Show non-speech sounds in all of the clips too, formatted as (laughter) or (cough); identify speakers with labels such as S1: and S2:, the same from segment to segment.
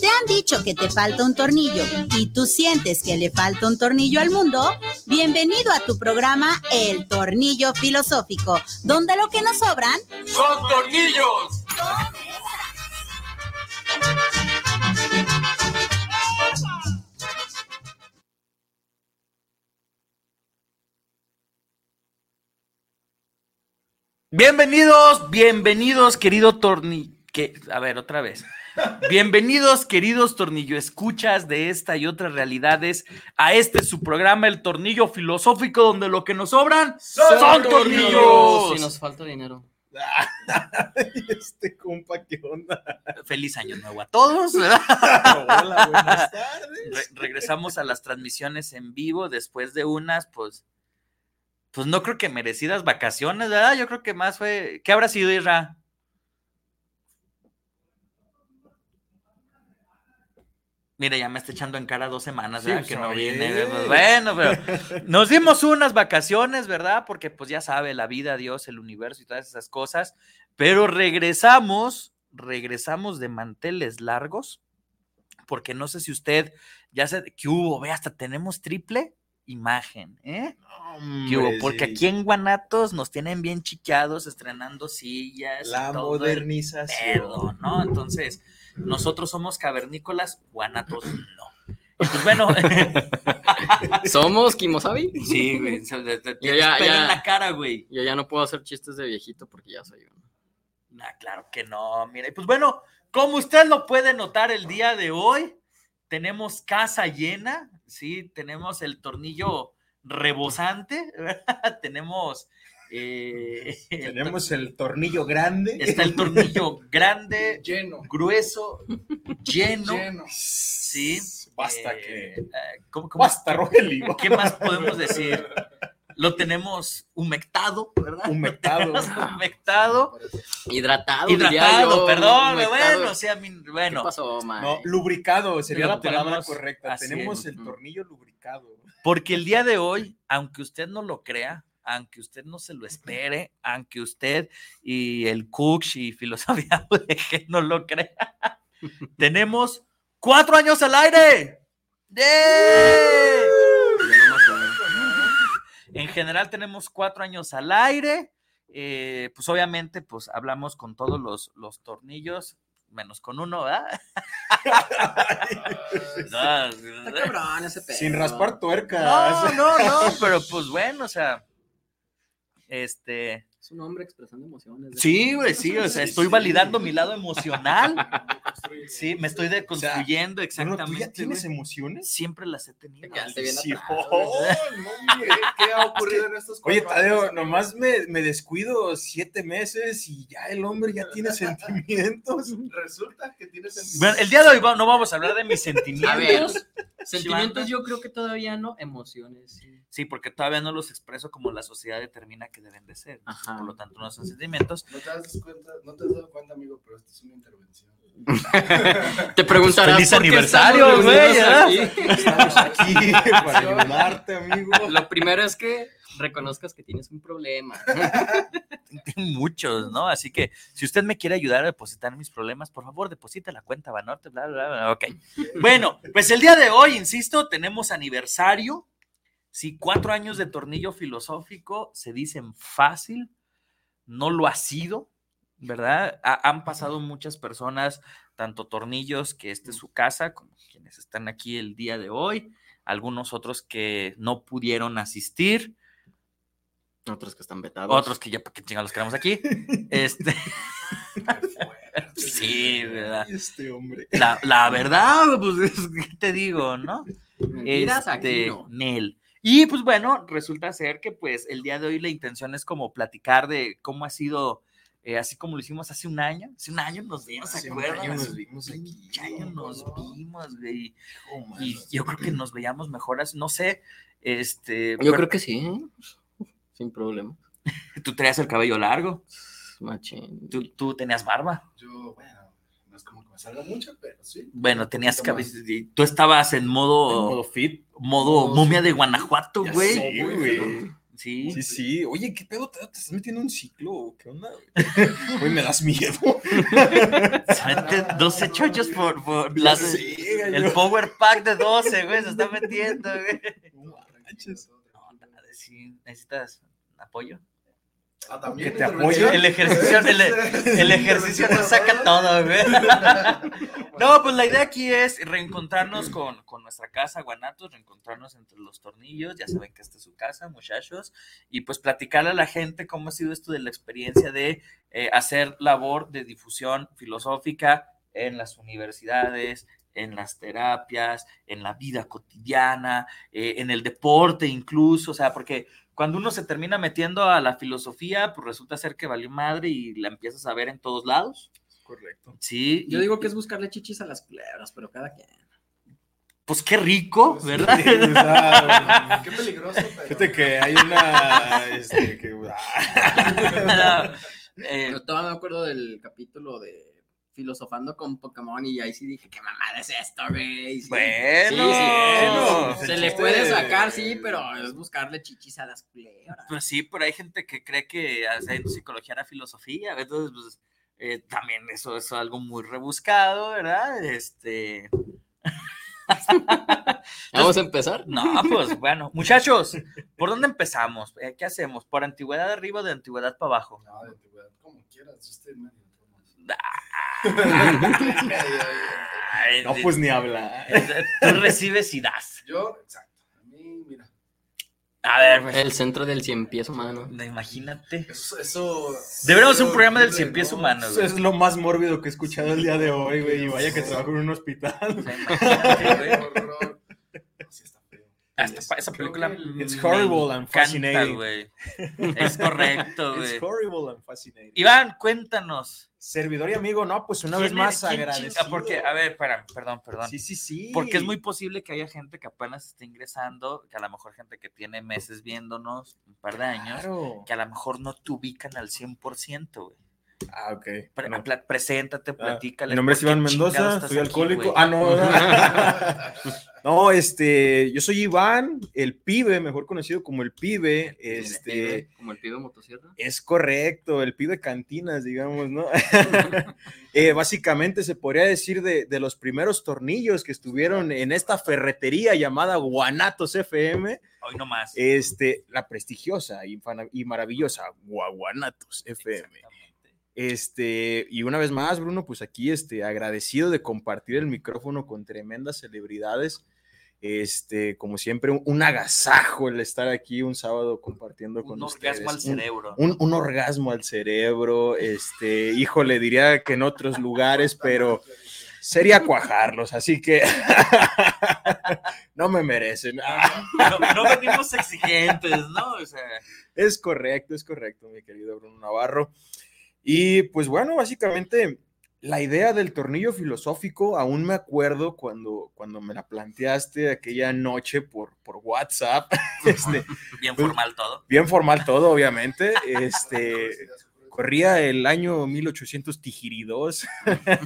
S1: ¿Te han dicho que te falta un tornillo y tú sientes que le falta un tornillo al mundo? Bienvenido a tu programa El Tornillo Filosófico, donde lo que nos sobran
S2: son tornillos.
S3: Bienvenidos, bienvenidos, querido torni... Que, a ver, otra vez. Bienvenidos, queridos tornillo escuchas de esta y otras realidades a este su programa, El Tornillo Filosófico, donde lo que nos sobran son, tornillos.
S4: Si Pues nos falta dinero.
S5: este compa, ¿qué onda?
S3: Feliz año nuevo a todos, ¿verdad?
S5: Hola, buenas tardes.
S3: Re- regresamos a las transmisiones en vivo después de unas, pues, pues no creo que merecidas vacaciones, ¿verdad? Yo creo que más fue. ¿Qué habrá sido, Isra? Mira, ya me está echando en cara dos semanas,
S5: Sí,
S3: ¿verdad?
S5: pues,
S3: que
S5: a
S3: no
S5: ver.
S3: viene. ¿verdad?
S5: (laughs)
S3: Bueno, pero nos dimos unas vacaciones, ¿verdad? Porque pues ya sabe, la vida, Dios, el universo y todas esas cosas. Pero regresamos, regresamos de manteles largos, porque no sé si usted ya se, ¿qué hubo? Ve, hasta tenemos triple imagen, ¿eh? ¿Qué hubo?
S5: Hombre,
S3: Porque
S5: sí.
S3: aquí en Guanatos nos tienen bien chiqueados, estrenando sillas. y
S5: la
S3: todo el pedo,
S5: modernización.
S3: ¿no? Entonces, nosotros somos cavernícolas, Guanatos no.
S5: (laughs)
S3: Pues bueno,
S4: (laughs)
S3: (laughs)
S4: ¿Somos Kimosabi?
S3: sí, güey, se- te- te-
S4: Yo
S3: tienes
S4: ya-
S3: pelo
S4: ya-
S3: en la cara, güey.
S4: Yo ya no puedo hacer chistes de viejito porque ya soy uno.
S3: Nah, claro que no, mira. Y pues bueno, como usted lo puede notar el día de hoy, tenemos casa llena, sí, tenemos el tornillo rebosante, (laughs) ¿verdad? tenemos... eh, el tor-
S5: Tenemos el tornillo grande.
S3: Está el tornillo grande,
S5: lleno.
S3: grueso, lleno.
S5: Lleno.
S3: Sí.
S5: Basta
S3: eh,
S5: que.
S3: eh, ¿cómo- cómo-
S5: Basta, Oh, Rogelio.
S3: ¿Qué más podemos decir? Lo tenemos humectado, (laughs) ¿verdad?
S5: Humectado.
S3: Lo tenemos humectado,
S4: Hidratado, diría
S3: hidratado,
S4: yo,
S3: perdón,
S4: humectado.
S3: bueno, o sea, mi-
S4: ¿Qué
S3: bueno,
S4: pasó, man?
S5: No, lubricado sería
S3: Lo
S5: la palabra
S3: tenemos
S5: correcta.
S3: así
S5: Tenemos
S4: es.
S5: el tornillo lubricado.
S3: porque el día de hoy, aunque usted no lo crea, aunque usted no se lo espere, aunque usted y el Cooks y filosofía (laughs) de que no lo crea, (laughs) tenemos cuatro años al aire. ¡Yay! En general tenemos cuatro años al aire. eh, pues obviamente, pues hablamos con todos los, los tornillos, menos con uno, ¿verdad? (laughs)
S4: Está
S3: No,
S4: cabrón ese pedo.
S5: Sin raspar
S3: no,
S5: (laughs) tuercas.
S3: no, no, (laughs) pero pues bueno, o sea, este,
S4: Es un hombre expresando emociones.
S3: Sí, güey, sí, o sea,
S5: Sí,
S3: estoy
S5: sí.
S3: validando mi lado emocional. Sí, me estoy deconstruyendo
S5: Bueno, ¿Tú ya
S3: exactamente.
S5: tienes
S3: güey.
S5: emociones?
S3: Siempre las he tenido.
S4: Ya te viene
S5: Sí,
S4: atrás,
S5: oh, no, hombre.
S2: ¿Qué ha ocurrido en estos
S5: Oye,
S2: cuatro
S5: Tadeo,
S2: años?
S5: nomás me, me descuido siete meses y ya el hombre ya
S2: (laughs)
S5: tiene sentimientos.
S2: Resulta que tienes
S3: Bueno, el día de hoy va- no vamos (laughs) a hablar de mis sentimientos.
S4: A ver, sentimientos yo creo que todavía no, emociones. sí.
S3: Sí, porque todavía no los expreso como la sociedad determina que deben de ser. Entonces,
S4: Ajá.
S3: Por lo tanto, no son sentimientos.
S2: No te das cuenta, no te has dado cuenta, amigo, pero esto es una intervención.
S4: Te preguntarás.
S3: Feliz
S4: ¿por qué
S3: aniversario,
S4: estamos
S3: güey,
S4: reunidos aquí?
S5: Estamos
S2: (laughs)
S5: aquí para ayudarte, amigo.
S4: Lo primero es que reconozcas que tienes un
S3: (laughs)
S4: problema.
S3: Este, Muchos, ¿no? Así que si usted me quiere ayudar a depositar mis problemas, por favor, deposita la cuenta Banorte, bla, bla, bla. Ok. Bueno, pues el día de hoy, insisto, tenemos aniversario. Sí, cuatro años de tornillo filosófico se dicen fácil, no lo ha sido, ¿verdad? Ha- han pasado muchas personas, tanto tornillos que este es su casa, como quienes están aquí el día de hoy, algunos otros que no pudieron asistir
S4: Otros que están vetados.
S3: otros que ya para qué chingados los queremos aquí. Este, sí, ¿verdad?
S5: Este hombre.
S3: La, la verdad, pues, es que te digo, no?
S4: Mentiras aquí
S3: Este,
S4: no.
S3: Nel. Y pues bueno, resulta ser que pues el día de hoy la intención es como platicar de cómo ha sido eh, así como lo hicimos hace un año. Hace un año nos vimos, ¿se
S5: Hace un
S3: acuerdan?
S5: año
S3: Hace
S5: nos
S3: un
S5: vimos aquí.
S3: pinche año nos
S5: ¿no?
S3: vimos, güey.
S5: Oh, man.
S3: Y yo creo que nos veíamos mejor, así, no sé, este...
S4: Yo
S3: pero
S4: creo que sí, ¿eh? sin problema.
S3: Tú traías el cabello largo,
S4: Machín.
S3: tú, tú tenías barba.
S2: Yo, bueno, no es como que me salga mucho, pero sí.
S3: Bueno, tenías
S2: poquito más.
S3: cabello... y Tú estabas en modo...
S5: Modo fit.
S3: modo
S5: Modo-
S3: momia de Guanajuato,
S5: Ya
S3: Oh. güey.
S5: sé, güey.
S3: Sí.
S5: Sí, sí. Oye, ¿qué pedo? ¿Te te estás metiendo en un ciclo? o ¿Qué onda? (laughs) güey? Güey, me das miedo.
S3: Se mete dos chochos por, por (laughs) las-
S5: Sí,
S3: el
S5: gallo.
S3: power pack de 12, güey. Se está metiendo, güey.
S2: No manches.
S5: manches.
S3: No, nada, sí, necesitas apoyo.
S2: Ah, también.
S5: Que te
S2: intervención.
S5: apoye.
S3: El ejercicio, el,
S5: (laughs)
S3: e- el ejercicio nos saca todo, güey. No, pues la idea aquí es reencontrarnos con, con nuestra casa, Guanatos, reencontrarnos entre los tornillos, ya saben que esta es su casa, muchachos, y pues platicarle a la gente cómo ha sido esto de la experiencia de eh, hacer labor de difusión filosófica en las universidades, en las terapias, en la vida cotidiana, eh, en el deporte incluso, o sea, porque cuando uno se termina metiendo a la filosofía, pues resulta ser que valió madre y la empiezas a ver en todos lados.
S5: Correcto.
S3: Sí,
S4: Yo
S3: y-
S4: digo que es buscarle chichis a las culebras, pero cada quien.
S3: pues qué rico,
S2: Sí,
S3: ¿verdad?
S5: Sí,
S3: (laughs)
S5: o (laughs) sea,
S2: Qué peligroso, pero.
S5: Fíjate que hay una. Este, que,
S3: Eh,
S4: Yo todavía me acuerdo del capítulo de filosofando con Pokémon y ahí sí dije, ¿qué mamada es esto, güey? Sí,
S3: Bueno,
S4: sí,
S5: bueno.
S4: Se le puede sacar, sí, pero es buscarle chichis a las culebras.
S3: pues sí, pero hay gente que cree que ah, hacer psicología era filosofía, entonces pues eh, también eso es algo muy rebuscado, ¿verdad? Este,
S4: Vamos a empezar.
S3: no, pues bueno, muchachos, ¿por dónde empezamos? Eh, ¿Qué hacemos? ¿Por antigüedad arriba o de antigüedad para abajo?
S2: No, de tu edad, como quieras. Usted me
S3: Ah. Ay,
S5: No, pues ni habla.
S3: eh, Tú recibes y das.
S2: (laughs) Yo, exacto. A mí, mira.
S3: A ver, pues,
S4: El centro del cien pies humano.
S3: no, imagínate.
S2: Eso. eso
S3: Deberíamos hacer un
S2: eso
S3: programa del
S2: horrible,
S3: cien pies
S2: ¿no?
S3: humano.
S5: Eso es lo más mórbido que he escuchado el día de hoy, güey. Y vaya que trabajo en un
S3: O
S5: hospital.
S3: sea, imagínate,
S2: Qué
S3: güey.
S2: horror. Sí, está feo.
S3: Hasta pa- esa
S2: Creo
S3: película.
S2: que el-
S5: It's
S3: me
S5: horrible and
S3: encanta,
S5: fascinating. (laughs)
S3: güey. Es correcto, güey.
S5: It's horrible and fascinating.
S3: Iván, cuéntanos.
S5: Servidor y amigo, no, pues una
S3: ¿quién
S5: vez más
S3: eres- quién chinga?
S5: agradecido.
S3: Porque, a ver, espérame, perdón, perdón.
S5: Sí, sí, sí.
S3: Porque es muy posible que haya gente que apenas esté ingresando, que a lo mejor gente que tiene meses viéndonos, un par de años,
S5: Claro.
S3: que a lo mejor no te ubican al 100%, güey.
S5: Ah, ok.
S3: Pre-
S5: No.
S3: pla- Preséntate,
S5: Ah,
S3: platícale.
S5: Mi nombre es
S3: ¿por qué
S5: Iván
S3: chingados
S5: Mendoza,
S3: estás
S5: soy
S3: aquí,
S5: alcohólico.
S3: güey?
S5: Ah,
S3: (laughs)
S5: no. (laughs) no, este, yo soy Iván, el pibe, mejor conocido como el pibe. Este,
S4: Como el pibe motosierra.
S5: es correcto, el pibe cantinas, digamos,
S3: (laughs)
S5: ¿no? (laughs) Eh, básicamente se podría decir de, de los primeros tornillos que estuvieron en esta ferretería llamada Guanatos FM,
S3: Hoy no más.
S5: este, la prestigiosa y, fana- y maravillosa Gua- Guanatos FM.
S3: Exactamente.
S5: Este, y una vez más, Bruno, pues aquí este, agradecido de compartir el micrófono con tremendas celebridades. Este, como siempre, un, un agasajo el estar aquí un sábado compartiendo con
S3: Un
S5: ustedes.
S3: orgasmo al
S5: Un-
S3: cerebro.
S5: un, un orgasmo al cerebro, este, híjole, diría que en otros lugares, pero sería cuajarlos, así que (laughs) no me merecen. Ah,
S3: No, no venimos exigentes, ¿no? O sea,
S5: Es correcto, es correcto, mi querido Bruno Navarro. Y pues bueno, básicamente la idea del tornillo filosófico, aún me acuerdo cuando, cuando me la planteaste aquella noche por, por WhatsApp, (laughs) este,
S3: bien formal todo.
S5: bien formal todo, obviamente, este...
S2: Curiosidad,
S5: Corría el año 1800 Tigiridos.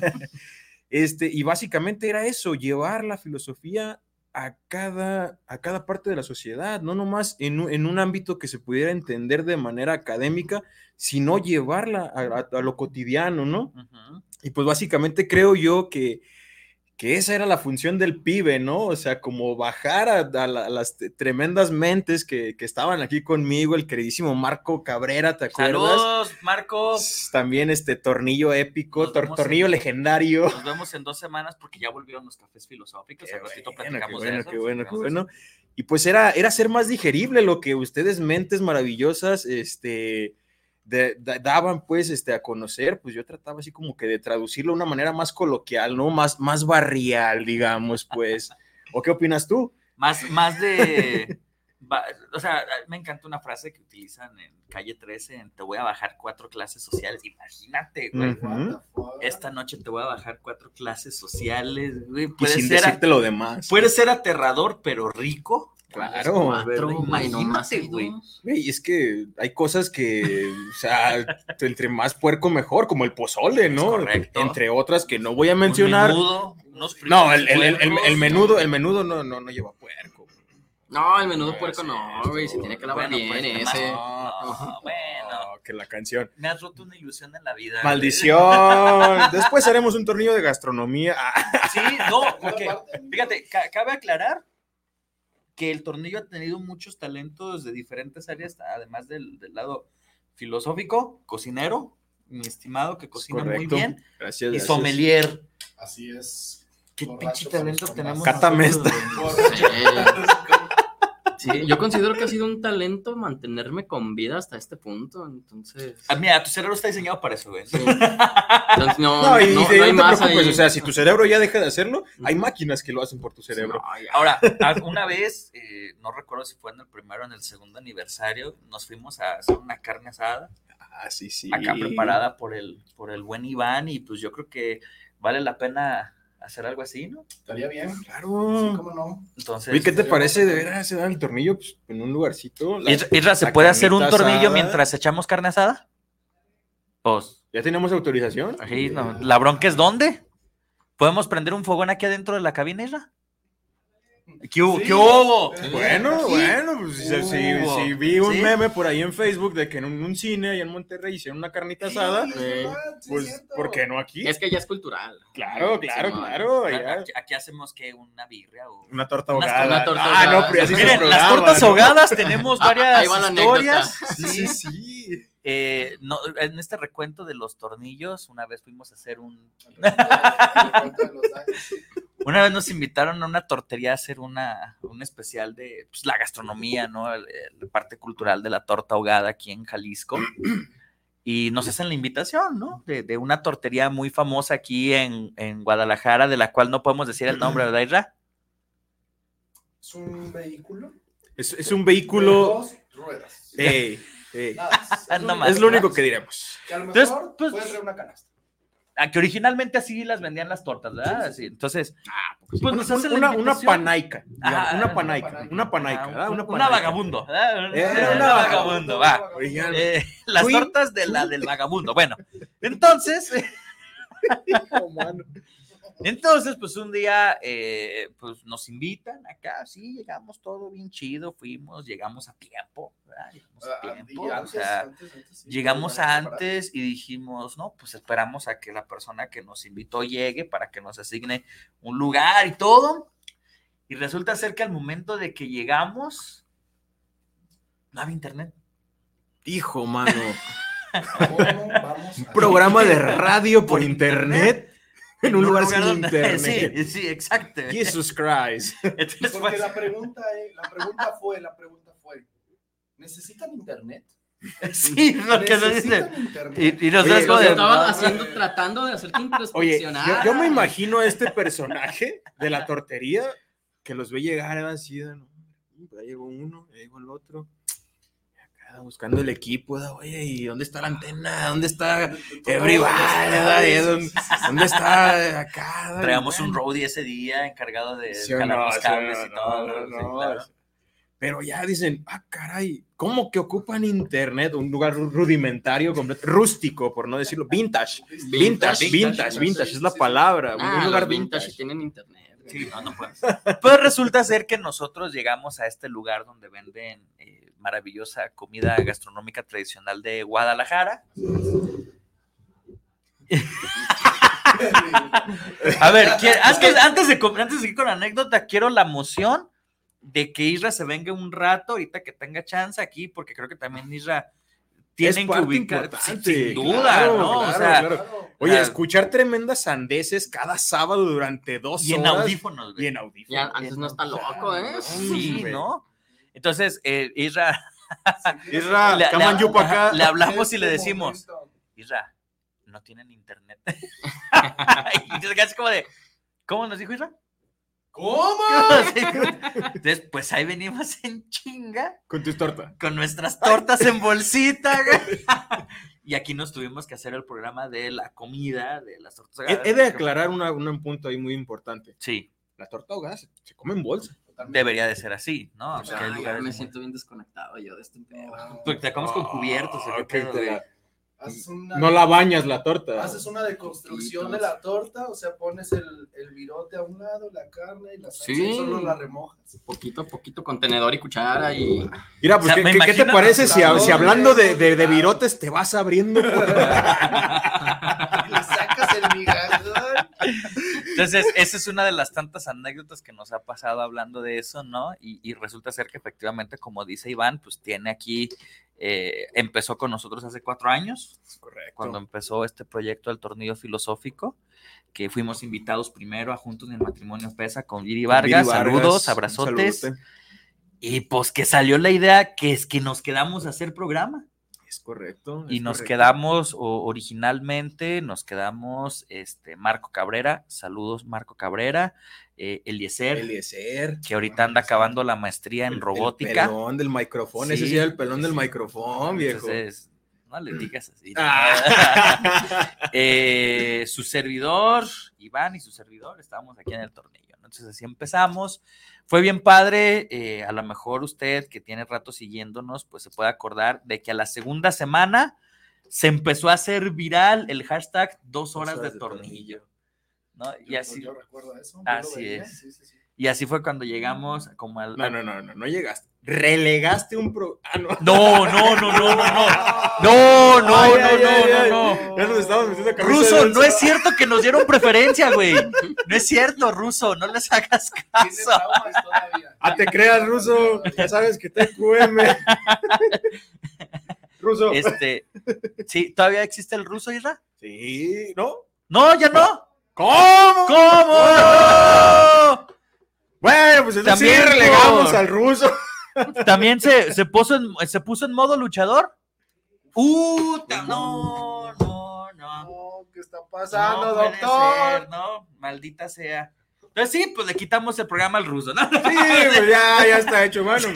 S5: (laughs) este, y básicamente era eso, llevar la filosofía a cada, a cada parte de la sociedad, no nomás en un, en un ámbito que se pudiera entender de manera académica, sino llevarla a, a- a lo cotidiano, ¿no?
S3: Ujú.
S5: Y pues básicamente creo yo que, que esa era la función del pibe, ¿no? O sea, como bajar a, a la- a las t- tremendas mentes que, que estaban aquí conmigo, el queridísimo Marco Cabrera, ¿te acuerdas?
S3: Saludos, Marco.
S5: También este tornillo épico,
S3: Nos
S5: tor-
S3: vemos
S5: tornillo
S3: en-
S5: legendario. Eh,
S3: Nos vemos en dos semanas porque ya volvieron los cafés filosóficos.
S5: Qué
S3: Al ratito
S5: bueno, qué
S3: platicamos de
S5: bueno,
S3: eso.
S5: qué bueno, qué bueno. Y pues era, era ser más digerible lo que ustedes, mentes maravillosas, este, de- da- daban pues este, a conocer. Pues yo trataba así como que de traducirlo de una manera más coloquial, ¿no? Más, más
S3: (laughs)
S5: barrial, digamos, pues. ¿O qué opinas tú?
S3: Más, más de. va- o sea, me encanta una frase que utilizan en calle 13, en te voy a bajar cuatro clases sociales. Imagínate, güey.
S5: Ujú.
S3: Esta noche te voy a bajar cuatro clases sociales, güey.
S5: Y
S3: Puede
S5: sin
S3: ser, a-
S5: decirte lo demás.
S3: puede ser aterrador, pero rico.
S5: Claro.
S3: Cuatro, imagínate,
S4: imagínate,
S3: güey.
S5: Güey, es que hay cosas que, o sea, entre más puerco mejor, como el pozole, ¿no?
S3: correcto.
S5: Entre otras que no voy a
S3: Un
S5: mencionar.
S3: menudo, unos
S5: No,
S3: frijoles
S5: el, el- el- el-
S3: puercos.
S5: el menudo, el menudo no, no, no lleva puerco.
S4: No, el menudo puerco no, güey. Se tiene que lavar
S3: Bueno,
S4: bien
S3: pues, ¿qué más?
S4: ese.
S3: No, (laughs) bueno,
S5: No, que la canción.
S3: me has roto una ilusión en la vida.
S5: Maldición. Después haremos un tornillo de gastronomía. Ah,
S3: (laughs) Sí, no,
S2: (laughs)
S3: porque, fíjate, ca- cabe aclarar que el tornillo ha tenido muchos talentos de diferentes áreas, además del, del lado filosófico, cocinero, mi estimado que cocina muy
S5: correcto.
S3: bien,
S5: Gracias.
S3: y
S5: gracias.
S3: sommelier.
S2: Así es.
S3: Qué
S2: Borrachos
S3: pinche
S2: somos
S3: talento
S2: con
S3: tenemos.
S2: más.
S5: Cátame
S3: nosotros, (laughs)
S4: Sí. Sí, yo considero que ha sido un talento mantenerme con vida hasta este punto, entonces...
S3: güey. Ah, Mira, tu cerebro está diseñado para eso, güey.
S4: Sí. Entonces, no,
S5: No, y, y
S4: no,
S5: no
S4: no
S5: te
S4: hay más
S5: preocupes,
S4: ahí.
S5: o sea, si tu cerebro ya deja de hacerlo, hay máquinas que lo hacen por tu
S4: Sí,
S5: cerebro.
S4: no, ya.
S3: Ahora, una vez, eh, no recuerdo si fue en el primero o en el segundo aniversario, nos fuimos a hacer una carne asada.
S5: Ah, sí, sí.
S3: acá preparada por el, por el buen Iván y pues yo creo que vale la pena hacer algo así, ¿no?
S2: Estaría bien. Sí,
S5: Claro.
S2: cómo no.
S3: Entonces,
S5: Oye, ¿qué te
S2: Sí.
S5: parece de veras dar el tornillo pues, en un lugarcito? La-
S3: Isra- Isra, ¿se
S5: la
S3: puede hacer un
S5: carnita
S3: tornillo
S5: asada.
S3: mientras echamos carne asada? Pues,
S5: ¿Ya tenemos autorización?
S3: sí, no, la bronca es dónde. ¿Podemos prender un fogón aquí adentro de la cabina, Isra? ¿Qué hubo?
S2: Sí.
S3: ¿Qué hubo?
S2: Sí.
S5: Bueno, bueno, pues si,
S3: Uh,
S5: si- si vi un
S3: sí.
S5: meme por ahí en Facebook de que en un, un cine allá en Monterrey hicieron una carnita asada,
S2: Sí,
S4: eh,
S2: ¿verdad? Sí,
S5: pues
S2: cierto.
S5: ¿por qué no aquí?
S4: Es que ya es cultural.
S5: Claro, claro,
S4: Sí, no,
S5: claro. allá.
S3: Aquí, aquí hacemos que una birria o...
S5: Una torta
S3: Unas-
S5: ahogada.
S4: una torta
S5: ah,
S4: ahogada.
S5: no, pero ya se hizo
S3: Miren, las
S5: programa,
S3: tortas
S5: ¿no?
S3: ahogadas tenemos
S5: (laughs)
S4: Ah,
S3: varias
S4: ahí va la
S3: historias.
S5: Sí, sí, sí.
S3: Eh, no, en este recuento de los tornillos, una vez fuimos a hacer un
S2: El
S5: (laughs)
S2: recuerdo de los años.
S3: Una vez nos invitaron a una tortería a hacer una, un especial de pues, la gastronomía, ¿no? El- el- La parte cultural de la torta ahogada aquí en Jalisco. Y nos hacen la invitación, ¿no? De, de una tortería muy famosa aquí en, en Guadalajara, de la cual no podemos decir el nombre, ¿verdad, Isra?
S2: Es un vehículo.
S5: Es, es un
S2: De
S5: vehículo.
S2: dos ruedas.
S3: Eh.
S5: Ey, ey.
S2: Nada más.
S3: Ah, no más.
S5: Eh, Es lo único que diremos.
S2: Que a
S3: (laughs)
S2: lo
S3: Entonces,
S2: mejor
S3: pues-
S2: puede traer una canasta.
S3: Ah, que originalmente así las vendían las tortas, ¿verdad? Así, entonces, pues nos hacen la
S5: Una, una
S3: invitación.
S5: panaica. digamos,
S3: Ah,
S5: una panaica.
S2: panaica.
S5: Una panaica.
S3: Ah,
S5: ¿verdad?
S3: un-
S5: Una
S3: una
S5: panaica.
S3: vagabundo. ¿verdad?
S5: Eh,
S3: Era
S5: una
S3: una vagabundo, va.
S5: Oigan,
S3: Eh, (laughs) las
S5: Queen.
S3: tortas de la del vagabundo. Bueno,
S5: (laughs)
S3: entonces,
S5: mano.
S3: entonces, pues un día, eh, pues nos invitan acá, sí, llegamos todo bien chido, fuimos, llegamos a tiempo, ¿verdad? Llegamos a
S2: Ah, y
S3: pues, tiempo, o
S2: antes,
S3: sea,
S2: antes, antes, sí,
S3: llegamos
S2: para-
S3: antes y dijimos, no, pues esperamos a que la persona que nos invitó llegue para que nos asigne un lugar y todo. Y resulta ser que al momento de que llegamos, no había internet.
S5: Hijo, mano.
S2: para- ¿Cómo Ah,
S3: (laughs)
S2: vamos a-
S5: Programa (laughs) de radio por internet. En un lugar sin
S3: donde- (laughs)
S5: internet.
S3: Sí,
S5: (laughs)
S3: sí, exacto.
S5: Jesus Christ.
S3: Entonces,
S2: Porque
S3: pues,
S2: la pregunta, es- la pregunta fue, la pregunta fue, ¿necesitan internet?
S3: Sí, lo que nos dicen.
S2: ¿Necesitan internet?
S3: Y, y nosotros
S5: Oye,
S3: como
S4: Lo
S3: de-
S4: estaba haciendo, tratando de hacerte
S5: Oye, yo,
S4: introspeccionar.
S5: yo me imagino a este personaje de la tortería que los ve llegar así, ¿no? Ya llegó uno, ya llegó el otro. Y acá buscando el equipo, ¿no? oye, ¿y dónde está la antena? ¿Dónde está Everybody? ¿verdad? ¿Y ¿Dónde, dónde está acá?
S3: Traíamos un
S5: rollo
S3: roadie ese día encargado de
S5: Sí o
S3: jalar
S5: no,
S3: los
S5: sí o
S3: cables
S5: no,
S3: y todo.
S5: no,
S3: sí,
S5: no,
S3: claro.
S5: sí. Pero ya dicen, ah, caray, ¿cómo que ocupan internet? Un lugar ru- rudimentario, completo, rústico, por no decirlo, vintage. Vintage, vintage, vintage, es la palabra.
S4: Ah,
S5: un lugar
S4: los vintage
S5: vintage.
S4: tienen internet. güey.
S3: Sí, no, no podemos. Pues resulta ser que nosotros llegamos a este lugar donde venden eh, maravillosa comida gastronómica tradicional de Guadalajara. A ver, ¿quién- antes, antes de, com- antes de ir con la anécdota, quiero la moción de que Isra se venga un rato, ahorita que tenga chance aquí, porque creo que también Isra tienen que
S5: parte
S3: ubicar. Sin,
S5: importante,
S3: sin duda,
S5: claro,
S3: ¿no? o
S5: claro,
S3: sea,
S5: claro.
S2: Claro.
S5: Oye,
S3: Ah.
S5: escuchar tremendas sandeces cada sábado durante dos
S3: y en
S5: horas.
S3: audífonos. güey.
S5: Y en audífonos.
S4: Ya, antes no está loco, ¿eh?
S3: Sí,
S5: güey.
S3: ¿no? Entonces, eh, Isra,
S5: Isra,
S3: Ah, Le-
S5: caman
S3: le-
S5: yo pa' acá.
S3: le hablamos y le
S2: Este
S3: decimos,
S2: momento.
S3: Isra, (laughs) no tienen internet. y te quedas como de, ¿cómo nos dijo Isra? (laughs)
S2: ¿Cómo?
S3: Entonces, pues ahí venimos en chinga
S5: Con tus tortas.
S3: con nuestras tortas en bolsita. güey. (laughs) y aquí nos tuvimos que hacer el programa de la comida, de las tortas. ahogadas,
S5: He, he de
S3: porque-
S5: aclarar una- una- un punto ahí muy importante.
S3: Sí,
S5: La torta ahogada se, se come en bolsa.
S3: debería de ser así, ¿no? Porque hay
S4: Ah, ya
S3: lugares
S4: me
S3: en-
S4: siento bien desconectado yo de este pedo.
S3: Porque te acabas con cubiertos. ¿o qué
S5: Ah,
S3: pedo,
S5: ok, te
S3: güey?
S5: la-
S2: Haces una,
S5: No la bañas la torta.
S2: haces una deconstrucción de la torta, o sea, pones el, el virote a un lado, la carne y la salsa,
S4: Sí.
S2: y solo la remojas. (laughs)
S4: Poquito a poquito, contenedor y cuchara y...
S5: Mira,
S3: O
S5: pues,
S3: sea,
S5: ¿qué-
S3: me
S5: ¿qué, qué te
S3: imagino
S5: parece
S2: los
S5: si, a-
S2: sabores,
S5: si hablando de, de- de
S2: claro.
S5: virotes te vas
S3: (laughs)
S5: abriendo?
S2: Y le sacas el migajón.
S3: Entonces, esa es una de las tantas anécdotas que nos ha pasado hablando de eso, ¿no? Y, y resulta ser que efectivamente, como dice Iván, pues tiene aquí, eh, empezó con nosotros hace cuatro años, cuando empezó este proyecto del tornillo filosófico, que fuimos invitados primero a Juntos en el Matrimonio Pesa con Viri Vargas, saludos, abrazotes, y pues que salió la idea que es que nos quedamos a hacer programa.
S5: Es correcto.
S3: Y nos quedamos o- originalmente, nos quedamos este Marco Cabrera, saludos Marco Cabrera, eh, Eliezer,
S5: Eliezer.
S3: que ahorita anda acabando la maestría en
S5: El-
S3: robótica.
S5: El pelón del micrófono. Ese
S3: Sí,
S5: sí era el pelón
S3: sí,
S5: del
S3: sí.
S5: micrófono, viejo.
S3: Entonces, eh, no le digas así.
S5: Ah.
S3: (laughs)
S5: (laughs)
S3: Eh, su servidor, Iván y su servidor, estábamos aquí en el tornillo. ¿no? Entonces así empezamos. Fue bien padre. eh, a lo mejor usted que tiene rato siguiéndonos, pues se puede acordar de que a la segunda semana se empezó a hacer viral el hashtag dos horas, de, tornillo. ¿no? Y,
S2: Yo-
S3: así,
S2: Yo recuerdo eso. yo
S3: Así
S2: lo veía,
S3: es.
S2: sí,
S3: (laughs)
S2: sí, sí.
S3: y así fue cuando llegamos como al...
S5: No, no, no, no, no llegaste. Mm. Relegaste un pro. Ah, no.
S3: No, no, no, no, no, no. No, no,
S5: Ay, ay,
S3: no, no,
S5: ay, ay.
S3: no, no.
S5: Ya nos estamos metiendo camisa de
S3: Ruso,
S5: once.
S3: no es cierto que nos dieron preferencia, (laughs) güey. No es cierto, Ruso, no les hagas
S2: Tiene
S3: caso.
S2: traumas todavía.
S5: Ah, te creas, ruso. Ya sabes que te QM. ruso.
S3: Este, sí, ¿todavía existe el ruso, Isra?
S5: Sí, ¿no?
S3: No, ya no.
S5: ¿Cómo?
S3: ¿Cómo?
S5: Bueno, pues entonces
S3: También
S5: sí relegamos
S3: por-
S5: al
S3: (laughs)
S5: ruso.
S3: También se, se puso en, se puso en modo luchador. Puta, no, no, no.
S2: No, ¿qué está pasando,
S3: No puede
S2: doctor?
S3: ser, no, maldita sea. Entonces sí, pues le quitamos el programa al ruso, ¿no?
S5: Sí, pues ya, ya está hecho, mano.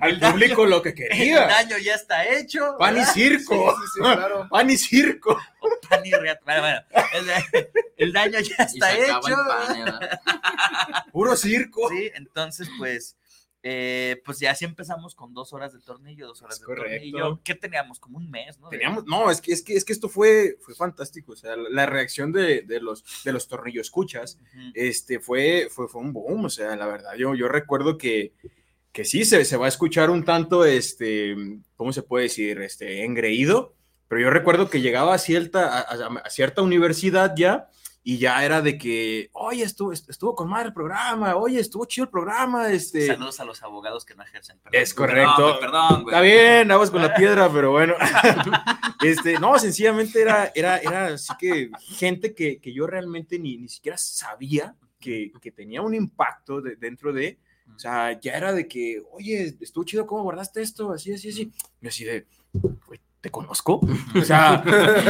S5: Al público lo que
S3: (laughs) El
S5: quería.
S3: daño ya está hecho.
S5: Pan y
S3: ¿verdad?
S2: Sí,
S5: circo.
S2: sí, sí, claro.
S5: Pan y circo.
S3: Pan y reata. Bueno, bueno, el, da- (laughs) el daño ya
S4: y
S3: está
S4: se acaba
S3: hecho.
S4: el pan, ¿verdad?
S5: Puro circo.
S3: Sí, entonces, pues, eh, pues ya así empezamos con dos horas de tornillo, dos horas
S5: Es
S3: de
S5: correcto.
S3: tornillo. ¿Qué teníamos? Como un mes, ¿no? De-
S5: Teníamos, no, es que, es que, es que esto fue, fue fantástico. O sea, la, la reacción de, de los, de los tornillo escuchas
S3: Ujú.
S5: este, fue, fue, fue un boom. O sea, la verdad, yo, yo recuerdo que, que sí se, se va a escuchar un tanto, este, ¿cómo se puede decir? Este, engreído. Pero yo recuerdo que llegaba a cierta, a, a- a cierta universidad ya y ya era de que, oye, estuvo, estuvo con madre el programa, oye, estuvo chido el programa, este.
S3: Saludos a los abogados que no ejercen. perdón.
S5: Es correcto.
S3: Perdón, güey, Perdón, güey.
S5: Está bien, aguas con la piedra, pero bueno. (laughs) Este, no, sencillamente era, era, era así que gente que, que yo realmente ni, ni siquiera sabía que, que tenía un impacto de- dentro de, o sea, ya era de que, oye, estuvo chido cómo guardaste esto, así, así, así. Y así de, güey, ¿te conozco? O sea,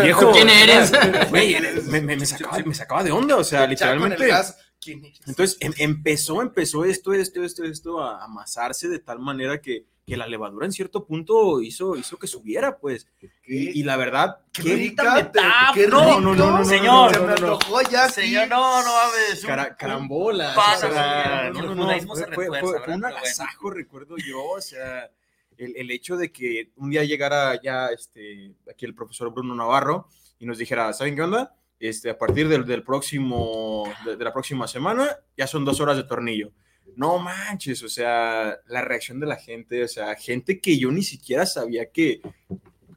S5: viejo.
S4: ¿Quién eres?
S5: Güey, me, me, me sacaba, me sacaba de onda, o sea,
S2: Ya con el
S5: literalmente.
S2: gas, ¿quién eres?
S5: Entonces em- empezó, empezó esto, esto, esto, esto a amasarse de tal manera que, que la levadura en cierto punto hizo, hizo que subiera, pues. Y, y la verdad,
S3: Qué
S5: qué
S3: rica
S2: rica,
S3: metáfora.
S2: qué
S3: No,
S2: rico.
S5: no, no, no, no,
S3: señor.
S2: Se
S5: no,
S2: me
S5: no, no.
S2: antojó ya. aquí.
S3: Señor, Ah, no, no mames. un-
S5: cara- carambola.
S3: Pasa,
S5: o sea,
S3: sí,
S5: no, no,
S3: el
S5: no,
S3: judaísmo
S5: fue,
S3: se
S5: fue- fue-
S3: retuerce, ¿verdad?
S5: fue un
S3: Pero bueno.
S5: agasajo, recuerdo yo, o sea, el, el hecho de que un día llegara ya este, aquí el profesor Bruno Navarro y nos dijera, ¿saben qué onda? Este, a partir del, del próximo, de, de la próxima semana, ya son dos horas de tornillo. No manches, o sea, la reacción de la gente, o sea, gente que yo ni siquiera sabía que,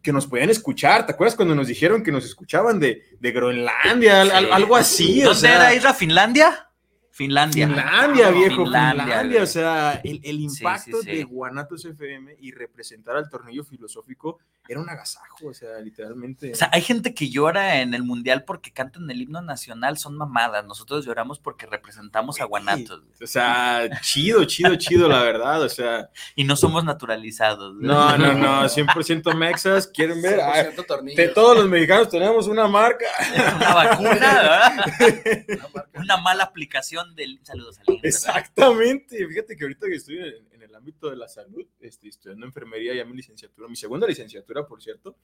S5: que nos podían escuchar. ¿Te acuerdas cuando nos dijeron que nos escuchaban de, de Groenlandia, al- al- algo así? o
S3: ¿Dónde
S5: sea,
S3: era Isra? ¿Finlandia? Finlandia.
S5: Finlandia, viejo,
S3: Finlandia,
S5: Finlandia,
S3: güey.
S5: o sea, el, el
S3: Sí, sí,
S5: impacto
S3: sí.
S5: de Guanatos FM y representar al tornillo filosófico era un agasajo, o sea, literalmente.
S3: O sea, hay gente que llora en el mundial porque cantan el himno nacional, son mamadas. Nosotros lloramos porque representamos a Guanatos güey.
S5: O sea, chido, chido, chido, la verdad. O sea,
S3: y no somos naturalizados. güey.
S5: no, no, no, 100% mexas, quieren ver. Ah,
S2: 100% tornillos.
S5: de todos los mexicanos tenemos una marca.
S3: (laughs) Es una vacuna, ¿verdad?
S2: Una marca.
S3: Una mala aplicación del. Saludos, Aline, ¿verdad?
S5: Exactamente. Fíjate que ahorita que estoy en, en el ámbito de la salud, este, estudiando enfermería ya mi licenciatura, mi segunda licenciatura, por cierto,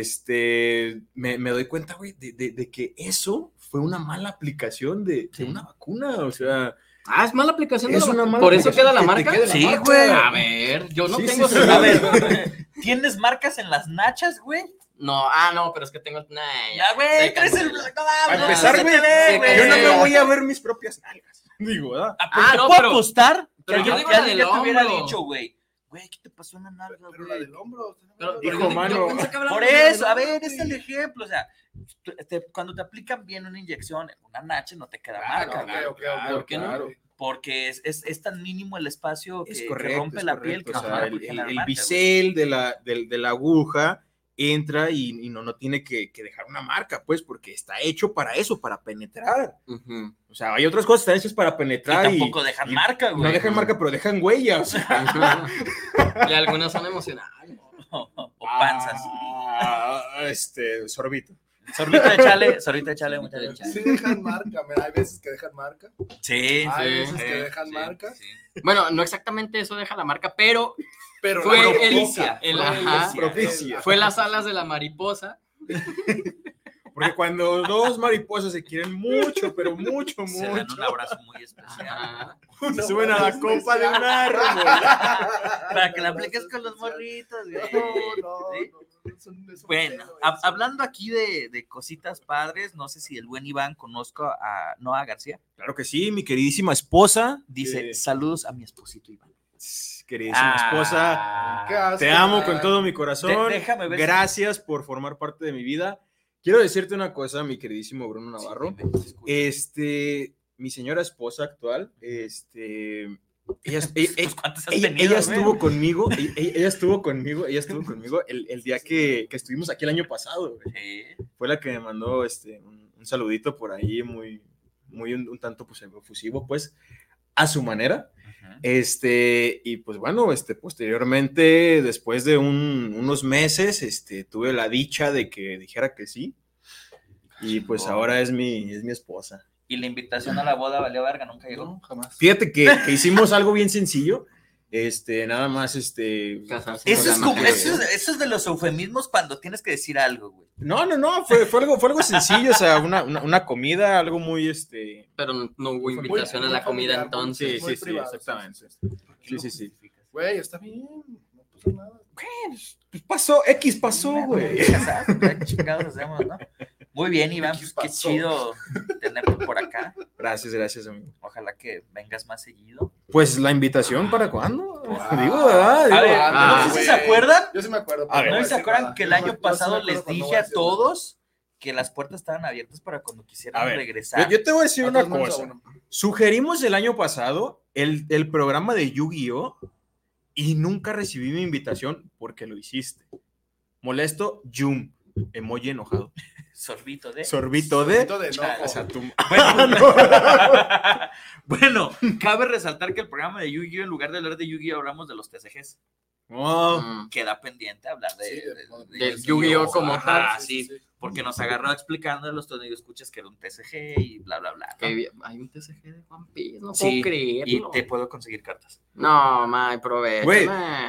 S5: este, me, me doy cuenta, güey, de, de- de que eso fue una mala aplicación de, de
S3: Sí.
S5: una vacuna. O sea, (laughs)
S4: Ah, es mala aplicación. de
S5: Es
S4: la-
S5: una mala
S4: Por eso
S5: aplicación
S4: queda la
S5: que te
S4: marca.
S5: quede
S3: la Sí, marca.
S5: güey.
S4: A ver, yo no
S5: Sí,
S4: tengo.
S5: sí, sí.
S4: A
S3: A
S4: ver.
S3: ver, ¿tienes marcas en las nachas, güey?
S4: No, ah, no, pero es que tengo. Nah,
S3: Ya,
S4: ya.
S3: güey,
S4: Se
S3: traes el
S4: cancela.
S3: no mames,
S5: Para empezar,
S3: se te
S5: güey,
S3: ve,
S4: se
S3: güey.
S5: yo no me voy a ver mis propias nalgas. Digo, ¿verdad?
S3: Ah,
S4: Ah,
S3: pero
S4: no,
S3: te puedo
S4: pero-
S3: apostar
S4: pero
S3: que
S4: yo
S3: alguien-
S4: digo
S3: que
S4: la
S3: alguien
S4: del
S3: ya te hubiera
S4: hombro.
S3: dicho, güey. Güey, ¿qué te pasó en la nalga,
S2: Pero la
S3: güey?
S2: del hombro.
S4: Pero-
S5: Hijo,
S4: yo- yo
S5: mano.
S4: pensé que hablábamos
S3: Por
S4: de la
S3: eso, a
S4: del
S3: ver,
S4: hombre.
S3: es el ejemplo. O sea, tú- te- cuando te aplican bien una inyección, una nacha no te queda
S2: Claro,
S5: Ah,
S3: marca, güey.
S2: claro, claro,
S4: ¿por qué no?
S2: claro.
S3: Porque es, es, es tan mínimo el espacio que,
S5: Es
S3: que
S5: correcto.
S3: rompe
S5: es
S3: la
S5: correcto,
S3: piel que
S5: o sea,
S3: no te
S5: el,
S3: aplican la
S5: el- el
S3: marca, güey.
S5: bisel de la, del- de la aguja entra y, y no, no tiene que, que dejar una marca, pues, porque está hecho para eso, para penetrar.
S4: Ujú. (laughs)
S5: O sea, hay otras cosas que están hechas para
S3: Y
S5: penetrar y,
S3: tampoco dejan
S5: y
S3: marca,
S5: no
S3: güey. (laughs)
S5: dejan marca, pero dejan huellas.
S4: y algunas son emocionales.
S3: o panzas.
S5: Ah, este, sorbito.
S3: Sorbita échale, sorbita échale,
S4: Sorbita
S3: muchacha, échale.
S2: Sí dejan marca, mira, hay veces que dejan marca.
S3: Sí.
S2: Hay
S4: sí,
S2: veces que
S4: sí,
S2: dejan
S3: sí,
S2: marca.
S3: sí.
S4: Bueno, no exactamente eso deja la marca, pero
S2: Pero
S4: Fue
S2: la
S4: el-
S2: propicia,
S4: el-
S2: fue
S4: ajá.
S2: el-
S5: Propicia.
S4: fue las alas de la mariposa.
S5: Porque cuando dos mariposas se quieren mucho, pero mucho,
S3: Se dan un
S5: mucho,
S3: abrazo muy
S2: (laughs)
S3: especial.
S4: Ajá.
S5: (laughs) se suben a la copa de un árbol.
S3: Para que la apliques con los morritos,
S2: (laughs)
S3: güey.
S2: No, no,
S3: Sí.
S2: no, es un- es un
S3: Bueno,
S2: pedo,
S3: hab-
S2: es un-
S3: hablando aquí de, de cositas padres, no sé si el buen Iván conozco a Noah García.
S5: Claro que sí, mi queridísima esposa.
S3: Dice,
S5: que-
S3: saludos a mi esposito Iván.
S5: queridísima esposa.
S2: Qué asco,
S5: Te amo
S2: man.
S5: con todo mi corazón.
S3: Ah. De- déjame ver si-
S5: Gracias por formar parte de mi vida. Quiero decirte una cosa, mi queridísimo Bruno Navarro. Eh, Este, mi señora esposa actual, este, ella,
S3: (laughs)
S5: ella- ella-
S3: ¿Cuántos Pues, has
S5: ella-
S3: tenido,
S5: ella
S3: güey?
S5: estuvo conmigo, ella,
S3: (laughs)
S5: ella estuvo conmigo, ella estuvo conmigo el, el día que, que estuvimos aquí el año pasado. güey.
S3: Sí.
S5: Fue la que me mandó este, un, un saludito por ahí, muy, muy un, un tanto pues, efusivo, pues, a su manera.
S3: Ajá.
S5: Este, y pues bueno, este, posteriormente, después de un- unos meses, este, tuve la dicha de que dijera que sí. Y pues
S3: Chingón.
S5: ahora es mi, es mi esposa.
S3: Y la invitación a la boda valió verga, nunca llegó.
S2: No, jamás.
S5: Fíjate que, que hicimos algo bien sencillo. Este, nada más, este.
S4: Casarse
S3: Eso
S4: con
S3: es,
S4: la
S3: como,
S4: mujer.
S3: eso, es, eso es de los eufemismos cuando tienes que decir algo, güey.
S5: No, no, no, fue, fue algo, fue algo sencillo, o sea, una, una, una comida, algo muy, este.
S4: Pero no- no hubo
S2: Fue muy-
S4: invitación a
S2: muy
S4: la comida
S2: familiar,
S4: entonces.
S2: muy
S5: sí, sí,
S2: privado,
S5: exactamente.
S2: sí, sí.
S3: ¿Por qué
S5: Sí,
S3: lo
S5: sí, sí.
S3: justificas?
S2: Güey, está bien. No pasa nada.
S5: pues Pasó, X pasó,
S3: Una
S5: güey.
S3: vergüenza, ¿qué chingados hacemos, no?
S5: (laughs)
S3: Muy bien, Iván,
S2: ¿Qué
S3: pues, qué
S2: pasó?
S3: chido tenerte por acá.
S5: Gracias, gracias, amigo.
S3: Ojalá que vengas más seguido.
S5: Pues la invitación para cuándo?
S2: Wow.
S5: Digo, ¿verdad?
S3: A
S5: Digo,
S3: ver,
S4: ah,
S3: no sé si
S2: güey.
S3: se acuerdan,
S2: Yo sí me acuerdo.
S5: A
S2: pero
S5: ver.
S2: no
S3: ¿No
S2: voy
S3: se
S2: decir
S3: acuerdan
S2: nada.
S3: que el
S2: Yo
S3: año
S2: me- yo sí me
S3: pasado
S2: acuerdo
S3: les
S2: cuando no
S3: dije
S2: voy
S3: a
S2: decir
S3: todos que las puertas estaban abiertas para cuando quisieran
S5: A ver,
S3: regresar?
S5: yo, yo te voy a decir
S2: nada.
S5: una
S2: Otros menos a
S5: cosa.
S2: uno.
S5: Sugerimos el año pasado el, el programa de Yu-Gi-Oh! y nunca recibí mi invitación porque lo hiciste. Molesto, Yum. Emoji enojado.
S3: Sorbito de.
S5: Sorbito de.
S2: Momento de enojo.
S5: O
S3: (laughs)
S5: sea, tu-
S3: Bueno, Ah, (laughs) Bueno, cabe resaltar que el programa de Yu-Gi-Oh! en lugar de hablar de Yu-Gi-Oh! hablamos de los TCGs.
S5: Oh,
S4: Mm.
S3: Queda pendiente hablar de,
S2: Sí,
S3: de-
S2: del-
S3: de
S4: del Yu-Gi-Oh! como
S3: Ajá,
S4: tal.
S3: sí, porque nos agarró explicando a los tornillos escuchas que era un TCG y bla, bla, bla. ¿no?
S4: Qué bien. Hay un TCG de One Piece, no
S3: Sí,
S4: puedo creerlo.
S3: Y te puedo conseguir cartas.
S4: No, my, probé.
S5: Güey,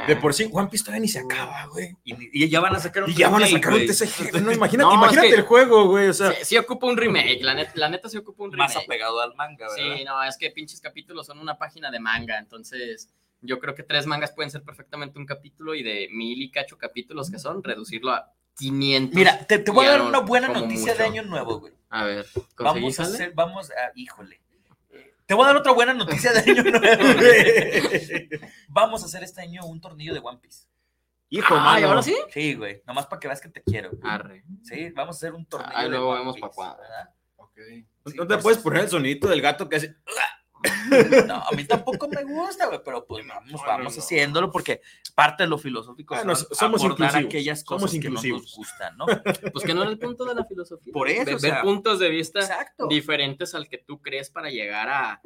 S5: de por sí, One Piece todavía ni se acaba, güey.
S3: Y, y ya van a sacar un
S5: Y ya van a
S3: remake,
S5: sacar un
S3: güey.
S5: (laughs) TCG. No, imagínate,
S4: No,
S5: imagínate
S4: es que-
S5: el juego, güey. O sea,
S4: Sí, sí ocupa un remake, la neta, la neta sí ocupa un
S3: Más
S4: remake.
S3: apegado al manga, ¿verdad?
S4: Sí, no, es que pinches capítulos son una página de manga, entonces yo creo que tres mangas pueden ser perfectamente un capítulo y de mil y cacho capítulos que son, reducirlo a 500.
S3: Mira, te, te voy a dar
S4: Ya no,
S3: una buena
S4: como
S3: noticia de
S4: mucho.
S3: año nuevo, güey.
S4: A ver,
S3: Vamos
S4: ¿conseguís
S3: a
S4: Ale?
S3: hacer, vamos a, híjole. Te voy a dar otra buena noticia de año
S4: (laughs)
S3: nuevo. güey. vamos a hacer este año un tornillo de One Piece.
S5: hijo,
S4: Ah, ¿y
S5: mano.
S4: ahora sí?
S3: Sí, güey. Nomás para que veas que te quiero. güey.
S4: Arre.
S3: Sí, vamos a hacer un tornillo
S4: Ahí
S3: de
S4: Ah. luego
S3: One
S4: vemos
S3: Piece,
S4: pa' cuándo.
S3: ¿verdad?
S2: Ok.
S5: No te puedes poner el sonidito del gato que hace.
S3: No, a mí tampoco me gusta, güey, pero pues vamos,
S5: No, no,
S3: vamos
S5: no.
S3: haciendo haciéndolo porque parte de lo filosófico
S5: Ah,
S3: es
S5: no, somos
S3: abordar
S5: inclusivos,
S3: aquellas
S5: somos
S3: cosas que no nos
S5: inclusivos.
S3: gustan,
S4: (laughs)
S3: ¿no?
S4: Pues que no era el punto de la filosofía.
S3: Por eso,
S4: Ve-
S3: o sea,
S4: ver puntos de vista
S3: Exacto.
S4: diferentes al que tú crees para llegar a,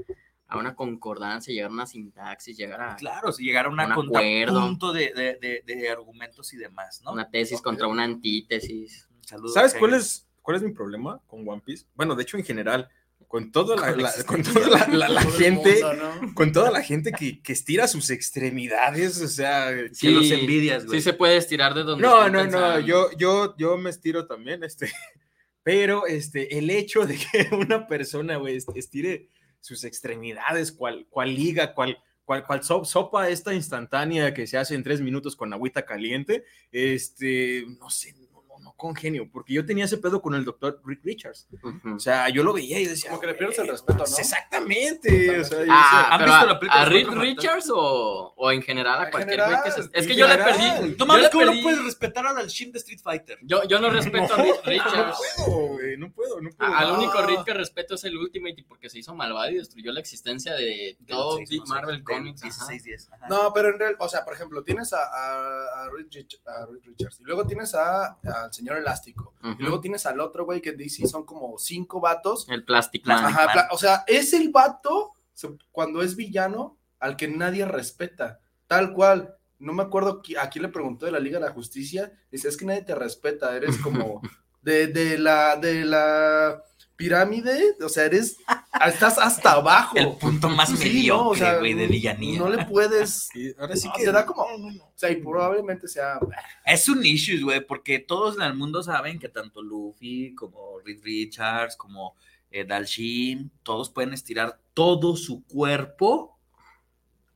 S4: a una concordancia, llegar a una sintaxis, llegar a
S3: Claro, si llegar a una
S4: Un acuerdo.
S3: contrapunto de, de- de- de argumentos y demás, ¿no?
S4: una tesis
S3: Ok. Pues,
S4: contra una antítesis.
S3: Saludos,
S5: ¿Sabes
S3: Hegel.
S5: cuál es, cuál es mi problema con One Piece? Bueno, de hecho, en general, con toda la,
S3: Con
S5: la-
S3: la
S5: con toda la, la- la
S2: Todo el
S5: gente,
S2: mundo, ¿no?
S5: con toda la gente que, que estira sus extremidades, o sea...
S3: Que los envidias, güey.
S4: Sí se puede estirar de donde
S5: No,
S4: estén
S5: no, no,
S4: pensando.
S5: yo, yo, yo me estiro también, este, (laughs) pero este, el hecho de que (laughs) una persona, güey, est- estire sus extremidades, cual, cual liga, cual, cual, cual so- sopa esta instantánea que se hace en tres minutos con agüita caliente, este, no sé, no, no, no congenio, porque yo tenía ese pedo con el doctor Rick Richards,
S4: Ujú.
S5: o sea, yo lo veía y decía, "Ah,
S2: Como que le pierdes el
S5: "Güey,
S2: respeto, ¿no?"
S5: Exactamente, o sea, yo
S4: Ah,
S3: ¿han
S4: pero
S3: visto
S4: a-
S3: la película
S4: a
S3: de
S4: Reed
S3: Cuatro Fantásticos?
S4: Richards o, o en general a
S2: En
S4: cualquier
S2: general,
S4: güey que se- Es
S5: en
S4: que yo le
S5: general.
S4: perdí.
S3: No
S4: yo le
S3: mames, ¿cómo no
S4: perdí-
S3: puedes respetar al Shin
S2: este
S3: de Street Fighter?
S4: Yo, yo no respeto a Reed Richards.
S5: decía, no puedo, güey, no puedo, no puedo.
S4: A- Al único
S5: Ah.
S4: Reed que respeto es el Ultimate porque se hizo malvado y destruyó la existencia de todo
S3: Del seis,
S4: Big
S3: no sé,
S4: Marvel
S3: del
S4: Comics. ajá.
S3: 16, 10, ajá.
S2: No, pero en realidad, o sea, por ejemplo, tienes a, a, a Reed Rich- a Reed Richards y luego tienes a- al señor Elástico
S4: Ujú.
S2: y luego tienes al otro güey que en DC son como cinco vatos.
S4: El Plastic Man.
S3: Plastic
S2: Ajá,
S3: Man.
S2: pla- o sea, es el vato se- cuando es villano al que nadie respeta, tal cual. No me acuerdo qui- a quién le preguntó de la Liga de la Justicia, dice, es que nadie te respeta, eres
S3: (laughs)
S2: como de, de la de la pirámide, o sea, eres estás hasta abajo.
S3: El punto más
S2: Sí, no, o
S3: mediocre,
S2: sea,
S3: güey, de villanía.
S2: No le puedes
S5: Sí, ahora sí
S2: No,
S5: que
S2: te da como-
S5: no, no, no.
S2: O sea, y probablemente sea.
S3: Es un issue, güey, porque todos en el mundo saben que tanto Luffy como Reed Richards, como eh, Dalshin, todos pueden estirar todo su cuerpo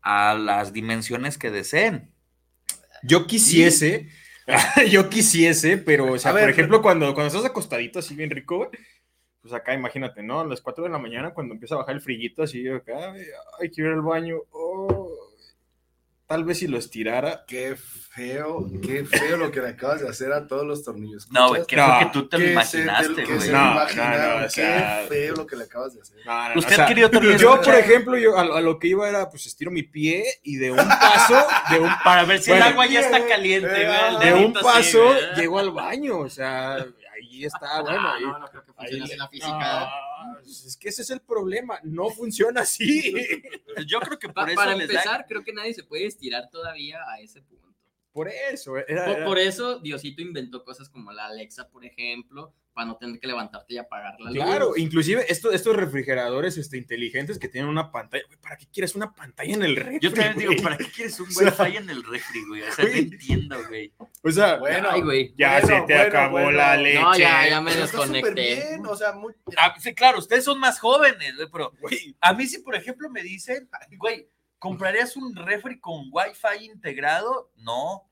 S3: a las dimensiones que deseen.
S5: Yo quisiese, (laughs) yo quisiese, pero, o sea,
S2: A ver,
S5: por ejemplo, cuando, cuando estás acostadito así bien rico, güey, pues acá imagínate, ¿no? A las 4 de la mañana cuando empieza a bajar el frillito así, acá, ay, ay, quiero ir al baño, oh, tal vez si lo estirara.
S2: Qué feo, qué feo lo que le acabas de hacer a todos los tornillos.
S3: No, güey,
S2: ¿Escuchas?
S3: creo
S5: No,
S3: que tú te lo
S2: Que se-
S3: imaginaste,
S2: que
S3: güey.
S2: se
S5: No,
S2: lo
S5: no,
S2: imaginaron.
S5: no, o sea-
S2: Qué feo lo que le acabas de hacer.
S5: No, no, no,
S3: Usted
S5: o sea,
S3: querido también.
S5: yo, por ejemplo, yo a, lo- a lo que iba era, pues estiro mi pie y de un paso, de un,
S3: Para ver si
S5: Bueno.
S3: el agua ya está caliente, güey,
S2: Eh,
S3: el
S2: ah,
S5: de un
S3: dedito así,
S5: paso
S3: güey.
S5: llego al baño, o sea, ahí está, bueno,
S4: Ah,
S5: ahí-
S4: no, no creo que
S5: ahí-
S4: funcione así la física.
S5: No, es que ese es el problema, no funciona así.
S3: Yo creo que
S4: Pa-
S3: por eso
S4: para
S3: les da-
S4: empezar, creo que nadie se puede estirar todavía a ese punto.
S5: Por eso.
S4: Po-
S5: Era,
S4: Por,
S5: era-
S4: eso Diosito inventó cosas como la Alexa, por ejemplo, para no tener que levantarte y apagar la luz.
S5: Claro, inclusive esto- estos refrigeradores este, inteligentes que tienen una pantalla. güey, ¿Para qué quieres una pantalla en el refri?
S3: Yo también digo,
S5: güey?
S3: ¿para qué quieres (laughs) un
S5: O sea,
S3: wifi en el refri, güey? O sea, no
S5: güey.
S3: entiendo, güey.
S5: O sea,
S2: Bueno,
S4: Ay, güey.
S5: ya
S2: bueno,
S5: se te
S2: bueno,
S5: acabó
S2: bueno.
S5: la
S2: No,
S5: leche.
S4: No, ya, ya me
S2: Pero está súper
S4: desconecté.
S2: bien, o sea, muy-
S3: Ah, sí, claro, ustedes son más jóvenes, güey, pero
S5: Güey,
S3: a mí si, por ejemplo, me dicen, güey, ¿comprarías un refri con wifi integrado? No.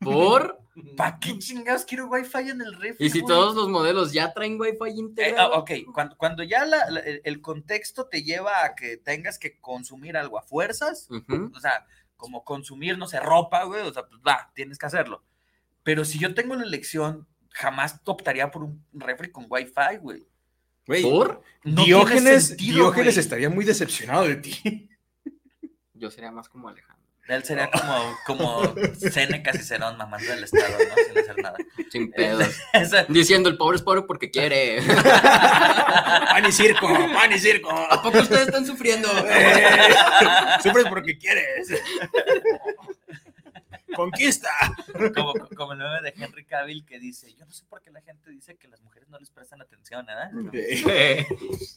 S4: ¿Por?
S3: ¿Para qué chingados quiero wifi en el refri? (laughs)
S4: Y si
S3: güey?
S4: todos los modelos ya traen Wi-Fi
S3: Eh, ah,
S4: integrado.
S3: ok, cuando, cuando ya la- la- el, el contexto te lleva a que tengas que consumir algo a fuerzas,
S4: Ujú.
S3: o sea, como consumir, no sé, ropa, güey, o sea, pues va, tienes que hacerlo. Pero si yo tengo la elección, jamás optaría por un refri con wifi, güey.
S5: güey,
S4: ¿Por?
S3: No tiene
S5: Diógenes,
S3: sentido,
S5: Diógenes
S3: güey.
S5: estaría muy decepcionado de ti.
S4: Yo sería más como Alejandro.
S3: Él sería como, como Seneca Cicerón mamando del Estado, ¿no? Sin hacer nada. (laughs)
S4: Sin pedos.
S3: O sea,
S4: Diciendo el pobre es pobre porque quiere. (laughs)
S5: pan y circo, pan y circo.
S4: ¿A poco ustedes están sufriendo?
S5: Eh, Sufres porque quieres. Conquista.
S3: como, como el meme de Henry Cavill que dice, yo no sé por qué la gente dice que las mujeres no les prestan atención, ¿eh? ¿verdad?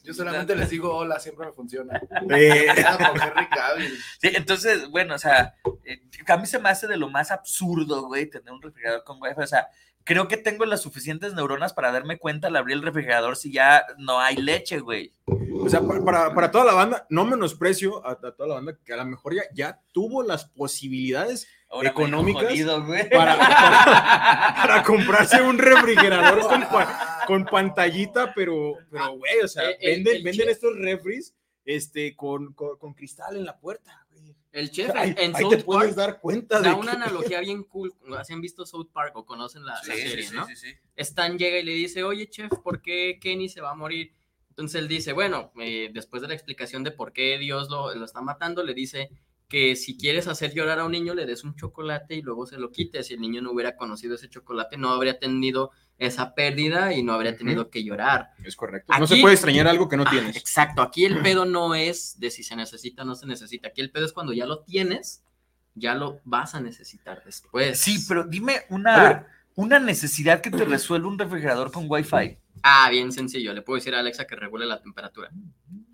S2: Yo solamente les digo hola, siempre me funciona.
S5: (laughs) Eh,
S2: Ah, con Henry Cavill.
S3: Sí, entonces, bueno, o sea, eh, a mí se me hace de lo más absurdo, güey, tener un refrigerador con wifi. O sea, creo que tengo las suficientes neuronas para darme cuenta al abrir el refrigerador si ya no hay leche, güey.
S5: O sea, para, para- para toda la banda, no menosprecio a, a toda la banda que a lo mejor ya, ya tuvo las posibilidades
S3: Ahora, güey,
S5: ¿Económicas?
S3: jodido, güey.
S5: para, para, para comprarse un refrigerador con, pa- con pantallita, pero, pero güey, o sea,
S4: Eh, el-
S5: venden,
S4: el
S5: venden
S4: chef.
S5: estos refris este, con, con, con cristal en la puerta. güey.
S4: El chef
S5: Ahí,
S4: en, en
S5: ahí
S4: South
S5: te
S4: Park
S5: puedes dar cuenta de
S4: da
S5: que-
S4: una analogía bien cool. ¿Se han visto South Park o conocen la,
S3: (laughs)
S4: la
S3: Sí, sí,
S4: serie,
S3: sí,
S4: no?
S3: sí, sí.
S4: Stan llega y le dice, oye, chef, ¿por qué Kenny se va a morir? Entonces él dice, bueno, eh, después de la explicación de por qué Dios lo, lo está matando, le dice que si quieres hacer llorar a un niño, le des un chocolate y luego se lo quites. Si el niño no hubiera conocido ese chocolate, no habría tenido esa pérdida y no habría
S5: Ujú.
S4: tenido que llorar.
S5: Es correcto.
S4: Aquí-
S5: No se puede extrañar algo que no
S4: Ah,
S5: tienes.
S4: Exacto, aquí el pedo no es de si se necesita o no se necesita, aquí el pedo es cuando ya lo tienes, ya lo vas a necesitar después.
S3: Sí, pero dime
S5: A
S3: una,
S5: ver.
S3: una necesidad que te resuelve un refrigerador con Wi-Fi.
S4: Ah, bien sencillo, le puedo decir a Alexa que regule la temperatura.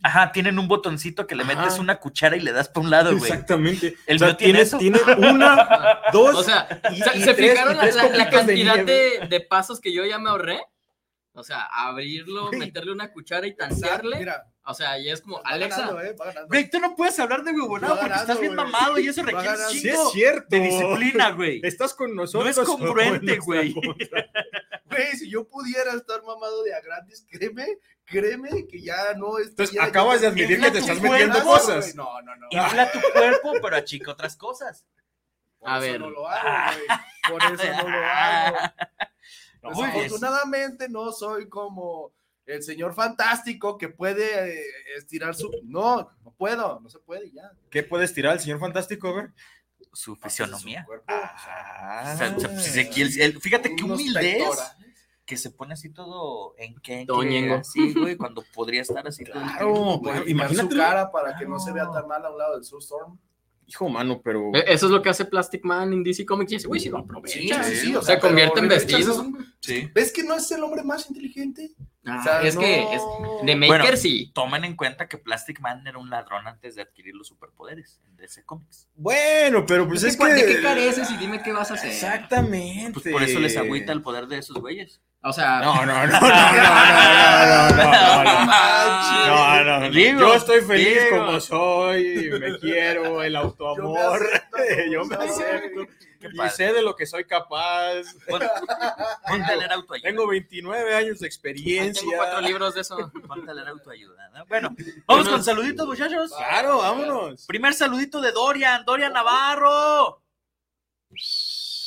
S3: Ajá, tienen un botoncito que le metes
S5: Ajá.
S3: una cuchara y le das para un lado, güey.
S5: Exactamente.
S3: El
S5: o sea,
S3: mío tiene
S5: tienes-
S3: eso.
S5: tiene una, dos.
S4: O sea,
S5: y-
S4: ¿se,
S5: y
S4: se
S5: tres-
S4: fijaron
S5: y
S4: la-
S5: tres
S4: la, la
S5: copitas de
S4: cantidad
S5: nieve.
S4: de, de pasos que yo ya me ahorré? O sea, abrirlo, meterle una cuchara y tantearle.
S2: Mira,
S4: O sea, ya es como,
S2: va ganando,
S4: Alexa,
S2: eh, va ganando.
S3: Güey, tú no puedes hablar de huevonada
S2: Va
S3: porque
S2: ganando,
S3: estás bien
S2: güey.
S3: mamado y eso
S2: Va
S3: requiere un
S2: ganando.
S5: Sí
S3: chingo
S5: es cierto.
S3: de disciplina, güey.
S5: Estás con
S3: No es
S5: nosotros.
S3: congruente,
S5: o
S3: güey.
S5: en nuestra contra.
S2: Güey, si yo pudiera estar mamado de a grandes, créeme, créeme que ya no estoy.
S5: Entonces,
S2: ya-
S5: acabas de
S2: ya-
S5: admitir
S3: infla
S5: que te
S3: tu
S5: estás
S2: Güey,
S5: metiendo
S2: no, güey,
S5: cosas.
S2: No, no, no.
S3: Infla tu cuerpo, pero achica otras cosas.
S2: Por
S4: A
S2: eso
S4: ver.
S2: no lo hago, güey. Por eso no lo hago.
S3: No, pues, güey.
S2: Desafortunadamente no soy como el señor fantástico que puede eh, estirar su... No, no puedo, no se puede ya.
S5: ¿Qué puedes tirar al señor fantástico, güey?
S3: Su fisionomía.
S2: Su cuerpo, o sea,
S3: O
S5: Ah,
S3: sea, o sea, pues, aquí el- el- fíjate qué
S2: unos
S3: humilde es
S2: pectorales.
S3: que se pone así todo en que
S4: Doñengo.
S3: así, güey, cuando podría estar así. todo el tiempo.
S5: Claro,
S2: Modificar
S5: claro, imagínate.
S2: su cara para que no se vea
S3: No.
S2: tan mal a un lado del Substorm.
S5: Hijo, mano, pero.
S4: eh, eso es lo que hace Plastic Man en DC Comics. Y ese güey, si lo aprovecha.
S5: sí, sí,
S4: o sea,
S2: pero
S4: convierte en
S2: Reed Richards
S4: vestido.
S2: es un-
S3: Sí.
S2: ¿Ves que no es el hombre más inteligente?
S4: Ah,
S2: O sea,
S4: es que
S2: no.
S4: es de Maker
S3: Bueno,
S4: sí.
S3: Tomen en cuenta que Plastic Man era un ladrón antes de adquirir los superpoderes en DC Comics.
S5: Bueno, pero pues
S4: Pues
S5: es
S4: que, ¿De qué
S5: que.
S4: careces y dime qué vas a hacer?
S5: Exactamente.
S3: Pues por eso les agüita el poder de esos güeyes.
S4: O sea,
S5: No, no,
S4: (laughs)
S5: no, no, no, no, no, no, no, no. No, no, no.
S3: Digo,
S5: yo estoy feliz
S3: digo.
S5: como soy, me quiero, el autoamor, (laughs) yo me acepto, y
S3: padre.
S5: sé de lo que soy capaz,
S3: Pon- Ponte a leer autoayuda.
S5: tengo 29 años de
S4: ahí
S5: experiencia.
S4: tengo cuatro libros de eso.
S3: Ponte a leer autoayuda. ¿no? Bueno, vamos con saluditos, muchachos.
S5: Claro, vámonos.
S3: Primer saludito de Dorian, Dorian Navarro.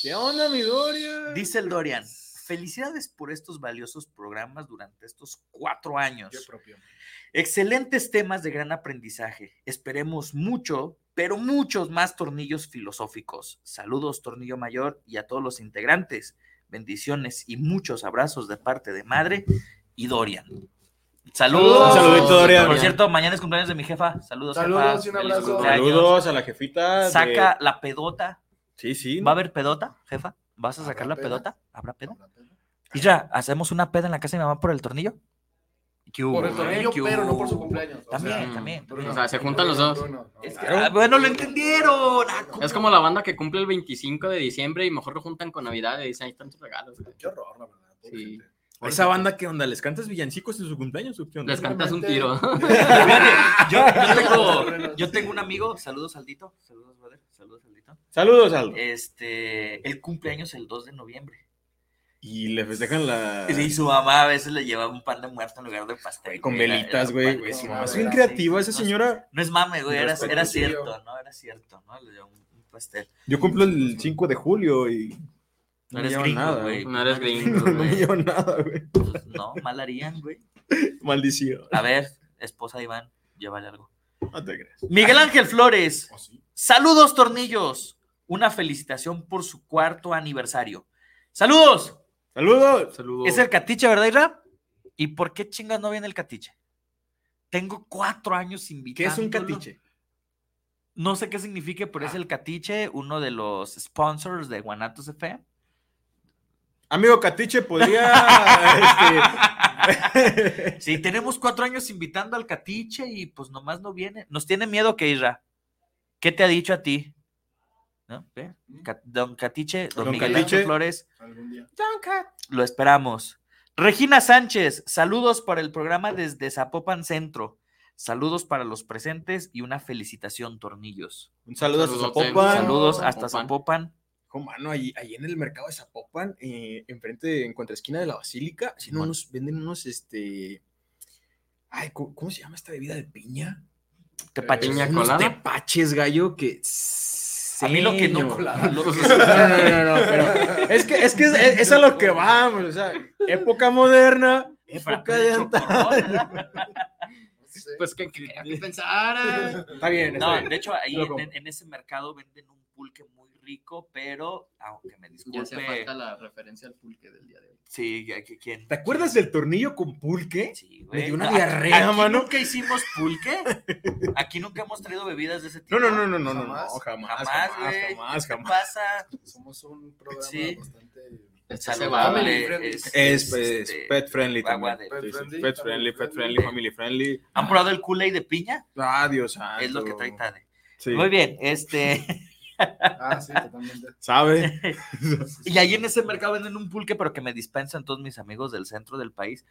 S5: ¿Qué onda, mi Doria?
S3: Dice el Dorian, felicidades por estos valiosos programas durante estos cuatro años. Excelentes temas de gran aprendizaje. Esperemos mucho, pero muchos más tornillos filosóficos. Saludos, Tornillo Mayor, y a todos los integrantes. Bendiciones y muchos abrazos de parte de madre y Dorian. Saludos.
S2: Un saludito,
S5: Dorian.
S3: Por cierto, mañana es cumpleaños de mi jefa. Saludos,
S2: Saludos
S3: jefa.
S2: y un
S3: Feliz
S2: abrazo.
S3: cumpleaños.
S5: Saludos a la jefita. de-
S3: Saca la pedota.
S5: Sí, sí.
S3: ¿Va a haber pedota, jefa? ¿Vas a
S2: ¿Habrá
S3: sacar la
S2: peda?
S3: pedota? ¿Habrá peda? Y ya, ¿hacemos una peda en la casa de mi mamá por el tornillo? ¿Qué hubo,
S2: Por el
S3: eh?
S2: tornillo,
S3: ¿Qué
S2: pero
S3: hubo?
S2: no por su cumpleaños. o
S3: También,
S2: sea,
S3: también.
S2: Bruno,
S4: O sea, se juntan los dos.
S2: Bruno, no,
S3: Es que-
S2: claro.
S3: ah, bueno, lo entendieron. ah, ¿cómo?
S4: Es como la banda que cumple el 25 de diciembre y mejor lo juntan con Navidad y dicen, ahí están tus regalos. güey".
S2: Qué horror, la verdad. pobre
S4: Sí.
S2: gente.
S5: Esa banda, ¿qué onda? ¿Les cantas villancicos en su cumpleaños o qué onda?
S4: Les cantas un tiro.
S2: (laughs)
S3: Fíjate, yo, yo tengo,
S2: Bueno,
S3: yo
S2: sí.
S3: tengo un amigo, saludos Aldito, saludos brother, saludos Aldito.
S5: Saludos, Aldo.
S3: Eh, Este, el cumpleaños el 2 de noviembre.
S5: Y le festejan
S2: Ah,
S5: la...
S3: Y su mamá a veces le lleva un pan de muerto en lugar de pastel.
S5: Con
S3: güey, la-
S5: velitas,
S3: Eh, la-
S5: güey.
S3: la-
S5: Es
S2: sí,
S3: la-
S2: no,
S5: es
S3: la-
S5: bien
S3: la-
S5: creativa
S3: sí,
S5: esa
S3: no,
S5: señora.
S3: No es mame, güey, era,
S5: Respeto
S3: era
S2: suyo.
S3: cierto, ¿no? Era cierto, ¿no? Le dio un, un pastel.
S5: Yo cumplo el 5 de julio y...
S3: No
S5: me
S3: eres
S5: llevan
S3: gringo,
S5: nada,
S3: güey.
S4: No eres gringo,
S5: No (laughs) me
S4: güey.
S5: llevan nada, güey.
S3: Pues, no, mal harían, güey.
S5: Maldición.
S3: A ver, esposa de Iván, llévale algo.
S5: No te creas.
S3: Miguel Ángel Flores,
S5: ¿Ah,
S2: ¿O sí?
S3: Saludos, tornillos. Una felicitación por su cuarto aniversario. Saludos.
S5: ¡Saludos!
S4: Saludos.
S3: Es el Catiche, ¿verdad, Ira? ¿Y por qué chingas no viene el Catiche? Tengo cuatro años
S5: ¿Qué
S3: invitándolo.
S5: es un catiche? Ah.
S3: No sé qué signifique, pero es el Catiche, uno de los sponsors de Guanatos FM.
S5: Amigo catiche,
S4: (laughs)
S5: podría... este,
S3: Sí, tenemos cuatro años invitando al Catiche y pues nomás no viene. Nos tiene miedo que Ira. ¿Qué te ha dicho a ti? ¿No? ¿Ve? Ca- Don Catiche, don,
S5: Don
S3: Miguel
S5: Catiche.
S3: Ángel Flores.
S2: Algún día.
S3: Lo esperamos. Regina Sánchez, saludos para el programa desde Zapopan Centro. Saludos para los presentes y una felicitación, Tornillos.
S5: Un saludo hasta
S4: Saludote.
S5: Zapopan.
S3: Saludos hasta Zapopan.
S4: Zapopan.
S5: Hijo, mano, ahí, ahí en el mercado de Zapopan, eh, enfrente, en contraesquina de la Basílica, si no
S3: Simón.
S5: nos venden unos, este... Ay, ¿cómo, cómo se llama esta bebida de piña?
S3: Tepache.
S4: Piña
S5: Unos
S4: colada.
S5: tepaches, gallo, que...
S3: a mí lo que no.
S5: Señor. (laughs)
S3: lo que-
S5: No, no, no, no, pero (laughs) es que es, que es, es- es a lo que vamos, o sea, época moderna,
S3: para
S5: época de
S3: pedir
S5: antaño.
S3: chocorrol.
S2: Sí.
S4: Pues que, que, que pensara.
S5: Está bien, está
S3: No,
S5: bien.
S3: de hecho, ahí
S5: Loco.
S3: en, en ese mercado venden un pulque muy rico, pero aunque me
S4: Ya hace
S3: disculpe,
S4: falta la referencia al pulque del día de hoy.
S3: sí, que- que- quien-
S5: ¿Te acuerdas del tornillo con pulque?
S3: Sí, güey.
S5: dio una
S3: No,
S5: diarrea,
S3: aquí
S5: mano.
S3: nunca hicimos pulque. Aquí nunca hemos traído bebidas de ese tipo.
S5: No, no, no, no, no, no, no,
S2: Jamás.
S5: jamás, jamás,
S3: Jamás,
S5: jamás,
S3: güey.
S5: jamás,
S3: ¿Qué pasa?
S2: Somos un programa
S3: Sí.
S2: bastante.
S4: Este se va,
S2: Family
S3: Saludable.
S2: friendly.
S3: es-
S5: Es,
S3: este,
S5: es pet friendly
S3: agua
S5: también.
S3: de-
S2: Pet
S5: Sí, sí,
S2: friendly,
S5: Pet
S2: family
S5: friendly, pet
S2: friendly.
S5: friendly, family friendly.
S3: ¿Han probado el Kool-Aid de piña?
S5: Ah, Dios santo.
S3: Es lo que trae Tade.
S5: Sí.
S3: Muy bien, este.
S2: Ah, sí, totalmente.
S5: ¿Sabe?
S3: Y ahí en ese mercado venden un pulque, pero que me dispensan todos mis amigos del centro del país.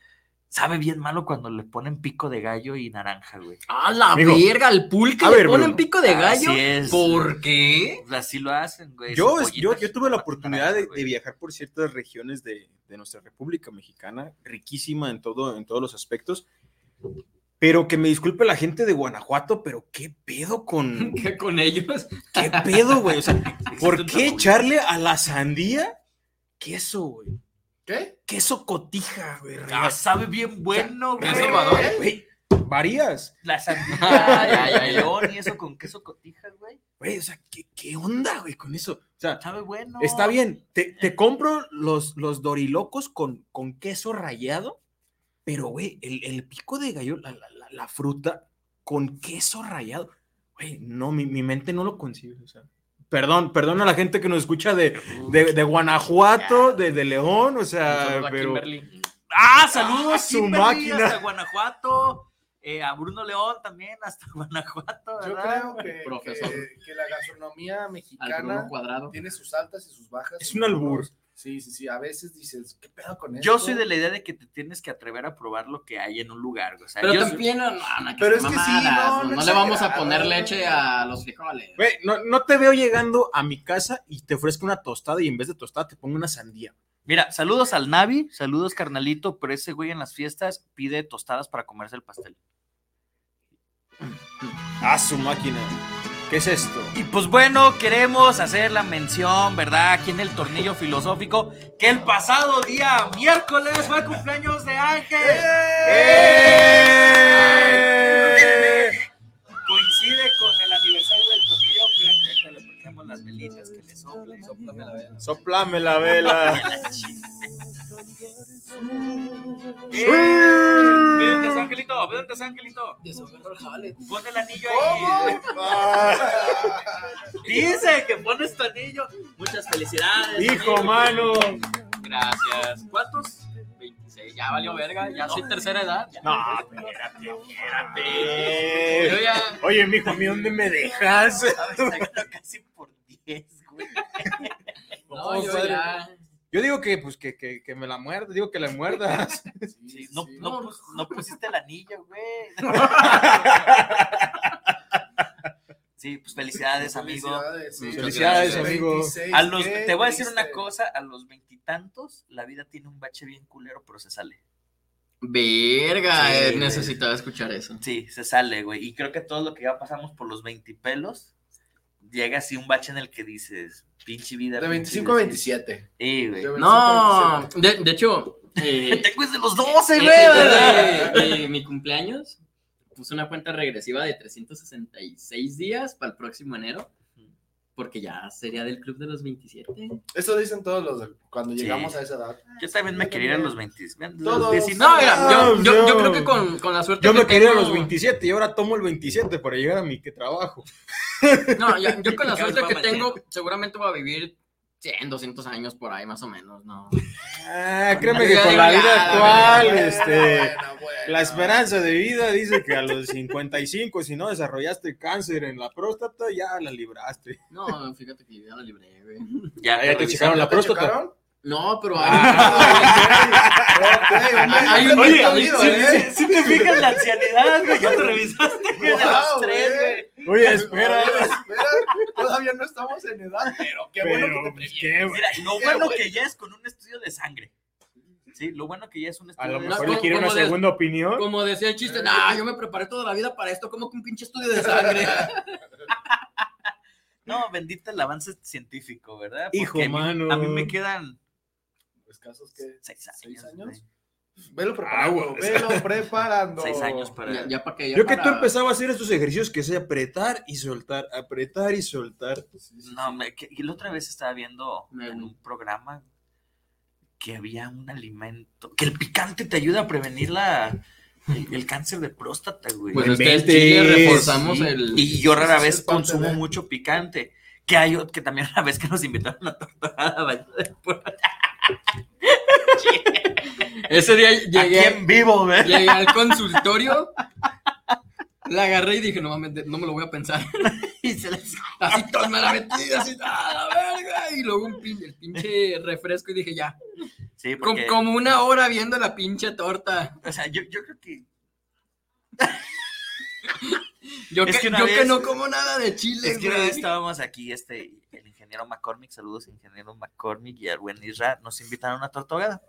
S3: Sabe bien malo cuando le ponen pico de gallo y naranja, güey.
S4: ¡A la
S5: Amigo.
S4: verga! ¿Al pulque
S5: A
S4: le
S5: ver,
S4: ponen
S5: Bruno.
S4: pico de gallo?
S3: Así es.
S4: ¿Por qué?
S3: Así lo hacen, güey.
S5: Yo,
S3: cebollitas
S5: yo, yo
S3: y
S5: tuve la
S3: tomate
S5: oportunidad
S3: naranja,
S5: de,
S3: güey.
S5: de viajar por ciertas regiones de, de nuestra República Mexicana, riquísima en, todo, en todos los aspectos. Pero que me disculpe la gente de Guanajuato, pero qué pedo con.
S4: ¿Qué con ellos? (laughs)
S5: ¿Qué pedo, güey? O sea, ¿por
S4: Existe
S5: qué
S4: una-
S5: echarle a la sandía queso, güey?
S2: ¿Qué?
S5: Queso cotija, güey.
S3: Ah,
S5: real.
S3: sabe bien bueno, güey.
S4: Salvador.
S5: Güey, Varías.
S3: La
S4: Ah,
S3: sandía,
S4: ya, ya,
S3: el
S4: ya.
S3: león y eso con queso cotija, güey.
S5: Güey, o sea, ¿qué, qué onda, güey, con eso? O sea,
S3: Sabe bueno.
S5: está bien, te, te compro los, los dorilocos con, con queso rallado, pero, güey, el, el pico de gallo, la, la- la- la fruta con queso rallado, güey, no, mi, mi mente no lo concibe, o sea. Perdón, perdón a la gente que nos escucha de, de, de Guanajuato, de, de León, o sea,
S4: Saludo a
S5: pero...
S4: Kimberly.
S3: Ah, saludos
S5: Ah,
S3: a
S5: su
S3: su
S5: máquina.
S3: hasta Guanajuato. eh, a Bruno León también hasta (laughs) Guanajuato,
S2: Yo
S3: ¿verdad?
S2: creo que,
S4: Profesor.
S2: que- que la gastronomía
S4: Al Bruno
S2: mexicana
S4: Cuadrado.
S2: tiene sus altas y sus bajas.
S5: Es un albur.
S2: Sí, sí, sí. A veces dices, ¿qué pedo con
S3: Yo,
S2: esto?
S3: soy de la idea de que te tienes que atrever a probar lo que hay en un lugar. güey. O sea,
S4: Pero
S3: yo-
S4: también, no, no, no,
S2: Pero
S4: son
S2: es que sí,
S4: mamadas,
S2: no, no
S4: no, le vamos a
S2: exagerar.
S4: poner leche a los frijoles.
S5: Güey, no, no te veo llegando a mi casa y te ofrezco una tostada y en vez de tostada te pongo una sandía.
S3: Mira, saludos al Navi, saludos carnalito, pero ese güey en las fiestas pide tostadas para comerse el pastel.
S5: ¡Ah, su máquina! ¿Qué es esto?
S3: Y pues bueno, queremos hacer la mención, ¿verdad? Aquí en el tornillo filosófico, que el pasado día miércoles fue el cumpleaños de Ángel. ¡Eh! Coincide con el aniversario del tornillo. Fíjate, déjale, prendemos las velitas que le soplen, soplame la vela.
S5: Soplame la vela. (laughs)
S3: ¡Eh! Vente, Angelito, vente, Angelito. Pon el anillo ahí. Dice que pones tu anillo. Muchas felicidades.
S5: Hijo,
S3: amigo.
S5: mano.
S4: Gracias. ¿Cuántos? 26. Ya valió verga. Ya soy tercera edad. ya.
S5: No, espérate, espérate.
S4: Yo
S2: (laughs)
S4: ya.
S5: Oye, mijo, ¿a mí dónde me dejas?
S3: Exacto, casi por 10, güey.
S4: No,
S2: Oh,
S4: yo
S5: padre.
S4: ya.
S5: Yo digo que, pues, que, que, que me la muerdas, digo que la muerdas.
S3: Sí,
S2: Sí,
S3: no,
S2: sí.
S3: no pus- no pusiste el anillo, (laughs) güey. Sí, pues felicidades, amigo.
S2: Felicidades, sí.
S5: Felicidades,
S2: Gracias.
S5: amigo.
S2: 26,
S3: A los,
S2: qué
S3: te voy a decir
S2: triste.
S3: una cosa, a los veintitantos la vida tiene un bache bien culero, pero se sale.
S4: Verga.
S3: Sí,
S4: eh,
S3: güey.
S4: necesitaba escuchar eso.
S3: Sí, se sale, güey. Y creo que todo lo que ya pasamos por los veintipelos, llega así un bache en el que dices, pinche vida.
S2: De
S3: pinche
S2: 25 a
S3: vida".
S2: 27.
S3: Sí,
S2: De
S3: güey.
S2: 25 a
S4: No.
S2: 27.
S4: De, de hecho.
S3: Que
S2: (laughs)
S4: eh,
S3: te cuides de los 12,
S4: Eh,
S3: güey.
S4: eh, eh, eh, mi cumpleaños puse una cuenta regresiva de 366 días para el próximo enero, porque ya sería del club de los 27.
S2: Eso dicen todos los de- cuando
S3: Sí.
S2: llegamos a esa edad.
S3: Yo también me quería ir a los 20. Los
S2: Todos.
S3: 19.
S4: No, mira, yo, yo- yo
S5: no.
S4: creo que con, con la
S5: (laughs)
S4: suerte
S5: Ah, Yo
S4: que
S5: me quería a
S4: tengo-
S5: los 27 y ahora tomo el 27 para llegar a mi que trabajo.
S4: No, yo, yo con (laughs) la
S3: Que me
S4: suerte que
S3: va a
S4: tengo, seguramente voy a vivir 100, 200 años por ahí, más o menos, ¿no?
S5: Ah, créeme que con la vida
S3: Ah,
S5: actual, este.
S2: Bueno, bueno.
S5: La esperanza de vida dice que a los 55, si no desarrollaste cáncer en la próstata, ya la libraste.
S4: No, fíjate que ya la libré, güey.
S3: Ah, Ya,
S5: Ya te checaron la
S2: ¿Te
S5: próstata.
S2: checaron?
S4: No, pero
S5: Ah.
S2: (laughs) Ok, un
S4: Hay un
S2: médico
S4: médico,
S2: sabido,
S3: Si
S2: ¿eh?
S3: te fijas la ancianidad, güey, ya te revisaste, güey, de los
S2: Wow,
S3: tres,
S2: güey.
S3: güey.
S5: Oye, espera.
S2: espera, todavía no estamos en edad, pero qué bueno que te
S5: pues,
S2: previenes.
S5: qué
S3: Mira, lo bueno que ya es con un estudio de sangre. Sí, lo bueno que ya es un
S5: A
S3: estudio
S5: lo
S3: de
S5: mejor
S3: sangre.
S5: le quiere una
S4: ¿Cómo de-
S5: segunda opinión.
S4: como decía el chiste, no, yo me preparé toda la vida para esto, como que un pinche estudio de sangre.
S3: No, bendita el avance científico, ¿verdad?
S5: Hijo,
S3: Porque a mí-
S5: mano.
S3: A mí me quedan
S2: Escasos que.
S3: seis años.
S2: ¿Seis
S3: güey.
S2: años?
S5: Ah,
S2: Velo preparando.
S5: Aguas.
S2: Velo preparando.
S3: Seis años para.
S4: Ya, ya para que ya
S5: Yo que
S4: para-
S5: tú empezaba a hacer estos ejercicios que es apretar y soltar, apretar y soltar. Pues,
S3: No, me, que- y la otra vez estaba viendo
S4: Me
S3: en
S4: gu-
S3: un programa que había un alimento, que el picante te ayuda a prevenir la, el, el cáncer de próstata, güey.
S4: Pues
S5: No
S4: es que en
S5: inventes.
S4: Chile reforzamos
S3: Sí,
S4: el.
S3: Y yo rara
S2: Ese es
S3: vez
S2: el parte
S3: consumo
S2: de-
S3: mucho picante. Que hay ot- que también una vez que nos invitaron a tortada bañada de puerco.
S4: Ese día
S3: Aquí
S4: llegué,
S3: en vivo, güey.
S4: llegué al consultorio, la agarré y dije, no mames, no me lo voy a pensar. (laughs)
S3: Y se les-
S4: Así toda la metí, así, ¡ah, la verga! Y luego un pinche, el pinche refresco y dije, ya.
S3: Sí,
S4: Com-
S3: porque,
S4: como una hora viendo la pinche torta.
S3: o sea, yo, yo creo que
S4: Yo,
S3: Es
S4: que,
S3: que una
S4: yo que
S3: vez-
S4: no como nada de chile,
S3: Es que una
S4: güey.
S3: vez estábamos aquí, este, el ingeniero McCormick, saludos ingeniero McCormick y al buen Isra, nos invitaron a una tortogada.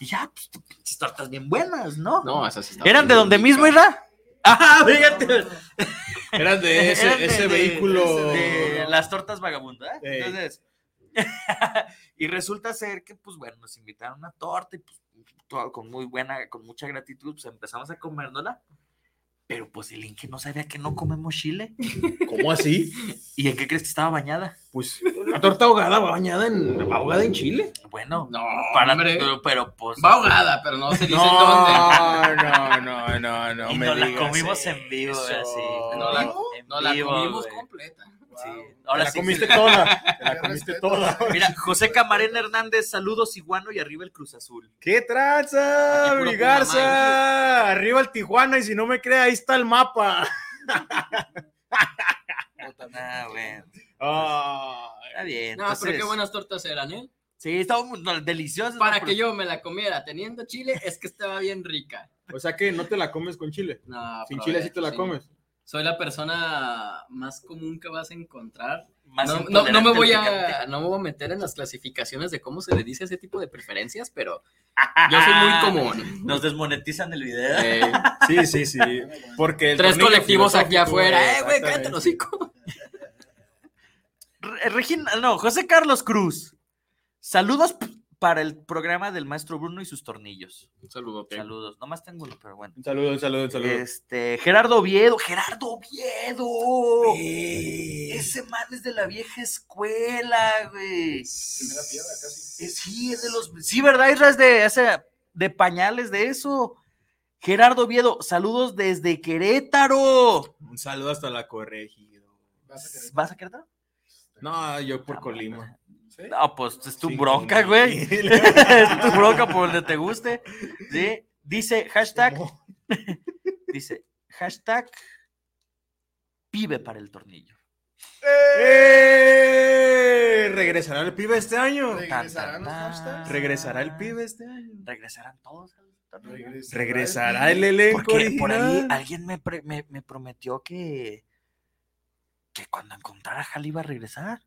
S3: Y ya, pues, tú, pinches tortas bien buenas, ¿no?
S4: No, esas estaban
S3: ¿Eran de
S4: bien
S3: donde mismo,
S4: ricas.
S3: Isra? Ah, fíjate.
S5: Eran de ese,
S3: Eran de-
S5: ese
S3: de-
S5: vehículo.
S3: De las tortas vagabundas.
S5: Ey.
S3: Entonces, (laughs) y resulta ser que, pues bueno, nos invitaron a una torta y pues todo con muy buena, con mucha gratitud, pues empezamos a comérnosla. Pero pues el Inge no sabía que no comemos chile.
S5: ¿Cómo así?
S3: ¿Y en qué crees que estaba bañada?
S5: Pues la torta ahogada bañada en ahogada en Chile.
S3: Bueno,
S4: No,
S3: para,
S4: hombre.
S3: pero, pero, pues.
S4: Va ahogada, pero no se dice en dónde.
S5: No, no, no, no, no
S3: y
S5: me
S3: no la
S5: digas
S3: comimos
S5: eso.
S3: en vivo, así.
S4: No la-
S3: en
S4: No la
S3: vivo,
S4: comimos
S3: güey.
S4: completa.
S3: Sí.
S5: Te
S3: Ahora
S5: la
S3: sí,
S5: comiste
S3: sí.
S5: toda. Te la
S2: Qué
S5: comiste
S2: respeto,
S5: toda.
S2: eh.
S3: (laughs) Mira, José Camarena Hernández, saludos iguano y arriba el Cruz Azul.
S5: ¡Qué tranza,
S4: Aquí puro
S5: mi Garza!
S4: Puma,
S5: Arriba el Tijuana y si no me crea, ahí está el mapa.
S3: Ah, bueno.
S5: Ah,
S3: Está bien.
S4: No, pero
S3: entonces-
S4: qué buenas tortas eran, ¿eh?
S3: Sí, estaban muy- no, deliciosas.
S4: Para
S3: ¿no?
S4: que yo me la comiera teniendo chile, es que estaba bien rica.
S5: o sea que no te la comes con chile.
S4: No,
S5: Sin
S4: pero
S5: chile
S4: a
S5: sí
S4: ver,
S5: te la comes.
S4: Soy la persona más común que vas a encontrar.
S3: Más
S4: No, no- no me
S3: intolerante
S4: voy
S3: al picante.
S4: a, no me voy a meter en las clasificaciones de cómo se le dice ese tipo de preferencias, pero yo soy muy
S3: (laughs)
S4: común.
S3: Nos desmonetizan el video.
S4: Eh,
S5: Sí, sí, sí. Porque el
S4: tres
S5: tornillo
S4: colectivos aquí
S5: filosófico,
S4: afuera. Eh, güey,
S5: exactamente.
S4: cállate los cinco.
S3: Re- Regina, no, José Carlos Cruz. Saludos p- para el programa del maestro Bruno y sus tornillos.
S4: Un saludo,
S3: Saludos. Nomás tengo uno, pero bueno.
S5: Un saludo, un saludo, un saludo.
S3: Este, Gerardo Oviedo, Gerardo Oviedo. Ese man es de la vieja escuela, güey.
S2: Primera piedra casi.
S3: Es- sí, es de los. Sí, ¿verdad? Isra es de, ese- de pañales de eso. Gerardo Oviedo, saludos desde Querétaro.
S5: Un saludo hasta la corregidora.
S2: Vas a querer.
S3: ¿Vas a Querétaro?
S5: No, yo por Colima.
S2: ¿Sí?
S3: No, pues es tu
S5: Sí,
S3: bronca,
S5: Colima.
S3: güey. (laughs)
S5: (laughs)
S3: es tu bronca por donde te guste. Sí. Dice hashtag, (laughs) dice hashtag pibe para el tornillo.
S5: ¡Eh! ¿Regresará el pibe este año?
S2: ¿Regresarán
S3: Tan,
S2: los
S3: tan,
S2: hashtags?
S3: tan.
S5: ¿Regresará el pibe este año?
S3: regresarán todos. al torneo?
S5: ¿Regresará el elenco
S3: Porque por ahí
S5: original?
S3: alguien me, pre- me, me prometió que, que cuando encontrara a Jal iba a regresar.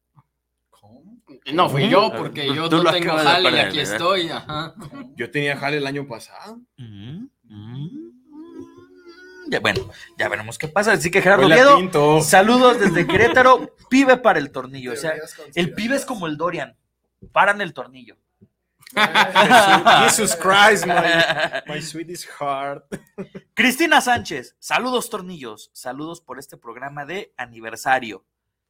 S2: ¿Cómo?
S4: No fui yo, porque
S3: Tú-
S4: yo
S3: tú
S4: no
S3: lo
S4: tengo
S3: acabas de
S4: jale y
S3: perder, ¿eh?
S4: aquí
S3: ¿verdad?
S4: estoy. Ajá.
S2: ¿Cómo?
S5: Yo tenía jale el año pasado.
S3: Mm, mm. Ya, bueno, ya veremos qué pasa. Así que Gerardo
S5: Hoy la (laughs)
S3: Oviedo,
S5: pinto.
S3: saludos desde Querétaro, pibe para el tornillo. O sea,
S2: Teorías
S3: el pibe es como el Dorian, paran el tornillo.
S2: conspirativas.
S5: Jesus Christ, my, my sweetest heart.
S3: Cristina Sánchez, saludos tornillos, saludos por este programa de aniversario.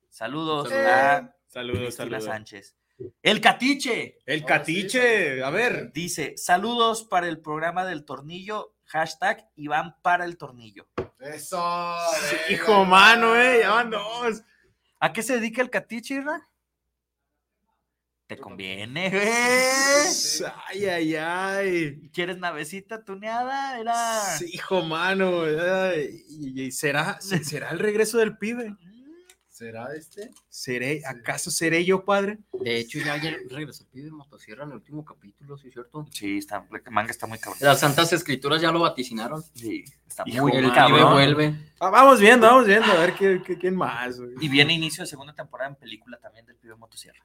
S3: Saludos
S4: Eh,
S3: a
S5: Saludos,
S3: Cristina
S5: saludos.
S3: Sánchez. El Catiche,
S5: El
S2: Ahora
S5: catiche,
S2: sí.
S5: a ver.
S3: Dice, saludos para el programa del tornillo, hashtag Iván para el tornillo.
S2: (laughs) Eso.
S5: Hijo mano, eh, ya van dos.
S3: ¿A qué se dedica el catiche, Irra? Te conviene, güey.
S2: Sí.
S5: Ay, ay, ay.
S3: ¿Quieres navecita tuneada? Era...
S5: Sí, hijo mano. ay, y- y ¿Será, se- será el regreso del pibe?
S2: ¿Será este?
S5: ¿Seré, ¿Acaso seré yo, padre?
S4: De hecho, ya ayer regresó el pibe motosierra en el último capítulo, ¿sí es cierto?
S3: Sí, está, la manga está muy cabrón.
S4: Las santas escrituras ya lo vaticinaron.
S3: Sí, está
S5: Hijo,
S3: muy
S4: el pibe
S3: cabrón.
S4: vuelve.
S5: Ah, vamos viendo, vamos viendo, a ver qué, qué- quién más. güey.
S3: Y viene inicio de segunda temporada en película también del pibe motosierra.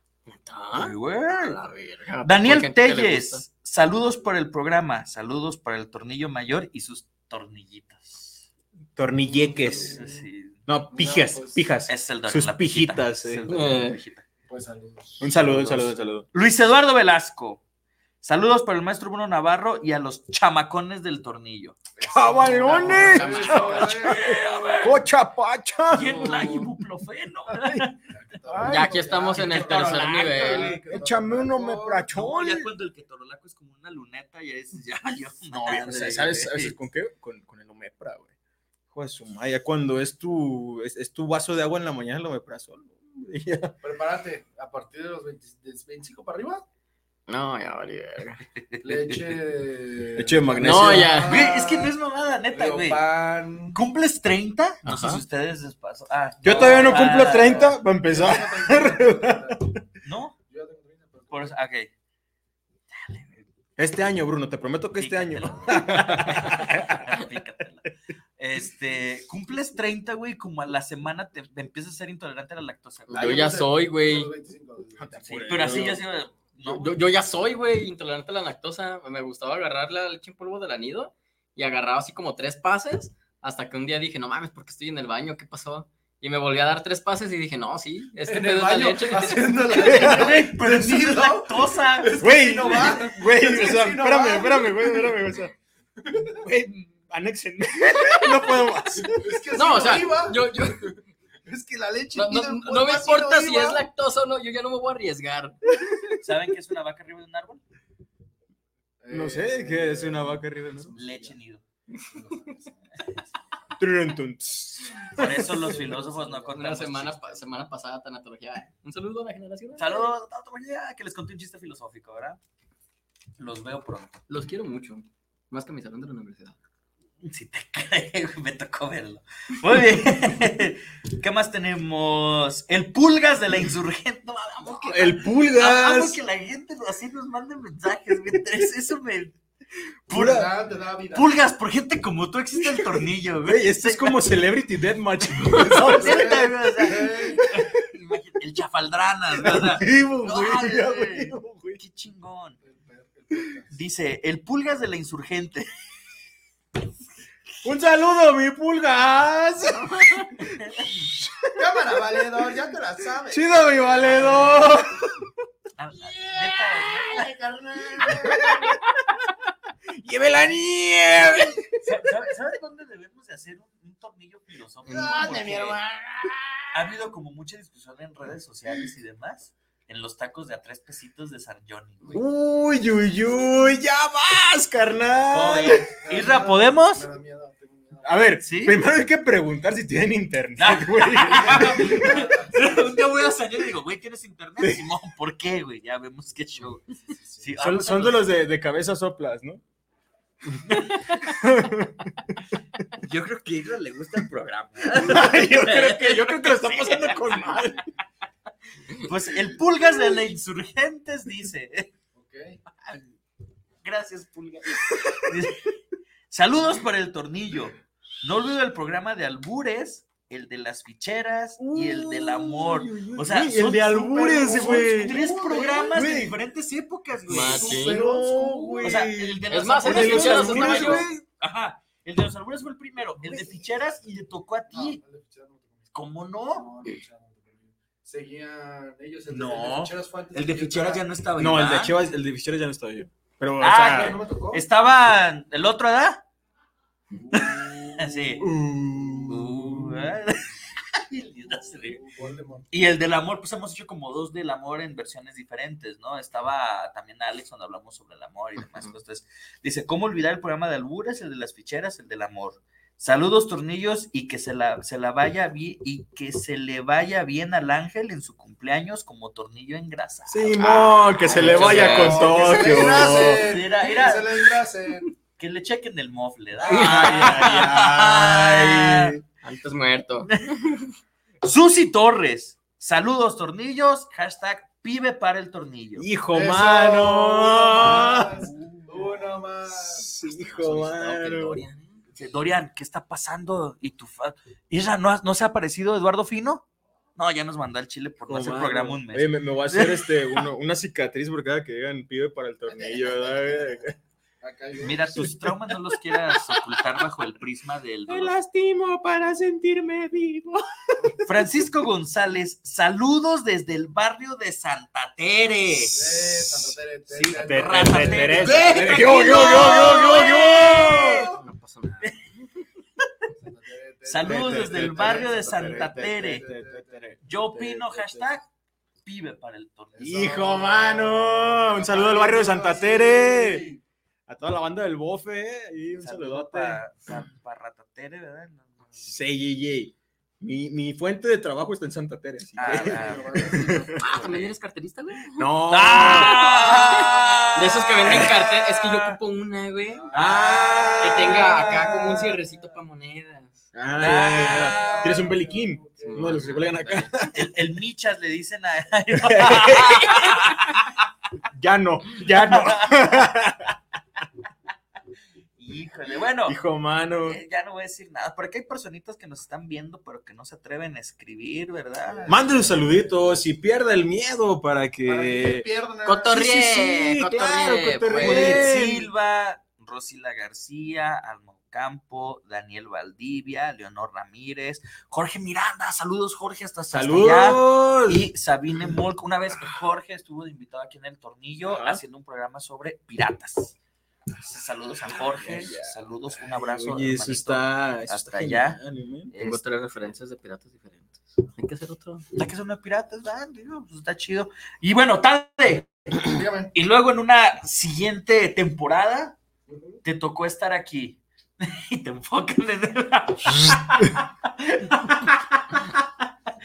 S3: Ay, güey.
S4: La verga.
S3: Daniel
S4: Porque a gente que le gusta.
S3: Telles, saludos por el programa, saludos para el tornillo mayor y sus tornillitas.
S5: Tornilleques.
S3: Sí.
S5: No, pijas,
S2: No, pues,
S5: pijas.
S3: Es el don-
S5: Sus
S3: la
S5: pijitas,
S3: pijita,
S5: eh.
S3: es el don- la
S4: Eh.
S3: pijita.
S2: Pues saludos.
S5: Un saludo, un saludo, un saludo.
S3: Luis Eduardo Velasco. Saludos para el maestro Bruno Navarro y a los chamacones del tornillo.
S5: ¡Cabalones!
S2: eh.
S5: ¡Cocha
S4: Ah.
S5: pacha!
S3: ¿Quién trae ibuprofeno?
S5: Ay,
S4: Ya aquí estamos en el tercer nivel.
S5: Échame un omeprachol.
S3: Ya cuando el ketorolaco es como una luneta y
S5: (laughs)
S3: es ya, yo.
S5: No,
S3: madre,
S5: o sea, ¿sabes,
S3: güey.
S5: sabes con qué? Con, con el omepra, güey. Hijo de su madre, ya cuando es tu, es, es tu vaso de agua en la mañana, el omepra solo. (laughs)
S2: Prepárate, a partir de los 20 de 25 para arriba,
S4: No, ya valió, verga.
S3: (laughs)
S2: leche.
S5: Leche de magnesio.
S4: No,
S2: Ah.
S4: ya.
S3: Güey, es que no es mamada, neta, güey.
S2: Leopan.
S3: ¿Cumples 30? No sé
S4: Ajá.
S3: si ustedes les pasó. Ah,
S5: Yo todavía no
S3: ah,
S5: cumplo 30 para empezar.
S3: ¿No?
S2: Yo ya tengo 30, pero-
S3: Por eso, ok.
S5: Este año, Bruno, te prometo que este año. (laughs)
S3: Pícatela. Pícatela. Este, cumples 30, güey, como a la semana te, te empiezas a ser intolerante a la lactosa. güey. (laughs)
S4: Yo ya soy, güey.
S2: Los 25, los 25.
S3: Sí, pero así ya se
S4: Yo, yo- yo ya soy, güey, intolerante a la lactosa. Me gustaba agarrar la leche en polvo del anido y agarraba así como tres pases hasta que un día dije, no mames, porque estoy en el baño, ¿qué pasó? Y me volví a dar tres pases y dije, no, sí, este
S2: En
S4: pedo
S2: el
S4: es la
S2: baño,
S4: (laughs) leche.
S2: haciendo la
S3: Pero sí es (laughs) lactosa.
S5: Güey,
S2: no va.
S5: güey,
S2: Es que
S5: o sea,
S2: sí no
S5: espérame,
S2: va.
S5: espérame, güey, espérame, o sea. Güey, anexenme. (laughs) No puedo más.
S2: Es que así
S4: No, o sea,
S2: iba.
S4: yo,
S2: (laughs)
S4: yo,
S2: Es que la leche.
S4: no, no-
S2: mira,
S4: no
S2: pues,
S4: me
S2: así
S4: importa
S2: no
S4: si
S2: iba.
S4: es lactosa o no, yo ya no me voy a arriesgar.
S3: ¿Saben qué es una vaca arriba de un árbol?
S5: No sé, ¿qué es una vaca arriba? del árbol?
S3: Leche nido.
S5: Trun, tun, tss.
S3: Por eso los filósofos no contaron.
S4: Una
S3: los
S4: semana,
S3: chistes.
S4: pa- semana pasada, tanatología. Un saludo a la generación.
S3: Saludos, Tato Mejía, que les conté un chiste filosófico, ¿verdad? Los veo pronto. (laughs)
S4: Los quiero mucho. Más que mi salón de la universidad.
S3: Si te cae, me tocó verlo. Muy bien. (laughs) ¿Qué más tenemos? El pulgas de la insurgente. No, amo que-
S5: El
S4: (laughs)
S3: Amo
S5: pulgas.
S3: que la gente así nos mande mensajes, mientras eso me... Pura...
S2: Pura. Nada te da (laughs) vida.
S3: Pulgas, por gente como tú existe el tornillo,
S5: Güey,
S3: güey.
S5: esto es como Celebrity Deathmatch.
S3: Neta, güey, o sea,
S2: Eh,
S3: imagínate, El chafaldranas, güey, o sea,
S5: Vivo,
S3: No,
S5: güey, ya,
S3: güey.
S5: vivo, güey.
S3: qué chingón.
S2: el per- el podcast.
S3: Dice, el pulgas de la insurgente. (laughs)
S5: Un saludo, mi pulgas.
S2: Cámara, valedor, ya te la sabes.
S5: Chido, mi valedor.
S3: Ah, ah, neta,
S2: Ay,
S3: (laughs)
S2: carnal.
S5: Lleve la nieve.
S3: ¿Sa- sabe- ¿Sabes dónde debemos de hacer un, un tornillo filosófico?
S2: Ah,
S3: Porque Ha habido como mucha discusión en redes sociales y demás. En los tacos de a tres pesitos de San Johnny, güey.
S5: Uy, uy, uy, ya vas, carnal.
S3: Joder. Isra, ¿podemos?
S2: Me da miedo, tengo miedo.
S5: A ver,
S3: ¿Sí?
S5: primero hay que preguntar si tienen
S3: (laughs)
S5: internet,
S3: Ah.
S5: güey.
S3: Un día voy a San Johnny y digo, güey, ¿tienes internet? Simón, ¿por qué, güey? Ya vemos qué show. Sí, ah,
S5: Son,
S3: vamos a
S5: son de los de, de cabeza soplas, ¿no?
S3: Yo creo que a Isra le gusta el (laughs) programa.
S5: yo, creo que, yo creo que lo están pasando con mal.
S3: Pues el Pulgas de la Insurgentes dice.
S2: Ok.
S3: Gracias, Pulgas. Dice, (laughs) Saludos para el tornillo. No olvido el programa de albures, el de las ficheras y el del amor. O sea,
S5: Güey,
S3: son
S5: el de albures,
S3: súper-
S5: güey.
S3: son Tres programas de
S5: Güey.
S3: diferentes épocas, güey.
S4: Machín.
S3: Súper
S5: No,
S3: osco,
S5: güey.
S3: O sea, el de
S4: Es
S3: las
S4: más, el
S5: El
S4: de
S5: de los
S3: albures fue el
S5: albures,
S4: ficheras, estaba
S3: primero.
S4: yo.
S5: güey.
S3: Ajá. El de los albures fue el primero. El de ficheras y le tocó a
S2: No,
S3: ti.
S2: el de ficheras Ah, no te comí.
S3: ¿Cómo no?
S2: No, el de ficheras no te comí. Seguían ellos. El de-
S3: No.
S2: el de ficheras fue antes
S3: El de
S2: que yo
S3: ficheras ya
S2: entrara.
S3: no estaba.
S5: No, el de
S3: ¿verdad?
S5: Chivas, el de Ficheras ya no estaba yo. Pero, o
S3: Ah,
S5: sea,
S2: No me tocó.
S3: Estaban el otro, ¿verdad?
S2: Uh,
S3: Sí.
S5: uh,
S3: (laughs)
S2: uh, Voldemort.
S3: Y el del amor, pues hemos hecho como dos del amor en versiones diferentes, ¿no? Estaba también Alex cuando hablamos sobre el amor y demás.
S4: Ujú.
S3: Entonces, dice, ¿cómo olvidar el programa de albures, el de las ficheras, el del amor? Saludos, tornillos, y que se la, se la vaya bien, y que se le vaya bien al ángel en su cumpleaños como tornillo en grasa.
S5: Simón, que se le
S4: muchas
S5: vaya con
S4: gracias.
S2: Que se le
S5: Tokio.
S2: engrase.
S3: Era,
S2: Que se
S3: era,
S2: la engrasen.
S3: que le chequen el
S5: (laughs)
S3: mofle, ¿verdad?
S5: Ay, ay, ay.
S4: Antes muerto.
S3: Susi Torres, saludos, tornillos, hashtag pibe para el tornillo.
S5: Hijo
S2: Eso.
S5: mano.
S2: Uno más.
S5: Hijo mano.
S3: Dice, Dorian, ¿qué está pasando? Y tu fa- Isra, ¿no, has- ¿no se ha aparecido Eduardo Fino? No, ya nos mandó al Chile por no hacer
S5: Hijo
S3: programa
S5: mano.
S3: un mes.
S5: Oye, me, me voy a hacer este, uno- una cicatriz por cada que digan pibe para el tornillo, ¿verdad?
S2: Acá hay-
S3: Mira, tus traumas no los quieras ocultar bajo el prisma del
S5: Me
S3: dolor.
S5: lastimo para sentirme vivo.
S3: Francisco González, saludos desde el barrio de Santa Tere.
S2: Eh, Santa Tere, Tere,
S5: (laughs)
S3: Sí,
S2: Tere.
S6: Te- te-
S3: Raza
S6: te-
S3: Tere.
S6: Teresa.
S3: ¡Eh,
S5: Yo, yo, yo, yo, yo, yo.
S3: tranquilo!
S4: No pasa nada.
S2: Santa Tere, Tere,
S3: Saludos
S2: Tere,
S3: desde
S2: Tere,
S3: el barrio de
S2: Santa Tere,
S3: Santa Tere. Yo opino,
S2: Tere,
S3: hashtag, pibe para el torneo.
S6: Hijo, mano. Un saludo al barrio de Santa Tere. A toda la banda del bofe, eh. Y un
S3: Saludos
S6: saludote.
S3: para Ratatere, ¿verdad? No, no.
S5: CJJ. Mi, mi fuente de trabajo está en Santa Teresa. (laughs)
S3: Ah, ah,
S4: Ah, ¿también eres carterista, güey?
S6: No.
S3: ¡Ah!
S4: De esos que venden cartel, es que yo ocupo una, güey.
S5: Ah.
S4: Que tenga acá como un cierrecito para monedas.
S5: Ah, ya, ya, ya. Tienes un peliquín. Uno de los que se cuelgan acá.
S3: El, el Michas le dicen a.
S6: (laughs)
S3: (laughs)
S6: Ya no, ya no.
S3: Híjole,
S5: (laughs)
S3: bueno.
S5: Hijo, mano.
S3: eh, Ya no voy a decir nada, porque hay personitas que nos están viendo, pero que no se atreven a escribir, ¿verdad?
S5: Mándale un saludito si pierda el miedo para
S2: Para que se
S5: que.
S2: pierdan, ¿eh?
S4: Cotorrie,
S5: Sí, sí, sí,
S4: cotorrie,
S5: claro, cotorrie.
S4: pues.
S3: Judith
S5: Bien.
S3: Silva, Rosila García, Alma Campo, Daniel Valdivia, Leonor Ramírez, Jorge Miranda, saludos Jorge hasta hasta allá.
S5: Saludos.
S3: Y Sabine Molk, una vez que Jorge estuvo de invitado aquí en El Tornillo
S5: Ajá.
S3: haciendo un programa sobre piratas. Saludos a Jorge, saludos, un abrazo.
S5: Oye, eso
S3: hermanito.
S5: está. eso
S3: Hasta
S5: está
S3: allá.
S5: genial, ¿eh?
S4: Tengo
S3: Este,
S4: tres referencias de piratas diferentes. Hay que hacer otro.
S3: ya que son los piratas, ¿verdad? Digo, pues está chido. Y bueno, tarde.
S2: Dígame.
S3: Y luego en una siguiente temporada te tocó estar aquí. (laughs) Y te enfocan desde la...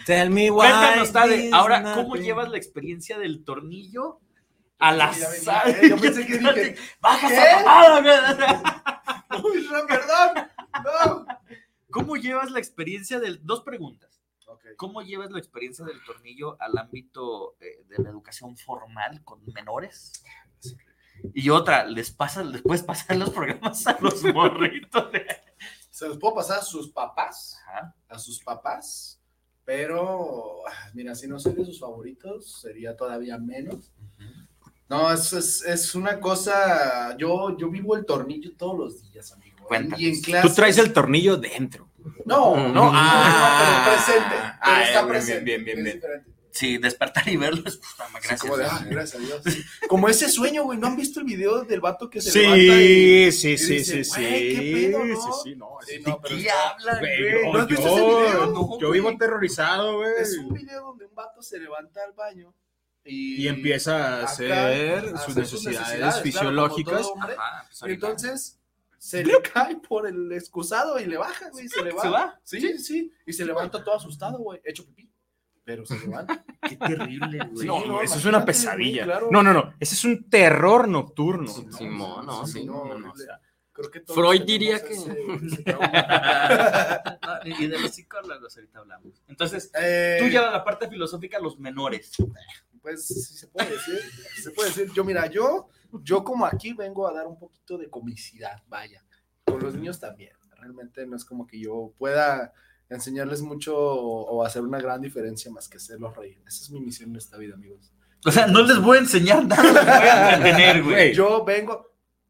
S5: Tell me why
S3: Cuéntanos, Tade,
S5: this
S3: ahora, ¿cómo
S5: nothing-
S3: llevas la experiencia del tornillo a la
S2: Ya venía,
S3: sala?
S2: ¿eh? (laughs) Yo pensé que dije,
S3: (laughs) Baja
S2: ¿qué?
S3: esa mamada, güey. (laughs)
S2: Uy, Ram, perdón. No.
S3: ¿Cómo llevas la experiencia del... Dos preguntas.
S2: Ok.
S3: ¿Cómo llevas la experiencia del tornillo al ámbito eh, de la educación formal con menores? Y otra, ¿les, pasas, ¿les puedes pasar los programas a los (laughs) morritos?
S2: Se los puedo pasar a sus papás.
S3: Ajá.
S2: a sus papás, pero ah, mira, si no soy de sus favoritos, sería todavía menos. No, es, es, es una cosa, yo, yo vivo el tornillo todos los días, amigo.
S3: Cuéntanos.
S2: Y en clase.
S5: Tú traes el tornillo dentro.
S2: No, no, no,
S5: ah.
S2: no, pero presente. Pero
S5: Ah,
S2: está
S5: bien,
S2: presente.
S5: bien, bien,
S2: es
S5: bien.
S2: diferente.
S3: Sí, despertar y verlos. (laughs) Puta, ma,
S2: Así
S3: gracias.
S2: como
S5: (laughs)
S2: de, ah, gracias a Dios. Como ese sueño, güey. ¿No han visto el video del vato que se levanta y...
S6: Sí, sí, sí, sí, sí.
S2: dice, "Güey, qué pedo, ¿no?"
S6: Sí, sí, no.
S2: Sí,
S6: sí.
S2: no, pero
S3: ¿Qué
S2: está-
S3: hablan,
S6: Güey,
S3: güey?
S2: ¿No
S6: no,
S2: has visto
S6: yo-
S2: ese video?
S3: No,
S6: Yo
S3: güey.
S6: vivo aterrorizado, güey.
S2: Es un video donde un vato se levanta al baño y...
S6: Y empieza a
S2: Acá,
S6: hacer
S2: a
S6: sus
S2: hacer
S6: necesidades
S2: claro,
S6: fisiológicas.
S2: como todo hombre.
S3: Ajá, pues
S2: Y
S3: ahorita.
S2: entonces se le cae por el excusado y le baja, güey. Se le
S3: ¿Se
S2: va.
S3: va?
S2: Sí, sí. Y se levanta todo asustado, güey. Hecho pipí. Pero se
S6: (laughs)
S2: levanta.
S3: Qué terrible, güey.
S6: no, no,
S2: Sí, no,
S6: eso es
S2: imagínate,
S6: una
S2: güey,
S6: pesadilla.
S2: claro.
S6: No, no, no. Ese es un terror nocturno.
S4: Sí, Simón, no, sí, no, no,
S2: o sea, creo que todos
S4: Freud
S2: tenemos
S4: diría que-
S2: ese- ese trauma.
S3: Ah, y de los psicólogos ahorita hablamos. Entonces,
S2: Eh,
S3: tú llevas la parte filosófica a los menores.
S2: Pues sí se puede decir, sí se puede decir. Yo, mira, yo, yo como aquí vengo a dar un poquito de comicidad, vaya. Con los niños también. Realmente no es como que yo pueda enseñarles mucho o, o hacer una gran diferencia más que hacerlos reír. Esa es mi misión en esta vida, amigos.
S3: O sea, no les voy a enseñar nada, les voy a entretener, güey.
S6: Güey,
S2: Yo vengo,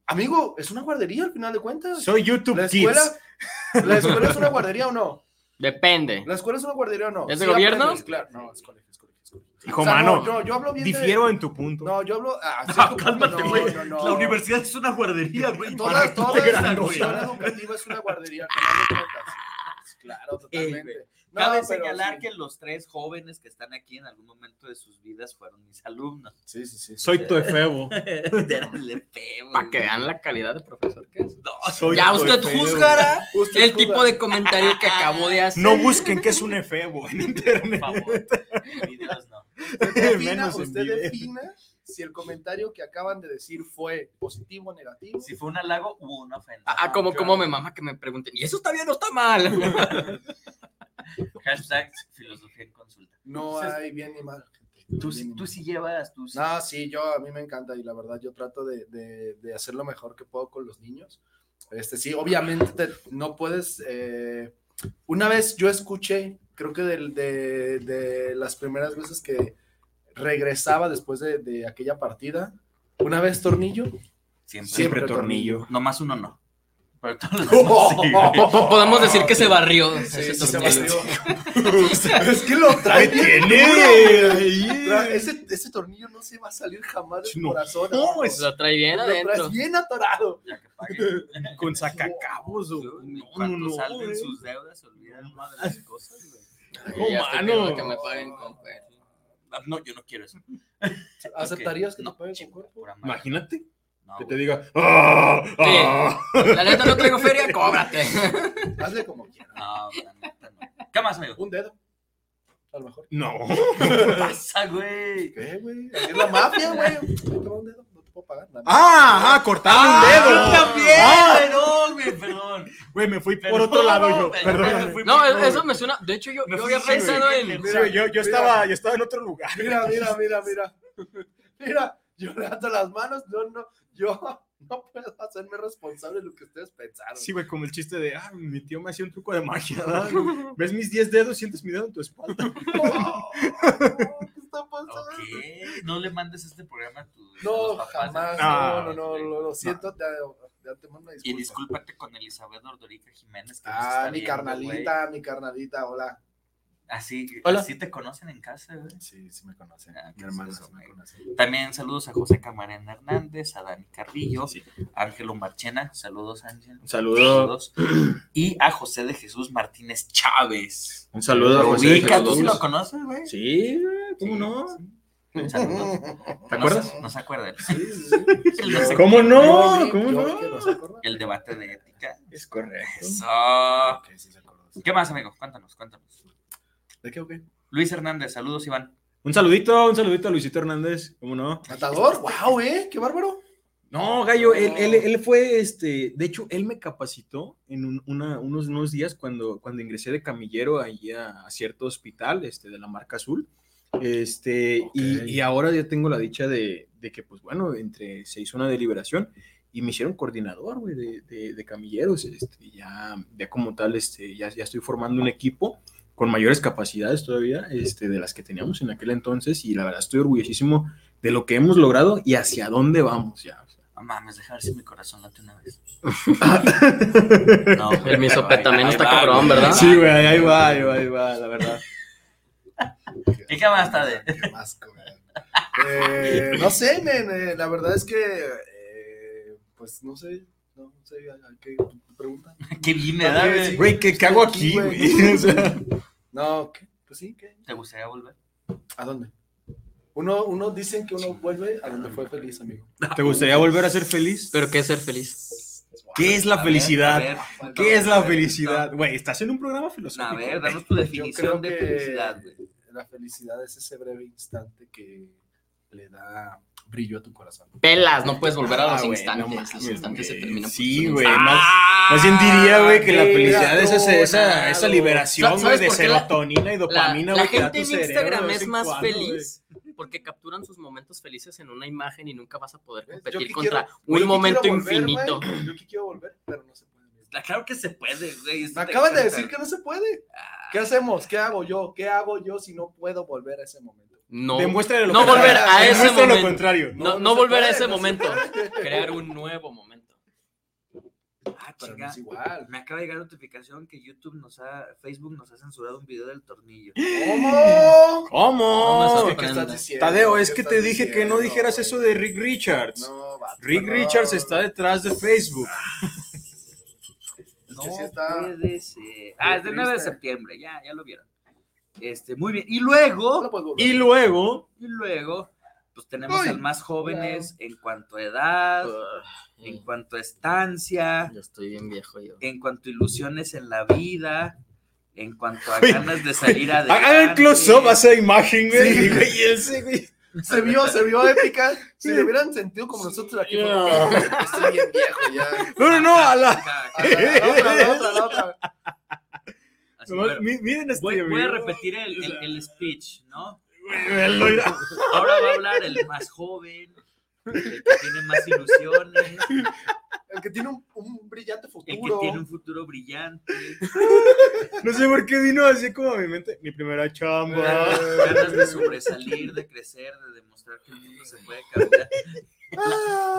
S2: amigo, es una guardería al final de cuentas.
S6: soy YouTube
S2: la
S6: Kids.
S2: escuela, la escuela es una guardería o no.
S4: Depende.
S2: La escuela es una guardería o no.
S4: ¿Es de gobierno?
S2: aprendes, claro. No, es colegio, es colegio, es colegio.
S6: Hijo,
S2: O sea,
S6: mano,
S2: no, yo, yo hablo bien de-
S6: difiero en tu punto.
S2: No, yo hablo. ah,
S6: (laughs)
S2: sí,
S3: No,
S2: como-
S3: cálmate,
S2: no,
S3: güey.
S2: no, no.
S3: La universidad es una guardería, güey.
S2: Toda, toda
S3: Para que
S2: la
S3: no te
S2: institución
S3: grandes.
S2: educativa es una guardería. al final de cuentas.
S3: güey.
S2: Claro, totalmente. No,
S3: Cabe
S2: pero
S3: señalar
S2: sí.
S3: que los tres jóvenes que están aquí en algún momento de sus vidas fueron mis (laughs) alumnos.
S2: Sí, sí, sí. sí.
S6: Soy tu efebo.
S3: Dale, fe, güey.
S4: Para que vean la calidad de profesor que es.
S3: No,
S6: Soy
S4: Ya
S6: tu
S4: usted
S6: efebo.
S4: juzgará
S2: Usted
S4: el
S2: juzga.
S4: tipo de comentario que acabo de hacer.
S6: No busquen qué es un efebo en
S3: por
S6: internet.
S3: (laughs) favor. Videos no.
S2: Usted defina,
S6: Menos
S2: usted
S6: envidia.
S2: defina si el comentario que acaban de decir fue positivo o negativo.
S3: Si fue un halago hubo una ofensa.
S4: Ah, como, como me mama que me pregunten. Y eso está bien o está (laughs) mal.
S3: Hashtag filosofía en consulta.
S2: No hay bien ni mal. gente.
S3: Tú,
S2: Bien
S3: sí-
S2: ni
S3: tú
S2: mal.
S3: sí llevas, tú sí.
S2: No, sí, yo a mí me encanta y la verdad yo trato de, de- de hacer lo mejor que puedo con los niños. Este, sí, obviamente te- no puedes... eh, una vez yo escuché, creo que del- de, de las primeras
S4: (laughs)
S2: veces que regresaba después de, de aquella partida, una vez Tornillo
S3: Siempre.
S2: Siempre tornillo. Oh.
S3: Nomás uno no. Pero todos
S2: (laughs)
S3: los demás sí, güey.
S4: Podemos decir que se barrió. ese
S2: Sí, se
S4: tornillo. (laughs)
S2: vació. es que lo trae. Tra-
S5: tiene!
S2: Ese, ese tornillo no se va a salir jamás del
S5: No.
S2: corazón.
S5: No,
S2: hermano.
S5: es-
S4: Lo trae bien
S2: Lo
S4: pues, adentro.
S2: traes bien atorado.
S3: Ya que
S5: (laughs)
S3: paguen.
S5: Con sacacabos, güey.
S3: Y
S5: No,
S3: cuando
S5: no, no,
S3: salden
S5: güey.
S3: sus deudas, se olvidan más de las cosas,
S5: (laughs)
S3: güey.
S4: Y ya estoy
S5: mano.
S4: pidiendo Que me paguen con cuerno.
S3: Ah, No, yo no quiero eso.
S2: ¿Aceptarías que
S3: no,
S2: te paguen
S3: chinga,
S2: con cuerpo?
S3: pura madre.
S5: Imagínate
S3: No,
S5: que te
S3: güey.
S5: diga. "Ah, ah".
S4: La neta no traigo feria, cóbrate.
S2: Hazle como quieras.
S3: No, la neta, no. ¿Qué más, amigo?
S2: Un dedo. A lo mejor.
S5: No.
S2: (laughs)
S3: ¿Qué pasa, güey?
S2: ¿Qué, güey? Es la mafia, güey. (laughs) Ahí te va un dedo, no te puedo pagar. la neta.
S5: ¡Ah! ah cortaron un dedo!
S3: ¡Yo también!
S5: Ah.
S3: Perdón, güey, perdón.
S5: Güey, me fui por
S3: Perdón,
S5: otro lado yo.
S3: güey, me
S5: Perdón.
S3: fui
S4: No,
S3: por-
S4: es- eso me suena. De hecho, yo,
S3: Me
S4: yo
S3: fui,
S4: había
S3: sí,
S4: pensado
S3: güey.
S4: en.
S5: Sí, güey, yo, yo, estaba, yo estaba en otro lugar.
S2: Mira, mira, mira, mira. Mira, yo levanto las manos. No, no. Yo no puedo hacerme responsable de lo que ustedes pensaron. (laughs)
S5: Sí, güey, como el chiste de, ah, mi tío me hacía un truco de magia. ¿verdad? ¿Ves mis 10 dedos? Sientes mi dedo en tu espalda.
S2: Oh, ¿Qué está pasando?
S3: Ok, no le mandes este programa a tus
S2: No,
S3: tus papás.
S2: jamás.
S5: Ah,
S2: No, no, no, lo, lo siento. Te, te antemano una
S3: Y
S2: disculpa.
S3: discúlpate con Elizabeth Ordorica Jiménez. Que nos
S2: Ah,
S3: está
S2: mi
S3: viendo,
S2: carnalita, mi carnalita, hola.
S3: güey. Así,
S4: Hola.
S3: así te conocen en casa, güey.
S2: Sí, sí me conoce.
S3: Ah,
S2: mi
S3: qué
S2: hermana
S3: suceso,
S2: sí me
S3: güey.
S2: conoce.
S3: También saludos a José Camarena Hernández, a Dani Carrillo, Ángelo Marchena, saludos Ángel.
S5: saludo.
S3: Saludos. Y a José de Jesús Martínez Chávez.
S5: Un saludo
S2: a José de
S3: Ubica, ¿tú sí
S2: Jesús.
S3: lo conoces, güey?
S5: Sí, güey, ¿cómo
S3: Sí,
S5: no?
S3: sí. Un saludo.
S5: ¿Te
S3: No
S5: acuerdas?
S3: se- No se acuerda.
S2: Sí, sí, sí.
S3: (laughs) El, no se-
S5: ¿Cómo
S2: Yo
S5: no?
S2: vi-
S5: ¿Cómo
S2: yo vi que
S5: no?
S2: no se acordaba.
S3: el debate de ética.
S5: Es correcto.
S3: Eso.
S2: Ok, sí se acordó.
S3: ¿Qué más, amigo? Cuéntanos, cuéntanos.
S2: ¿De qué, o qué?
S3: Luis Hernández, saludos, Iván.
S5: Un saludito, un saludito a Luisito Hernández, ¿cómo no?
S2: ¿Matador? ¡Wow, eh! ¡Qué bárbaro!
S5: No, Gallo, él, él, él fue, este, de hecho, él me capacitó en un- una- unos, unos días cuando, cuando ingresé de camillero allí a, a cierto hospital, este, de la marca azul, este, y-
S2: Ok.
S5: y, ahora yo tengo la dicha de, de que, pues bueno, entre, se hizo una deliberación y me hicieron coordinador, güey, de, de- de camilleros, este, y ya, ya como tal, este, ya, ya estoy formando un equipo con mayores capacidades todavía, este, de las que teníamos en aquel entonces, y la verdad estoy orgullosísimo de lo que hemos logrado y hacia dónde vamos ya. o sea.
S3: No mames, deja ver si mi corazón late una vez.
S4: El misopetameno está cabrón, ¿verdad?
S5: Sí, güey, ahí va, ahí va, ahí va, la
S4: (laughs)
S5: verdad.
S3: ¿Y qué más, Tade?
S2: Qué asco, güey. Eh, no sé, men, eh, la verdad es que, eh, pues no sé, no sé a a qué pregunta.
S3: Qué bien, ¿verdad, güey?
S2: Sí,
S5: Güey, ¿qué, qué hago aquí, güey? (laughs) O sea,
S2: No, ¿qué? pues sí, ¿qué?
S3: ¿Te gustaría volver?
S2: ¿A dónde? Uno, uno dicen que uno vuelve a donde fue feliz, amigo.
S5: ¿Te gustaría volver a ser feliz?
S4: Pero qué es ser feliz.
S5: ¿Qué es la
S3: A ver, a
S5: felicidad?
S3: ver,
S5: ¿Qué es la felicidad? Güey, estás en un programa
S3: A
S5: filosófico.
S3: ver, danos tu definición de
S2: que-
S3: felicidad, güey.
S2: La felicidad es ese breve instante que le da brillo a tu corazón.
S4: Pelas, no puedes volver a
S5: Ah,
S4: los
S5: güey,
S4: instantes.
S5: no
S4: los
S5: mames,
S4: instantes se
S5: güey.
S4: terminan. por
S5: Sí,
S4: ser un
S5: güey,
S4: instante.
S5: más-
S4: Ah,
S5: Más bien diría, güey, que la
S4: mira,
S5: felicidad es esa, esa, esa
S4: no,
S5: liberación,
S4: ¿Sabes
S5: güey, de
S4: por qué la-
S5: serotonina y
S4: La,
S5: dopamina,
S4: la
S5: güey, que da
S4: gente en
S5: tu cerebro de
S4: Instagram
S5: vez
S4: es
S5: en
S4: más
S5: cuando,
S4: feliz porque capturan sus momentos felices en una imagen y nunca vas a poder
S2: ¿Ves? Yo
S4: competir
S2: que
S4: contra
S2: quiero- yo
S4: un
S2: que
S4: momento
S2: quiero volver,
S4: infinito.
S2: güey, Yo que quiero volver, pero no se puede.
S3: Ah, Claro que se puede, güey.
S2: Me acaban de decir que no se puede.
S5: Ah.
S2: ¿Qué hacemos? ¿Qué hago yo? ¿Qué hago yo si no puedo volver a ese momento?
S4: No,
S5: güey. Demuéstrale lo
S4: No
S5: contrario.
S4: volver a ese
S5: Demuéstrale
S4: momento.
S5: lo contrario.
S4: no, no
S2: se
S4: volver a
S2: puede,
S4: ese
S2: no se
S4: momento.
S2: puede.
S4: Crear un nuevo momento.
S3: Ah,
S2: Pero no
S3: chinga.
S2: es igual.
S3: Me acaba de llegar notificación que YouTube nos ha, Facebook nos ha censurado un video del tornillo.
S2: ¿Cómo?
S5: ¿Cómo?
S4: No me
S2: ¿Qué estás diciendo?
S5: Tadeo, es
S2: ¿Qué
S5: que
S2: estás
S5: te dije que no
S2: diciendo,
S5: dijeras
S2: güey?
S5: eso de Rick Richards.
S2: No, vato,
S5: Rick
S2: perdón.
S5: Richards está detrás de Facebook.
S2: Es que sí está-
S3: puede ser. Ah, es del 9 de
S2: triste.
S3: septiembre, ya, ya lo vieron. Este, muy bien. Y luego,
S2: No
S5: (laughs)
S2: puedes volver.
S5: Y luego,
S3: Y luego, pues tenemos
S2: Ay.
S3: al más jóvenes en cuanto a edad, en cuanto a estancia,
S4: Ya estoy bien viejo yo.
S3: en cuanto a ilusiones en la vida, en cuanto a
S5: Güey.
S3: ganas de salir
S5: (laughs)
S3: adelante.
S5: hagan el close-up a esa imagen, güey.
S2: Sí.
S5: Y, güey, y ese, güey.
S2: Se vio, se vio épica. Si le hubieran sentido como nosotros aquí.
S5: No.
S2: Estoy bien viejo ya.
S5: No, no, no, a la.
S3: Acá,
S2: A la- la otra, la otra, la otra.
S3: así, bueno,
S5: Mi- Miren este.
S3: Voy, voy a
S5: video.
S3: repetir el, el- el speech, ¿no?
S5: Güey, velo, mira.
S3: Ahora va a hablar el más joven, el que tiene más ilusiones,
S2: el que tiene un, un brillante futuro.
S3: El que tiene un futuro brillante.
S6: No sé por qué vino así como a mi mente. Mi primera chamba.
S3: Ganas de sobresalir, de crecer, de demostrar que el mundo se puede cambiar.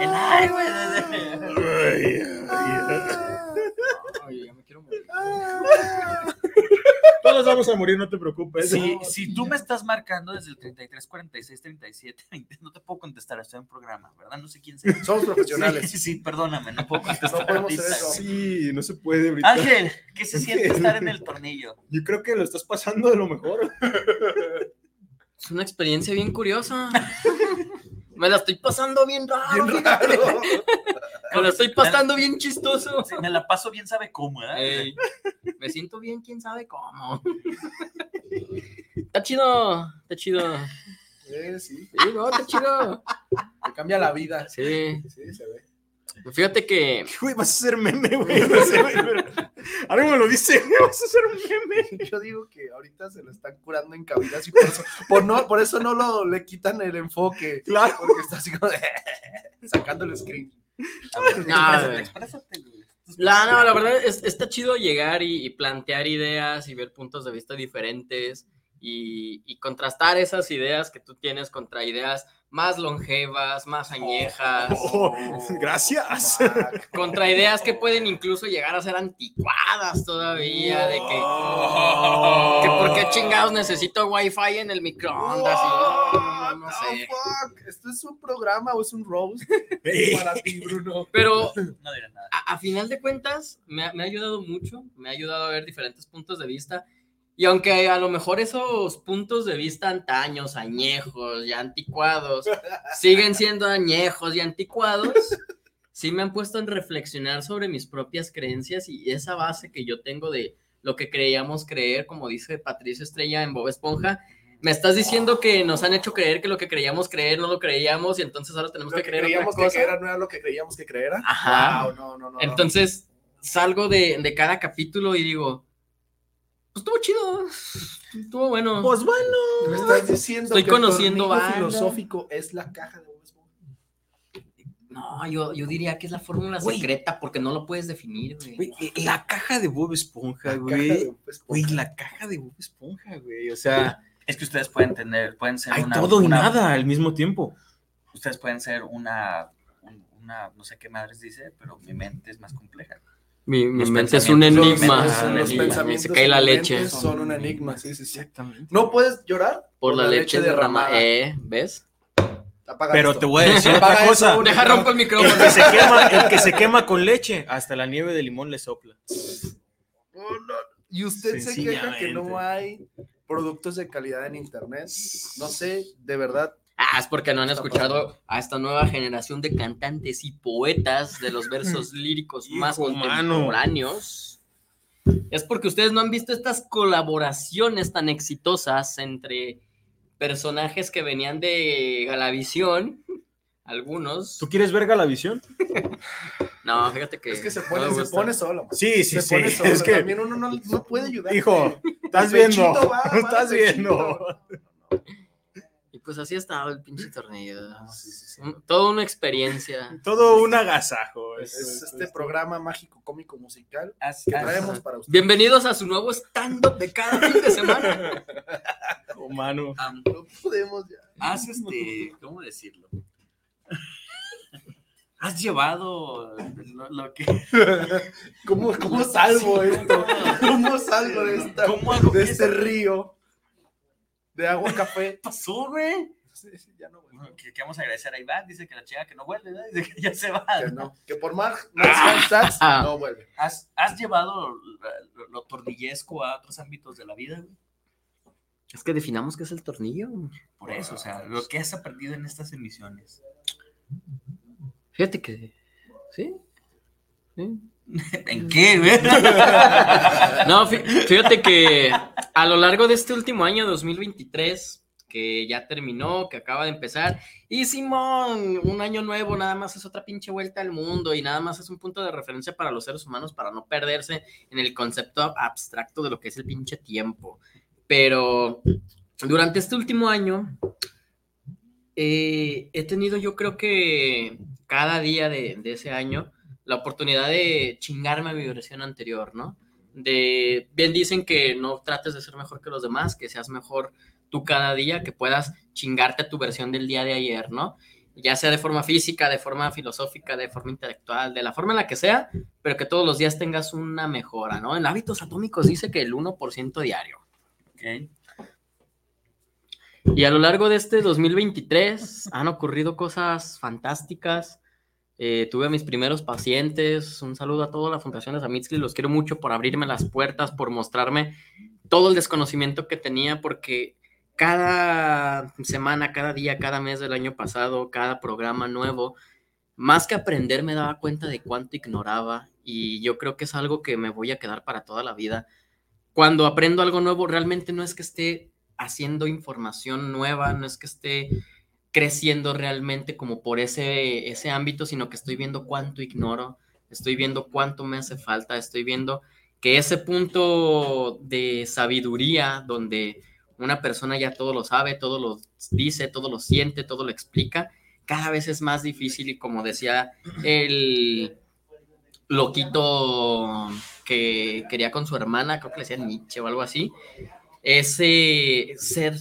S3: El ay, güey. de- de-
S6: Ay, ay, ay.
S4: Oye, ya me quiero morir.
S2: Ah.
S6: Todos vamos a morir, no te preocupes.
S3: Si, si tú me estás marcando desde el 33, 46, 37, 20, no te puedo contestar, estoy en programa, ¿verdad? No sé quién sea.
S2: Somos profesionales.
S3: Sí, sí, perdóname, no puedo contestar.
S2: No podemos
S3: ahorita.
S2: hacer eso.
S6: Ah, Sí, no se puede ahorita.
S3: Ángel, ¿qué se siente estar en el tornillo?
S6: Yo creo que lo estás pasando de lo mejor.
S4: Es una experiencia bien
S2: (laughs)
S4: curiosa. Me la estoy pasando bien raro.
S2: Bien
S5: Ah,
S4: fíjate.
S2: raro.
S4: Me la estoy pasando bien chistoso.
S3: Sí, Me la paso bien, sabe cómo, ¿eh? ¿verdad?
S4: Ey, (laughs) me siento bien, quién sabe cómo. Está chido, está chido.
S2: Eh, sí,
S4: Sí, no, está chido.
S2: te cambia la vida.
S4: Sí.
S2: Sí, se ve.
S4: Fíjate que
S6: Güey, vas a ser meme, (laughs) güey. No sé, güey, pero- Ahora me lo dice, vas a ser un meme.
S2: (laughs) Yo digo que ahorita se lo están curando en cabinas y por eso, por no, por eso no lo, le quitan el enfoque.
S6: Claro.
S2: Porque está así como de, (laughs) sacando el screen.
S4: Ah,
S3: Exprésate,
S4: güey.
S3: exprésate, güey.
S4: La, no, la verdad es, está chido llegar y, y plantear ideas y ver puntos de vista diferentes y, y contrastar esas ideas que tú tienes contra ideas más longevas, más añejas,
S6: Oh, gracias.
S4: contra ideas que pueden incluso llegar a ser anticuadas todavía, de que,
S2: Ah,
S6: Oh.
S4: que por qué chingados necesito wifi en el microondas y Oh, no, no sé.
S2: fuck. ¿Esto es un programa o es un roast?
S6: Ey.
S2: Para ti, Bruno.
S4: Pero
S3: No diré nada.
S4: a, a final de cuentas, me ha, me ha ayudado mucho, me ha ayudado a ver diferentes puntos de vista. Y aunque a lo mejor esos puntos de vista antaños, añejos y
S2: (laughs)
S4: anticuados, siguen siendo añejos y anticuados, sí me han puesto en reflexionar sobre mis propias creencias y esa base que yo tengo de lo que creíamos creer, como dice Patricio Estrella en Bob Esponja. Me estás diciendo que nos han hecho creer que lo que creíamos creer no lo creíamos y entonces ahora tenemos
S2: Lo
S4: que,
S2: que
S4: creer otra
S2: creíamos que
S4: cosa.
S2: era no era lo que creíamos que creera.
S4: Ajá.
S2: Wow, no, no, no. no.
S4: Entonces salgo de, de cada capítulo y digo, pues estuvo chido, estuvo bueno.
S6: Pues bueno.
S2: Me estás diciendo
S4: Estoy
S2: que el
S4: conociendo
S2: tornillo
S4: banda.
S2: filosófico es la caja de Bob Esponja.
S4: No, yo, yo diría que es la fórmula
S5: Güey.
S4: secreta porque no lo puedes definir, güey.
S5: Güey, eh, la caja de Bob Esponja,
S2: Caja de
S5: güey.
S2: Bob Esponja.
S5: Güey, la caja de Bob Esponja, güey. O sea,
S3: Es que ustedes pueden tener, pueden ser
S6: Hay
S3: una.
S6: todo y
S3: una-
S6: nada al mismo tiempo.
S3: Ustedes pueden ser una, un- una, no sé qué madres dice, pero mi mente es más compleja.
S4: Mi, mi
S3: Los
S4: mente es un
S3: pensamientos- los-
S4: enigma.
S3: los
S4: un enigma,
S2: pensamientos
S4: se cae la leche
S2: envolventes Son un enigma, sí, sí, sí.
S6: Exactamente.
S2: No puedes llorar
S4: por la leche derramada.
S2: derramada.
S4: Eh, ¿Ves?
S2: Apaga
S6: Pero
S2: esto.
S6: te voy a
S2: (laughs)
S6: decir
S2: Apaga
S6: otra
S2: eso,
S6: cosa.
S2: Bruno.
S4: Deja rompo el micrófono.
S6: El que, se quema, el que se quema con leche, hasta la nieve de limón le sopla.
S2: Oh, no. Y usted se queja que no
S6: Sencillamente.
S2: hay productos de calidad en internet. No sé, de verdad.
S4: Ah, es porque no han escuchado a esta nueva generación de cantantes y poetas de los versos líricos más
S6: Hijo, mano.
S4: contemporáneos. Es porque ustedes no han visto estas colaboraciones tan exitosas entre personajes que venían de Galavisión, algunos.
S6: ¿Tú quieres ver Galavisión?
S4: No, fíjate que.
S2: Es que se
S4: Eh, no
S2: pone,
S4: me
S2: se
S4: gusta.
S2: pone solo. man.
S6: Sí,
S2: se pone solo.
S6: Es que,
S2: También uno no, no puede ayudar.
S6: hijo, estás
S2: El pechito
S6: viendo.
S5: (laughs)
S2: va,
S6: (laughs)
S2: va,
S6: Estás
S2: el pechito.
S6: viendo.
S4: Y pues así estaba el pinche tornillo.
S2: sí, sí, sí.
S4: Un- Toda una experiencia.
S6: Todo un agasajo.
S2: Es,
S6: Eso,
S2: es
S6: eso,
S2: este
S6: eso.
S2: programa mágico, cómico, musical
S3: Haz-
S2: que
S3: haz-
S2: traemos para usted.
S4: Bienvenidos a su nuevo stand-up de cada fin de semana.
S6: Humano.
S3: am-
S2: No podemos ya. (laughs)
S3: haz este, (laughs) ¿cómo decirlo? Has llevado lo, lo que.
S2: (laughs) ¿Cómo, cómo salvo
S3: Sí,
S2: esto?
S3: ¿cómo?
S2: ¿Cómo salgo de, esta,
S3: ¿Cómo hago
S2: de
S3: que
S2: este
S3: esto-
S2: río de agua café?
S3: pasó, güey?
S2: Sí, sí, ya no, güey.
S3: Bueno, Que, que vamos a agradecer a Iván, dice que la chica que no vuelve, ¿verdad? dice que ya se va.
S2: Que no. Que por más, más Sachs
S4: Ah.
S2: no vuelve.
S3: ¿Has, has llevado la- lo, lo tornillesco a otros ámbitos de la vida? güey?
S4: Es que definamos qué es el tornillo.
S3: Por eso, o sea, lo que has aprendido en estas emisiones.
S4: Fíjate que. Sí. Sí.
S3: ¿En qué, (laughs) güey?
S4: No, fí- fíjate que a lo largo de este último año 2023, que ya terminó, que acaba de empezar, y Simón, un año nuevo, nada más es otra pinche vuelta al mundo y nada más es un punto de referencia para los seres humanos para no perderse en el concepto abstracto de lo que es el pinche tiempo. Pero durante este último año, eh, he tenido yo creo que cada día de, de ese año la oportunidad de chingarme a mi versión anterior, ¿no? De, bien dicen que no trates de ser mejor que los demás, que seas mejor tú cada día, que puedas chingarte a tu versión del día de ayer, ¿no? Ya sea de forma física, de forma filosófica, de forma intelectual, de la forma en la que sea, pero que todos los días tengas una mejora, ¿no? En hábitos atómicos dice que el 1% diario. ¿ok? Y a lo largo de este 2023 han ocurrido cosas fantásticas. Eh, tuve a mis primeros pacientes. Un saludo a toda la Fundación de Samitsky. Los quiero mucho por abrirme las puertas, por mostrarme todo el desconocimiento que tenía, porque cada semana, cada día, cada mes del año pasado, cada programa nuevo, más que aprender me daba cuenta de cuánto ignoraba. Y yo creo que es algo que me voy a quedar para toda la vida. Cuando aprendo algo nuevo, realmente no es que esté haciendo información nueva, no es que esté creciendo realmente como por ese, ese ámbito, sino que estoy viendo cuánto ignoro, estoy viendo cuánto me hace falta, estoy viendo que ese punto de sabiduría donde una persona ya todo lo sabe, todo lo dice, todo lo siente, todo lo explica, cada vez es más difícil y como decía el loquito que quería con su hermana, creo que le decían Nietzsche o algo así, ese ser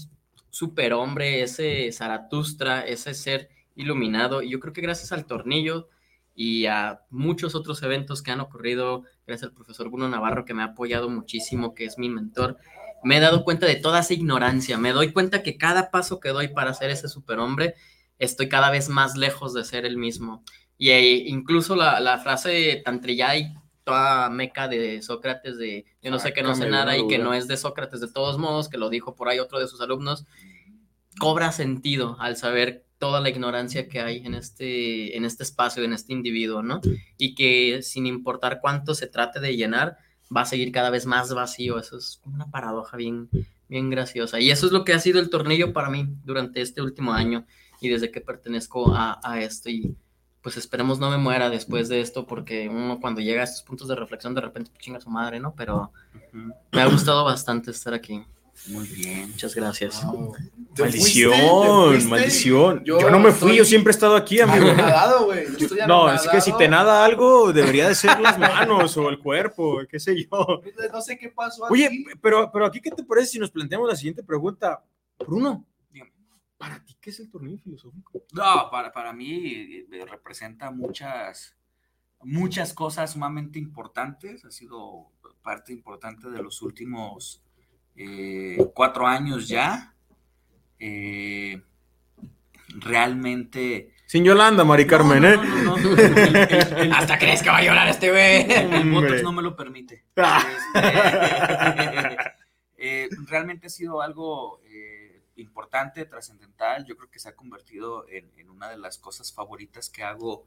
S4: superhombre, ese Zaratustra, ese ser iluminado. Y yo creo que gracias al tornillo y a muchos otros eventos que han ocurrido, gracias al profesor Bruno Navarro que me ha apoyado muchísimo, que es mi mentor, me he dado cuenta de toda esa ignorancia. Me doy cuenta que cada paso que doy para ser ese superhombre, estoy cada vez más lejos de ser el mismo. Y eh, incluso la, la frase tan trillada y toda meca de Sócrates, de yo no sé que no sé
S5: Sácame
S4: nada
S5: una
S4: y que
S5: duda.
S4: no es de Sócrates de todos modos, que lo dijo por ahí otro de sus alumnos, cobra sentido al saber toda la ignorancia que hay en este, en este espacio, en este individuo, ¿no? Y que sin importar cuánto se trate de llenar, va a seguir cada vez más vacío. Eso es como una paradoja bien, bien graciosa. Y eso es lo que ha sido el tornillo para mí durante este último año y desde que pertenezco a, a esto. Y pues esperemos no me muera después de esto, porque uno cuando llega a estos puntos de reflexión de repente pues, chinga su madre, ¿no? Pero me ha gustado bastante estar aquí.
S3: Muy bien.
S4: Muchas gracias.
S2: ¿Te
S5: Maldición,
S2: fuiste? ¿Te fuiste?
S5: maldición. Yo,
S2: Yo
S5: no me fui,
S2: estoy-
S5: yo siempre he estado aquí, amigo.
S2: Anonadado, güey.
S5: (laughs)
S2: Yo estoy
S5: No, es que si te
S2: anonadado.
S5: nada algo, debería de ser las manos o el cuerpo, qué sé yo.
S2: No sé qué pasó.
S5: Oye,
S2: aquí.
S5: pero, pero aquí, ¿qué te parece si nos planteamos la siguiente pregunta? Bruno,
S3: Dígame.
S5: ¿para ti qué es el tornillo filosófico?
S3: No, para, para mí eh, representa muchas, muchas cosas sumamente importantes. Ha sido parte importante de los últimos eh, cuatro años ya. Eh, realmente.
S5: Sin Yolanda, Mari Carmen,
S3: No,
S5: ¿eh?
S3: no,
S5: (laughs)
S3: no, no, no. El- el- el-
S4: Hasta crees que va a llorar este güey.
S3: el
S5: Hombre.
S3: Botox no me lo permite. Este, (laughs) eh, realmente ha sido algo eh, importante, trascendental. Yo creo que se ha convertido en, en una de las cosas favoritas que hago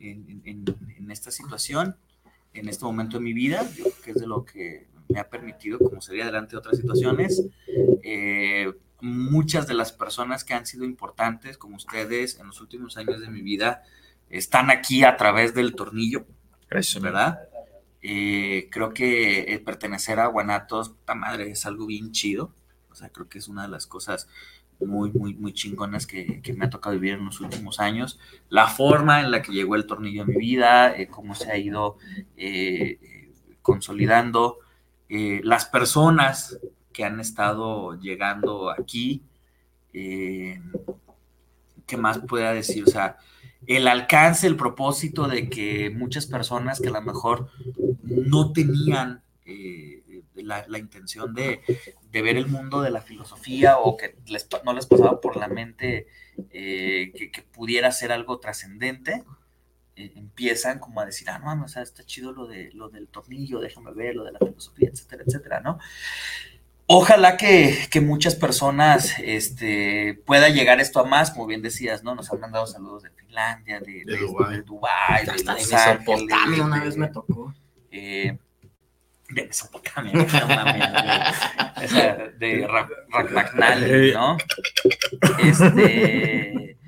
S3: en, en- en- en esta situación, en este momento de mi vida. Yo creo que es de lo que me ha permitido, como sería adelante de otras situaciones. Eh, muchas de las personas que han sido importantes, como ustedes, en los últimos años de mi vida, están aquí a través del tornillo
S5: Gracias,
S3: ¿verdad? Eh, creo que eh, pertenecer a Guanatos, puta madre, es algo bien chido. O sea, creo que es una de las cosas muy, muy, muy chingonas que, que me ha tocado vivir en los últimos años. La forma en la que llegó el tornillo a mi vida, eh, cómo se ha ido eh, eh, consolidando, eh, las personas que han estado llegando aquí. eh, ¿Qué más pueda decir? O sea, el alcance, el propósito de que muchas personas que a lo mejor no tenían eh, la, la intención de, de ver el mundo de la filosofía o que les pa- no les pasaba por la mente eh, que, que pudiera ser algo trascendente, eh, empiezan como a decir, ah, no, mames, o sea, está chido lo, de, lo del tornillo, déjame ver, lo de la filosofía, etcétera, etcétera, ¿no? Ojalá que, que muchas personas este, pueda llegar esto a más, como bien decías, ¿no? Nos han mandado saludos de Finlandia, de, de, de Dubái,
S2: Dubái.
S3: de,
S4: Hasta de
S3: Los Ángeles,
S4: Mesopotamia una
S3: de-
S4: vez me tocó.
S3: eh, de Mesopotamia, no mames, güey. O sea, de Ra- Ragnarok, ¿no? Este,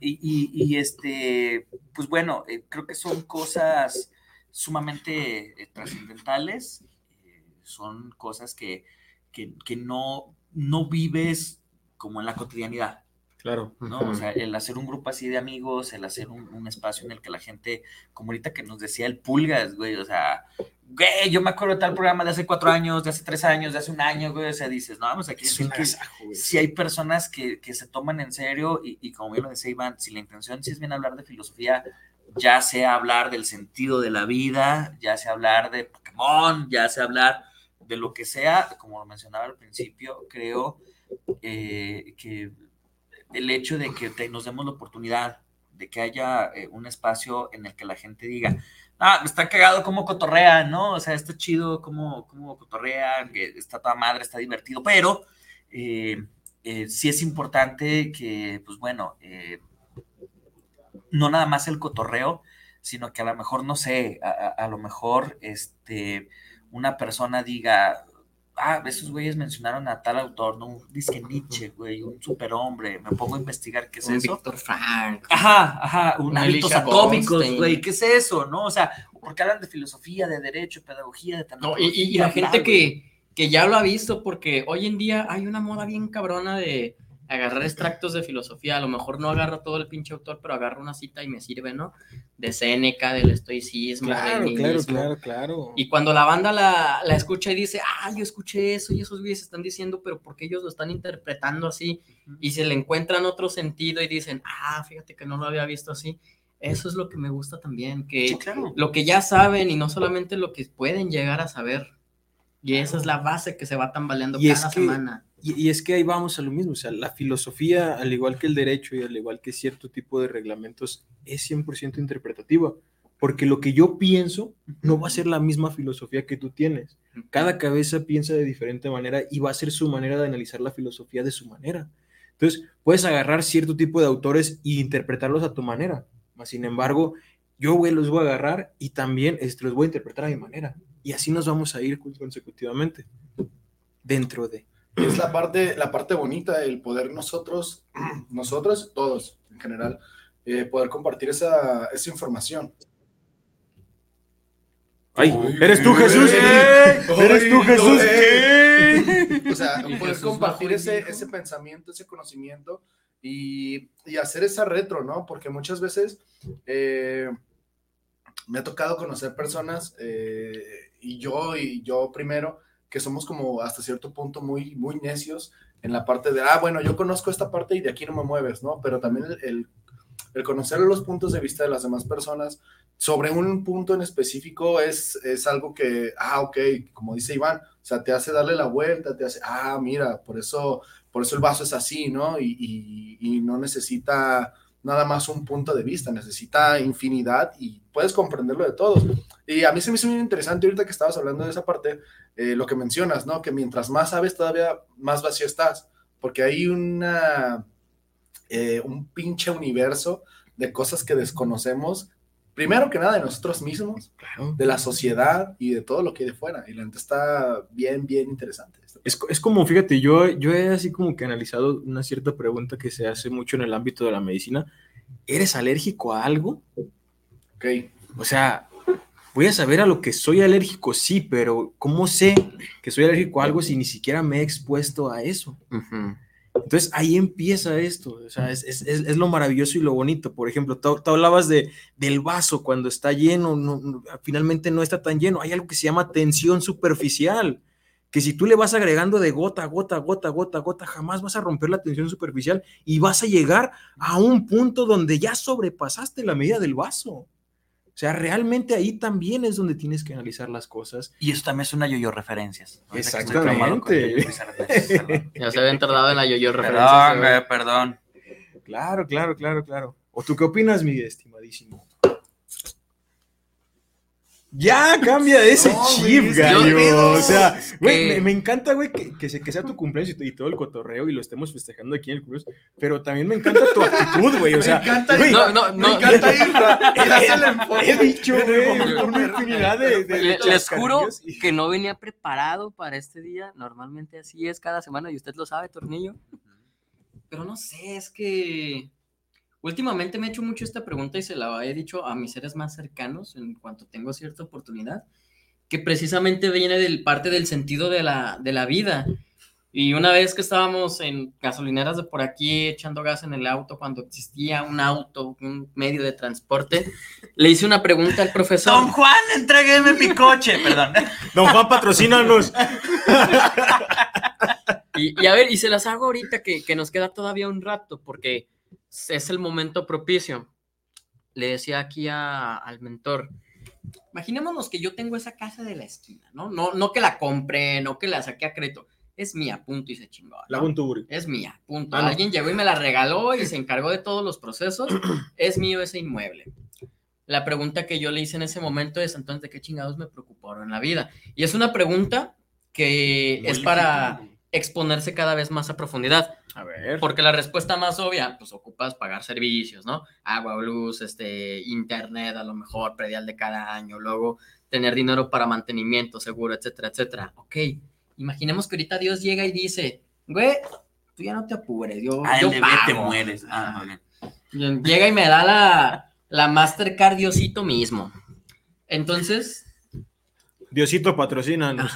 S3: y, y- y, este, pues bueno, eh, creo que son cosas sumamente eh, trascendentales, eh, son cosas que, que, que no, no vives como en la cotidianidad.
S6: Claro.
S3: ¿no? O sea, el hacer un grupo así de amigos, el hacer un, un espacio en el que la gente, como ahorita que nos decía el Pulgas, güey, o sea, güey, yo me acuerdo de tal programa de hace cuatro años, de hace tres años, de hace un año, güey, o sea, dices, no, vamos, aquí
S6: es
S3: es
S6: un
S3: que
S6: agasajo, güey.
S3: si hay personas que, que se toman en serio y, y como bien lo decía Iván, si la intención sí es bien hablar de filosofía, ya sea hablar del sentido de la vida, ya sea hablar de Pokémon, ya sea hablar de lo que sea, como lo mencionaba al principio, creo eh, que el hecho de que te- nos demos la oportunidad de que haya eh, un espacio en el que la gente diga, ah, está cagado cómo cotorrean, ¿no? O sea, está chido cómo, cómo cotorrean, que está toda madre, está divertido, pero eh, eh, sí es importante que, pues bueno, eh, no nada más el cotorreo, sino que a lo mejor, no sé, a, a- a lo mejor este, una persona diga, ah, esos güeyes mencionaron a tal autor, ¿no? Dice Nietzsche, güey, un superhombre, me pongo a investigar qué es
S4: Un
S3: eso.
S4: Víctor (laughs) Frank.
S3: Ajá, ajá, un
S4: Una
S3: hábitos
S4: Alicia
S3: atómicos,
S4: Bornstein.
S3: güey, ¿qué es eso, no? O sea, porque hablan de filosofía, de derecho, pedagogía, de
S4: No, y, y- y
S3: tanatología,
S4: la
S3: bla,
S4: gente
S3: güey.
S4: que, que ya lo ha visto, porque hoy en día hay una moda bien cabrona de agarrar extractos de filosofía. A lo mejor no agarro todo el pinche autor, pero agarro una cita y me sirve, ¿no? De Séneca, del estoicismo,
S5: Claro, claro,
S4: del nihilismo.
S5: claro, claro.
S4: Y cuando la banda la, la escucha y dice, ah, yo escuché eso y esos güeyes están diciendo, pero porque ellos lo están interpretando así y se le encuentran otro sentido y dicen, ah, fíjate que no lo había visto así. Eso es lo que me gusta también, que
S3: Sí, claro.
S4: lo que ya saben y no solamente lo que pueden llegar a saber. Y esa es la base que se va tambaleando
S5: Y es
S4: cada
S5: que-
S4: semana.
S5: Y, y es que ahí vamos a lo mismo, o sea, la filosofía, al igual que el derecho y al igual que cierto tipo de reglamentos, es 100% interpretativa, porque lo que yo pienso no va a ser la misma filosofía que tú tienes. Cada cabeza piensa de diferente manera y va a ser su manera de analizar la filosofía de su manera. Entonces, puedes agarrar cierto tipo de autores e interpretarlos a tu manera. Mas, sin embargo, yo güey, los voy a agarrar y también este, los voy a interpretar a mi manera. Y así nos vamos a ir consecutivamente dentro de...
S2: Y es la parte, la parte bonita, el poder nosotros, (clears throat) nosotros, todos en general, eh, poder compartir esa, esa información.
S5: ¡Ay! ¿Eres tú,
S2: güey.
S5: Jesús?
S2: Ay,
S5: ¿Eres tú,
S2: no,
S5: Jesús?
S2: (laughs) O sea,
S4: Y
S2: poder
S4: Jesús
S2: compartir
S4: bajó y
S2: ese,
S4: dijo.
S2: ese pensamiento, ese conocimiento y, y hacer esa retro, ¿no? Porque muchas veces eh, me ha tocado conocer personas eh, y yo y yo primero que somos como hasta cierto punto muy, muy necios en la parte de, ah, bueno, yo conozco esta parte y de aquí no me mueves, ¿no? Pero también el- el, el conocer los puntos de vista de las demás personas sobre un punto en específico es, es algo que, ah, ok, como dice Iván, o sea, te hace darle la vuelta, te hace, ah, mira, por eso, por eso el vaso es así, ¿no? Y, y- y no necesita nada más un punto de vista, necesita infinidad y puedes comprenderlo de todos. Y a mí se me hizo bien interesante ahorita que estabas hablando de esa parte, eh, lo que mencionas, ¿no? Que mientras más sabes, todavía más vacío estás, porque hay una, eh, un pinche universo de cosas que desconocemos, primero que nada de nosotros mismos, de la sociedad y de todo lo que hay de fuera. Y la neta está bien, bien interesante.
S5: Es, co- es como, fíjate, yo, yo he así como que analizado una cierta pregunta que se hace mucho en el ámbito de la medicina. ¿Eres alérgico a algo?
S2: Ok,
S5: O sea, voy a saber a lo que soy alérgico, sí, pero ¿cómo sé que soy alérgico a algo si ni siquiera me he expuesto a eso? Entonces ahí empieza esto, o sea, es, es- es- es lo maravilloso y lo bonito. Por ejemplo, tú, tú hablabas de, del vaso cuando está lleno, no- no- finalmente no está tan lleno. Hay algo que se llama tensión superficial, que si tú le vas agregando de gota a gota, gota, gota, gota, jamás vas a romper la tensión superficial y vas a llegar a un punto donde ya sobrepasaste la medida del vaso. O sea, realmente ahí también es donde tienes que analizar las cosas.
S3: Y eso también suena a yo-yo referencias. Ahorita que estoy
S5: Exactamente.
S3: traumado con yo-yo Luis Hernández, (laughs) perdón.
S4: Ya se habían tardado en la yo-yo
S3: Perdón,
S4: referencia.
S3: güey, perdón.
S5: Claro, claro, claro, claro. ¿O tú qué opinas, mi estimadísimo? Ya (laughs) cambia ese
S2: No, güey,
S5: chip,
S2: es que
S5: gallo.
S4: yo digo,
S5: O sea,
S4: es
S5: güey,
S4: que-
S5: me, me encanta, güey, que, que se- que sea tu cumpleaños y, t- y todo el cotorreo y lo estemos festejando aquí en el cruz. Pero también me encanta tu actitud, güey. O sea, (laughs)
S2: me encanta
S5: güey,
S2: Isra,
S4: No, no,
S2: me
S4: no.
S2: encanta Isra. Ya se le enfocó.
S5: he dicho, güey,
S2: Yo-
S5: una infinidad de. de- de
S4: Le- les juro
S5: chascarrillos y-
S4: que no venía preparado para este día. Normalmente así es cada semana y usted lo sabe, Tornillo. Pero no sé, es que últimamente me he hecho mucho esta pregunta y se la he dicho a mis seres más cercanos en cuanto tengo cierta oportunidad, que precisamente viene del parte del sentido de la, de la vida. Y una vez que estábamos en gasolineras de por aquí echando gas en el auto cuando existía un auto, un medio de transporte, le hice una pregunta al profesor.
S3: Don Juan, entrégueme mi coche, perdón.
S5: Don Juan, (laughs) patrocínanos.
S4: Y, y a ver, y se las hago ahorita que, que nos queda todavía un rato, porque es el momento propicio. Le decía aquí a- al mentor, imaginémonos que yo tengo esa casa de la esquina, ¿no? No, no que la compré, no que la saqué a crédito, es mía, punto, y se chingó. ¿no?
S5: Lago en tu burro.
S4: Es mía, punto.
S5: Ah, no.
S4: Alguien llegó y me la regaló y se encargó de todos los
S5: (clears throat)
S4: procesos. es mío ese inmueble. La pregunta que yo le hice en ese momento es, entonces, ¿de qué chingados me preocuparon en la vida? Y es una pregunta que es para exponerse cada vez más a profundidad,
S5: A ver.
S4: porque la respuesta más obvia, pues ocupas pagar servicios, ¿no? Agua, luz, este, internet, a lo mejor predial de cada año, luego tener dinero para mantenimiento, seguro, etcétera, etcétera. Ok, imaginemos que ahorita Dios llega y dice, güey, tú ya no te apures, yo,
S3: (laughs) Ah,
S4: yo
S3: el de
S4: pago".
S3: te mueres. Ah, muy bien.
S4: Llega y me da la, la Mastercard Diosito mismo. Entonces,
S5: Diosito, patrocínanos.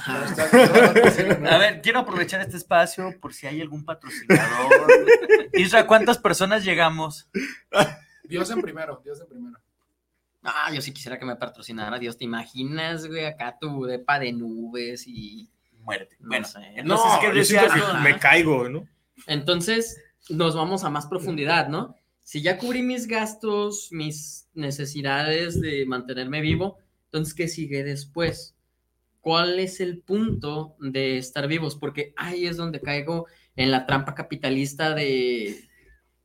S3: A ver, quiero aprovechar este espacio por si hay algún patrocinador. (laughs) Isra, ¿cuántas personas llegamos?
S2: Dios en primero, Dios en primero.
S4: ah, yo sí quisiera que me patrocinara Dios, ¿te imaginas, güey, acá tu depa de nubes y
S3: Muerte.
S4: No
S3: Bueno,
S4: sé.
S3: entonces, ¿qué Ah,
S5: yo siento
S3: decías?
S5: que
S4: no?
S5: me caigo, ¿no?
S4: Entonces, nos vamos a más profundidad, ¿no? Si ya cubrí mis gastos, mis necesidades de mantenerme vivo, entonces, ¿qué sigue después? ¿Cuál es el punto de estar vivos? Porque ahí es donde caigo en la trampa capitalista de,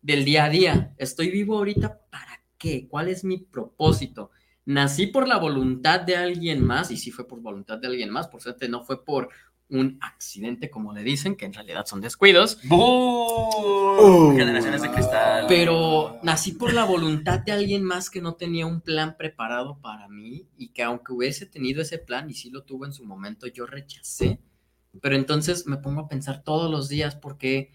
S4: del día a día. ¿Estoy vivo ahorita para qué? ¿Cuál es mi propósito? Nací por la voluntad de alguien más, y sí fue por voluntad de alguien más, por suerte no fue por un accidente, como le dicen, que en realidad son descuidos,
S3: ¡Bú!
S5: Uh.
S3: Generaciones de cristal.
S4: pero nací por la voluntad de alguien más que no tenía un plan preparado para mí y que aunque hubiese tenido ese plan y sí lo tuvo en su momento, yo rechacé. Pero entonces me pongo a pensar todos los días porque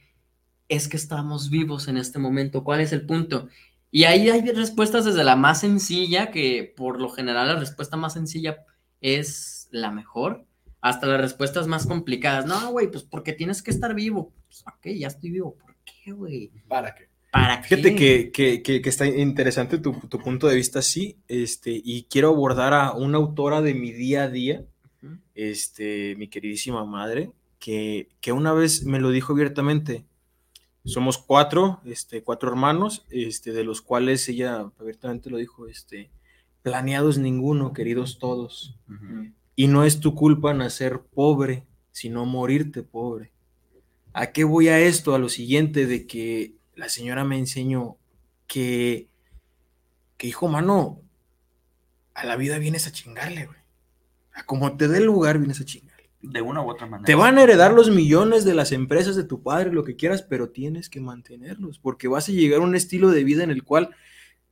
S4: es que estamos vivos en este momento, ¿cuál es el punto? Y ahí hay respuestas desde la más sencilla, que por lo general la respuesta más sencilla es la mejor, hasta las respuestas más complicadas. No, güey, pues porque tienes que estar vivo. Pues, ok, ya estoy vivo. ¿Por qué, güey?
S2: ¿Para qué?
S4: ¿Para
S5: Fíjate
S4: qué?
S5: que, que- que- que está interesante tu, tu punto de vista, sí. Este, y quiero abordar a una autora de mi día a día,
S4: Ujú.
S5: este, mi queridísima madre, que, que una vez me lo dijo abiertamente. Somos cuatro, este, cuatro hermanos, este, de los cuales ella abiertamente lo dijo, este, planeados ninguno, queridos todos. Y no es tu culpa nacer pobre, sino morirte pobre. ¿A qué voy a esto? A lo siguiente de que la señora me enseñó que, que hijo mano, a la vida vienes a chingarle, güey. A como te dé el lugar vienes a chingarle.
S3: De una u otra manera.
S5: Te van a heredar los millones de las empresas de tu padre, lo que quieras, pero tienes que mantenerlos, porque vas a llegar a un estilo de vida en el cual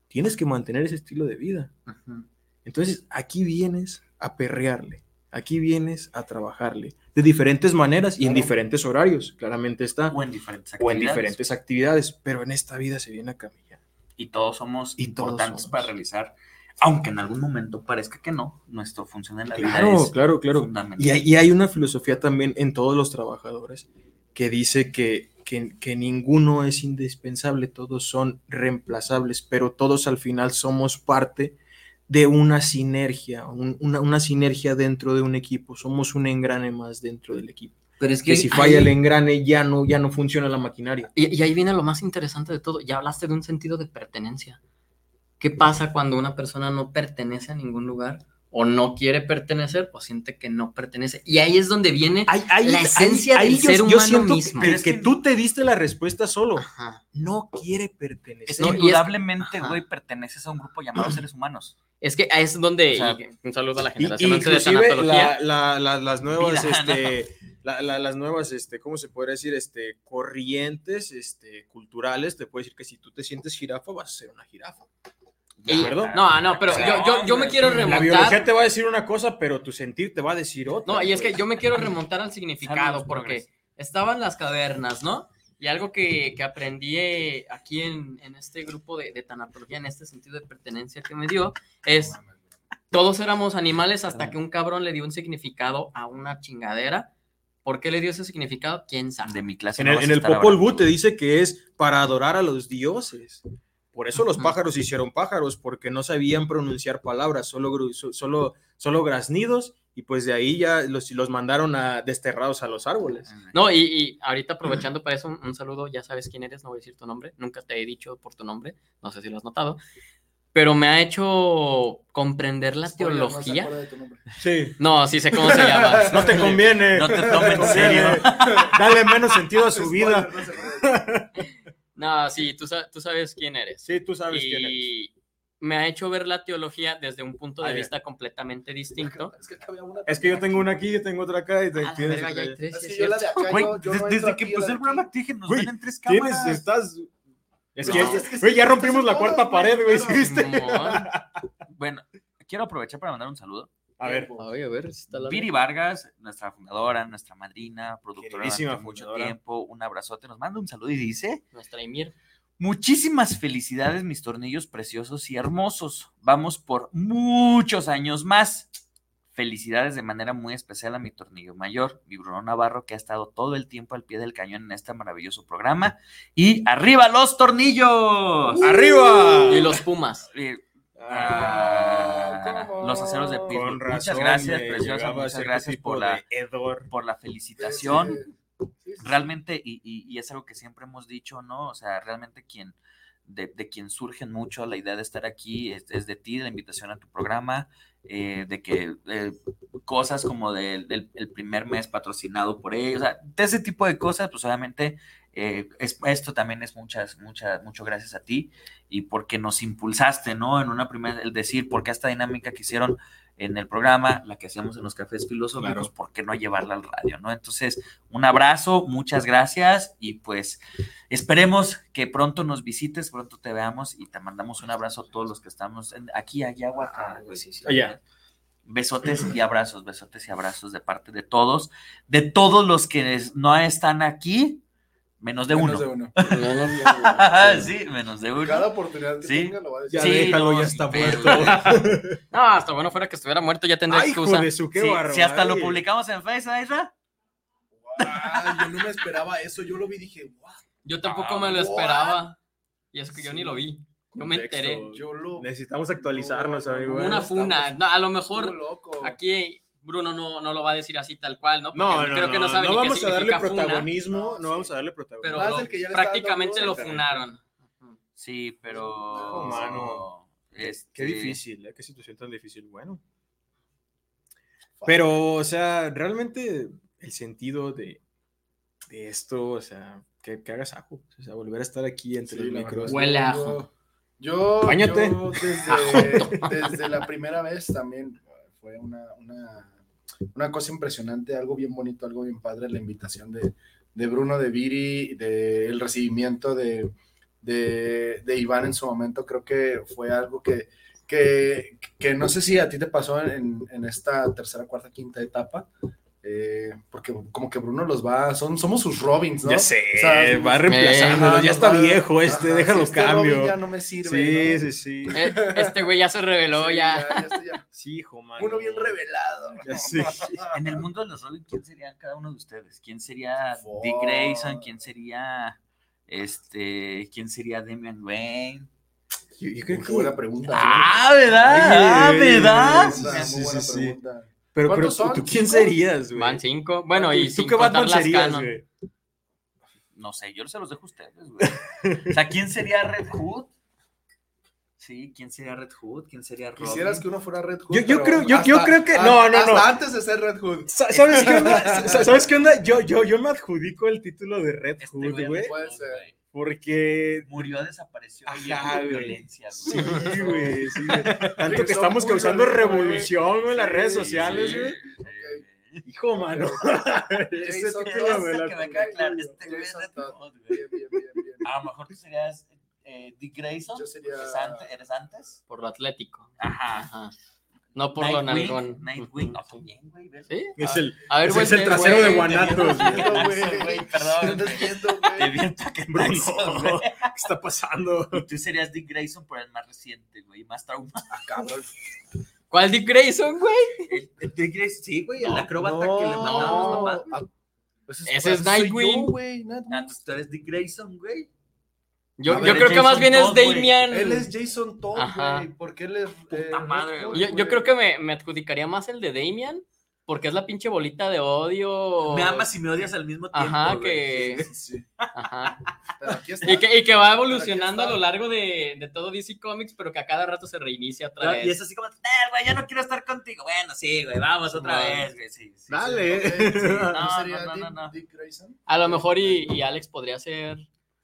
S5: tienes que mantener ese estilo de vida.
S4: Ujú.
S5: Entonces, aquí vienes a perrearle, aquí vienes a trabajarle de diferentes maneras y en diferentes horarios, claramente está,
S3: O en diferentes
S5: o en
S3: actividades.
S5: diferentes actividades, pero en esta vida se viene a camillar.
S3: Y todos somos
S5: Y todos
S3: importantes
S5: somos.
S3: para realizar, aunque en algún momento parezca que no, nuestra función en la vida
S5: Claro,
S3: es
S5: claro, claro.
S3: fundamental.
S5: Y hay, y hay una filosofía también en todos los trabajadores que dice que, que- que ninguno es indispensable, todos son reemplazables, pero todos al final somos parte de una sinergia, un- una, una sinergia dentro de un equipo, somos un engrane más dentro del equipo.
S4: Pero es que,
S5: que si falla
S4: ahí-
S5: el engrane ya no, ya no funciona la maquinaria.
S4: y, y ahí viene lo más interesante de todo. Ya hablaste de un sentido de pertenencia. ¿Qué pasa cuando una persona no pertenece a ningún lugar o no quiere pertenecer o siente que no pertenece? Y ahí es donde viene. La esencia del ser humano mismo.
S5: Que,
S3: Pero es
S5: que
S3: que-
S5: tú te diste la respuesta solo.
S4: Ajá.
S5: No quiere
S3: Es
S5: pertenecer.
S3: que
S4: No, y es-
S3: indudablemente,
S4: Ajá.
S3: güey, perteneces a un grupo llamado seres humanos.
S4: Es que ahí es donde.
S3: O sea,
S4: y- un saludo a la
S5: Y- y
S4: generación antes de
S5: inclusive la-
S4: tanatología.
S5: la- la- las nuevas,
S3: Vida,
S5: este, la- la- las nuevas, este, ¿cómo se podría decir? Este, corrientes, este, culturales, te puedo decir que si tú te sientes jirafa, vas a ser una jirafa.
S4: Y-
S5: ¿De acuerdo?
S4: No, no, pero yo, yo, yo me quiero
S5: La biología
S4: remontar.
S5: te va a decir una cosa, pero tu sentir te va a decir otra.
S4: No, y es que
S5: güey.
S4: yo me quiero remontar al
S3: Saludos,
S4: significado porque.
S3: progres.
S4: estaban las cavernas, ¿no? Y algo que, que aprendí eh, aquí en, en este grupo de, de tanatología, en este sentido de pertenencia que me dio, es todos éramos animales hasta que un cabrón le dio un significado a una chingadera ¿Por qué le dio ese significado? ¿Quién sabe?
S3: De mi clase.
S5: En
S3: no
S5: el,
S3: vas
S5: en
S3: a
S5: el
S3: estar
S5: Popol
S3: ahora.
S5: Vuh te dice que es para adorar a los dioses. Por eso los
S4: Ujú.
S5: pájaros hicieron pájaros, porque no sabían pronunciar palabras, solo, gru- so- solo, solo graznidos, y pues de ahí ya los, los mandaron a desterrados a los árboles.
S4: No, y, y ahorita aprovechando para eso, un, un saludo, ya sabes quién eres, no voy a decir tu nombre, nunca te he dicho por tu nombre, no sé si lo has notado, pero me ha hecho comprender la
S2: Spoiler, no se
S4: teología.
S2: acuerda de tu nombre.
S5: Sí.
S4: No, sí sé cómo se llama.
S5: (laughs) No te conviene.
S3: No te tome en serio.
S5: (laughs)
S3: (laughs)
S5: Dale menos sentido a su
S2: Spoiler,
S5: vida.
S2: no se acuerda.
S4: No, sí, tú, sa- tú sabes quién eres.
S5: Sí, tú sabes quién eres.
S4: y me ha hecho ver la teología desde un punto de
S5: Ah, ya.
S4: vista completamente
S5: (laughs)
S4: distinto.
S2: Es que acá había una-
S5: Es que yo tengo una aquí, yo tengo otra acá y te
S4: A la
S5: tienes
S4: verga, ya
S5: otra
S4: hay
S5: allá.
S4: tres,
S2: Es
S4: sí
S2: que
S4: es
S2: yo la
S4: cierto.
S2: de acá,
S3: Güey,
S2: yo- yo
S3: des-
S2: no
S3: desde,
S2: entro
S3: que
S2: aquí, yo
S3: empezó
S2: la
S3: el
S2: de
S3: programa
S2: aquí.
S3: te dije, nos
S5: Güey,
S3: ven en tres
S5: Tienes,
S3: cámaras.
S5: estás. Es que,
S2: No, es que
S5: güey, ya
S2: sí,
S5: rompimos
S2: sí,
S5: la
S2: sí,
S5: cuarta
S2: sí,
S5: pared, güey.
S2: claro.
S5: ¿viste?
S4: Simón.
S3: Bueno, quiero aprovechar para mandar un saludo.
S5: A ver.
S4: Ay, a ver, está la
S3: Viri Vargas, nuestra fundadora, nuestra madrina, productora
S5: Queridísima
S3: durante mucho
S5: fundadora.
S3: tiempo, un abrazote, nos manda un saludo y dice,
S4: nuestra Ymir.
S3: muchísimas felicidades mis tornillos preciosos y hermosos, vamos por muchos años más. Felicidades de manera muy especial a mi tornillo mayor, mi Bruno Navarro, que ha estado todo el tiempo al pie del cañón en este maravilloso programa. Y arriba los tornillos.
S5: Uh. ¡Arriba!
S4: Y los Pumas.
S3: Eh,
S5: Ah, ¿cómo?
S3: los aceros de Pittsburgh.
S5: Con
S3: Muchas
S5: razón,
S3: gracias,
S5: me
S3: preciosa,
S5: llegaba
S3: muchas
S5: cierto
S3: gracias
S5: tipo
S3: por la-
S5: de hedor.
S3: por la felicitación
S2: Sí, sí, sí.
S3: realmente, y, y- y es algo que siempre hemos dicho, ¿no? O sea, realmente quien, de, de quien surgen mucho la idea de estar aquí es, es de ti, de la invitación a tu programa, eh, de que eh, cosas como del del- el primer mes patrocinado por ellos, o sea, de ese tipo de cosas, pues obviamente eh, es- esto también es muchas, muchas, mucho gracias a ti y porque nos impulsaste, ¿no? En una primera, el decir, porque esta dinámica que hicieron en el programa, la que hacíamos en los cafés filosóficos,
S6: Claro.
S3: ¿por qué no llevarla al radio, no? Entonces, un abrazo, muchas gracias y pues esperemos que pronto nos visites, pronto te veamos y te mandamos un abrazo a todos los que estamos en- aquí, allá, Oaxaca.
S5: Allá.
S3: Besotes y abrazos, besotes y abrazos de parte de todos, de todos los que es- no están aquí, menos de (laughs)
S2: Menos
S3: uno.
S2: No, no, no, no.
S3: Ah, sí, menos de uno.
S2: Cada oportunidad que
S3: Sí.
S2: tenga lo va a decir.
S5: Ya
S3: Sí,
S5: déjalo,
S3: no,
S5: ya
S3: sí,
S5: está
S3: pero-
S5: muerto.
S4: No, hasta bueno fuera que estuviera muerto, ya tendría
S5: Ay, Ah, hijo
S4: excusa.
S5: de su, qué
S3: Sí,
S5: barbaridad.
S3: si hasta lo publicamos en Facebook, Aisra.
S2: Ah, yo no me esperaba eso. Yo lo vi y dije, "What?".
S4: Yo tampoco
S3: Ah,
S4: me lo
S2: what?
S4: esperaba. Y es que yo ni lo vi. Yo me
S6: Contexto.
S4: enteré.
S2: Yo lo.
S5: Necesitamos actualizarnos, amigo. ¿eh?
S2: Bueno,
S4: Una
S2: estamos
S4: funa.
S5: pues
S4: No, a lo
S2: estuvo
S4: mejor
S2: loco.
S4: aquí Bruno no, no lo va a decir así tal cual, ¿no? Porque
S5: No, no,
S4: creo
S5: no,
S4: que no sabe ni
S5: vamos
S4: qué
S5: a darle
S4: significa funa,
S5: protagonismo,
S2: No,
S5: no
S2: sí.
S5: vamos a darle
S4: pero
S5: protagonismo.
S2: Más
S4: lo-
S2: del que ya le está dando
S4: prácticamente
S2: Bruno.
S4: lo funaron.
S3: Sí, pero...
S2: No,
S5: mano. Qué
S3: este,
S5: difícil, ¿eh? qué situación tan difícil. Bueno. Pero, o sea, realmente el sentido de, de esto, o sea, que, que hagas ajo, o sea, volver a estar aquí entre
S2: Sí,
S5: los
S2: la
S5: micros.
S2: verdad.
S4: Huele a
S2: Yo-
S4: ajo.
S2: Yo,
S5: Báñate. (laughs)
S2: yo desde, desde la primera vez también fue una, una, una cosa impresionante, algo bien bonito, algo bien padre, la invitación de, de Bruno, de Viri, de el recibimiento de, de, de Iván en su momento, creo que fue algo que, que, que no sé si a ti te pasó en, en esta tercera, cuarta, quinta etapa, eh, porque como que Bruno los va, son, somos sus Robins, ¿no?
S5: Ya sé,
S2: O sea,
S5: va
S2: Ajá,
S5: reemplazándolo, ya
S2: nos
S5: está
S2: va-
S5: viejo este,
S2: Ajá,
S5: déjalo
S2: si este Robin
S5: cambio.
S2: ya no me sirve.
S5: sí, sí,
S2: ¿no?
S5: sí.
S4: Eh, Este güey ya se reveló,
S2: Sí,
S4: ya.
S2: ya, ya, ya.
S5: Sí, hijo, mano.
S2: Uno bien revelado.
S5: Ya sé.
S3: (laughs)
S5: (laughs)
S3: En el mundo de los Robin, ¿quién serían cada uno de ustedes? ¿Quién sería Dick
S2: Fuck.
S3: Grayson? ¿Quién sería este? ¿Quién sería Damian Wayne?
S5: Yo, yo creo
S2: Qué
S5: que-
S2: buena pregunta.
S3: Ah, ¿verdad? Ah,
S5: Oye,
S3: ¿verdad?
S2: sí, sí,
S5: sí,
S2: muy buena
S5: sí, sí.
S2: pregunta.
S5: Pero, pero
S2: ¿Cuántos
S5: ¿tú,
S2: son?
S5: tú quién
S2: ¿Cinco?
S5: serías, güey?
S4: Van cinco. Bueno, y
S5: ¿Tú
S4: sin
S5: qué
S4: contar
S5: Batman
S4: las
S5: serías,
S4: canon.
S5: güey?
S3: No sé, yo se los dejo a ustedes, güey. O sea, ¿quién sería Red Hood? Sí, ¿quién sería Red Hood? ¿Quién sería Robin?
S2: Quisieras que uno fuera Red Hood.
S5: Yo- yo
S2: pero
S5: creo- yo- yo creo que-
S2: a-
S5: no, no,
S2: hasta
S5: no.
S2: antes de ser Red Hood.
S5: Sa- ¿Sabes qué (laughs) onda? Sa- ¿Sabes qué onda? Yo, yo, yo me adjudico el título de Red
S3: Este
S5: Hood,
S3: güey,
S5: güey,
S3: Red
S2: Puede
S3: Hood,
S2: ser.
S3: güey.
S5: porque...
S3: Murió, desapareció. y
S5: Ajá,
S3: hubo
S5: güey.
S3: violencia,
S5: Sí,
S3: güey.
S5: güey, (laughs) sí, güey. Tanto
S2: Regresó
S5: que estamos
S2: muy
S5: causando
S2: violento, güey.
S5: revolución, güey, en las
S2: Sí,
S5: redes
S2: sí,
S5: sociales, güey.
S3: Sí.
S5: Hijo,
S3: (laughs)
S5: mano. Ese
S2: Jason
S5: título
S2: Todd.
S5: me la-
S3: Eso que me queda claro, este güey es
S2: Jason
S3: Red
S2: Todd.
S3: Hood, güey.
S2: Bien, bien, bien, bien.
S3: A lo mejor tú serías eh, Dick Grayson.
S2: Yo sería-
S3: ¿Eres antes? ¿Eres antes?
S4: Por lo atlético.
S3: Ajá.
S4: Ajá. No por lo
S3: Nightwing,
S4: nalgón.
S3: Nightwing. No, también, güey. ¿ves?
S4: ¿Sí?
S5: Es
S4: A-
S5: el,
S4: a ver,
S5: ese
S4: güey,
S5: es el
S4: este
S5: trasero
S4: güey-
S5: de Guanatos,
S3: (laughs)
S5: güey.
S2: Entiendo,
S3: Eso, güey,
S2: Yo
S3: perdón.
S2: no entiendo,
S3: Te
S2: güey.
S3: vi en Tuck and
S5: Bruno,
S3: Tyson, güey.
S5: ¿qué está pasando?
S3: Y tú serías Dick Grayson, pero el más reciente, güey. Más (laughs) traumado.
S2: Ah, cabrón.
S4: ¿Cuál Dick Grayson, güey?
S3: El- el Dick Grayson, sí, güey. El acróbata que le
S2: No,
S3: mandaban los papás.
S2: no, Pues
S4: Ese
S2: pues,
S4: es
S2: soy
S4: Nightwing.
S2: yo, güey, Nightwing.
S3: Ah, entonces tú eres Dick Grayson, güey.
S4: Yo,
S3: A
S4: yo
S3: ver,
S4: creo que
S3: Jason
S4: más bien es
S3: Todd, güey.
S4: Damian.
S2: Él es Jason Todd,
S4: Ajá.
S2: güey. Porque él es. eh,
S3: Puta madre,
S2: Red Hood,
S3: güey.
S4: Yo, yo
S2: güey?
S4: creo que me, me adjudicaría más el de Damian, porque es la pinche bolita de odio.
S3: Me amas y me odias al mismo tiempo.
S4: Ajá,
S3: güey.
S4: que-
S3: Sí, sí, sí.
S4: Ajá.
S2: Pero aquí está.
S4: Y que, y que va evolucionando a
S2: está.
S4: lo largo de, de todo DC Comics, pero que a cada rato se reinicia otra
S3: Y es
S4: vez.
S3: así como, "Eh, güey, ya no quiero estar contigo. Bueno, sí, güey, vamos otra
S4: Vale.
S3: vez, güey, sí, sí,
S6: Dale.
S2: Ok, (laughs) sí,
S3: No,
S2: ¿no sería
S3: no, no,
S2: Dick-
S3: no.
S2: Dick Grayson?
S4: A lo mejor y, y Alex podría ser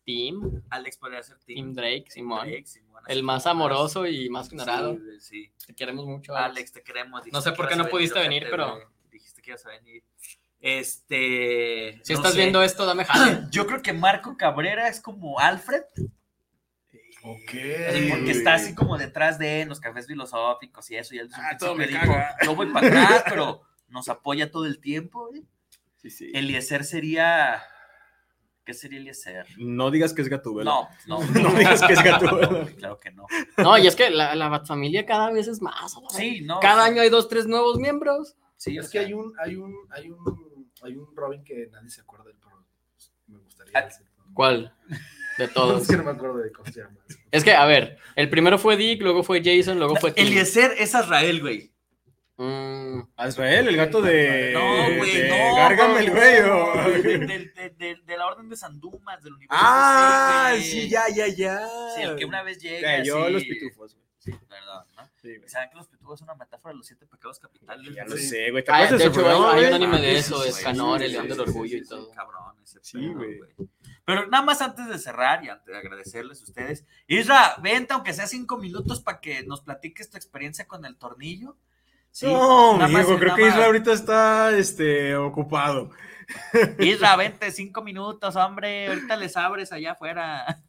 S4: Tim,
S3: sí. Alex podría ser Tim.
S4: Tim Drake, Simón.
S3: Drake, Simón, así
S4: el más
S3: como
S4: amoroso y más
S3: Sí,
S4: generado.
S3: güey, sí.
S4: Te queremos mucho, Alex.
S3: Alex, te queremos.
S4: No sé
S3: dijiste
S4: por
S3: que
S4: qué
S3: ibas
S4: no
S3: a
S4: pudiste venir,
S3: ojete,
S4: pero-
S3: güey. Dijiste que ibas a venir. Este.
S4: Si
S3: no
S4: estás
S3: sé.
S4: viendo esto,
S3: (laughs)
S4: dame jale.
S3: (clears throat) Yo creo que Marco Cabrera es como Alfred.
S2: Ok.
S3: así, porque está así como detrás de los cafés filosóficos y eso. Y él es un
S2: Ah,
S3: pinche
S2: todo me
S3: perico.
S2: caga.
S3: Yo voy para
S4: (laughs)
S3: atrás, pero nos apoya todo el tiempo. güey.
S6: Sí, sí.
S3: Eliezer sería. ¿Qué sería Eliezer?
S6: No digas que es Gatúbela.
S3: No, no,
S6: (laughs) No digas que es Gatúbela.
S3: (laughs) no, claro que no.
S4: No, y es que la, la Batfamilia cada vez es más. a la verga.
S3: Sí, no.
S4: Cada
S3: sí,
S4: año hay dos, tres nuevos miembros.
S3: Sí, o
S2: Es que
S3: sea,
S2: hay un, hay un, hay un, hay un Robin que nadie se acuerda del pero me gustaría
S3: Ah,
S2: decir.
S4: ¿Cuál? De todos.
S2: Es que (laughs) no me acuerdo de cómo se llama.
S4: Es que, a ver, el primero fue Dick, luego fue Jason, luego fue Tim.
S3: Eliezer es Azrael, güey.
S4: Mm,
S6: Ah, Israel, el gato de.
S3: No, güey,
S6: Eh, de
S3: no.
S6: Gargamel,
S3: no,
S6: güey. (laughs)
S3: no,
S6: o-
S3: De, de- de- de- de la orden de Sandumas, del universo.
S6: Ah,
S3: ese, güey.
S6: sí, ya, ya, ya.
S3: Sí, el que una vez llega.
S6: Cayó
S3: sí.
S6: los pitufos, güey.
S3: Sí, perdón, ¿no?
S6: Sí, güey.
S3: ¿Saben que los pitufos es una metáfora de los siete pecados capitales?
S6: Ya lo
S3: Sí.
S6: sé, güey. ¿Te
S4: Ah,
S6: acuerdas
S4: de
S6: de
S4: hecho,
S6: su programa,
S4: hay, hay un
S6: güey?
S4: anime de
S3: Ah,
S4: eso,
S3: sí,
S4: es
S3: sí,
S4: Canor,
S6: sí,
S4: el león
S6: sí,
S4: del
S6: sí,
S4: orgullo
S6: sí,
S4: y todo.
S3: Cabrón, ese
S6: Sí,
S3: pedo,
S6: güey.
S3: Pero nada más antes de cerrar y antes de agradecerles a ustedes, Isra, vente aunque sea cinco minutos para que nos platiques tu experiencia con el tornillo. Sí,
S6: No,
S3: nada más-
S6: amigo, creo
S3: nada
S6: que Israel
S3: más.
S6: ahorita está este, ocupado.
S3: Isra, vente cinco minutos, hombre, ahorita les abres allá afuera.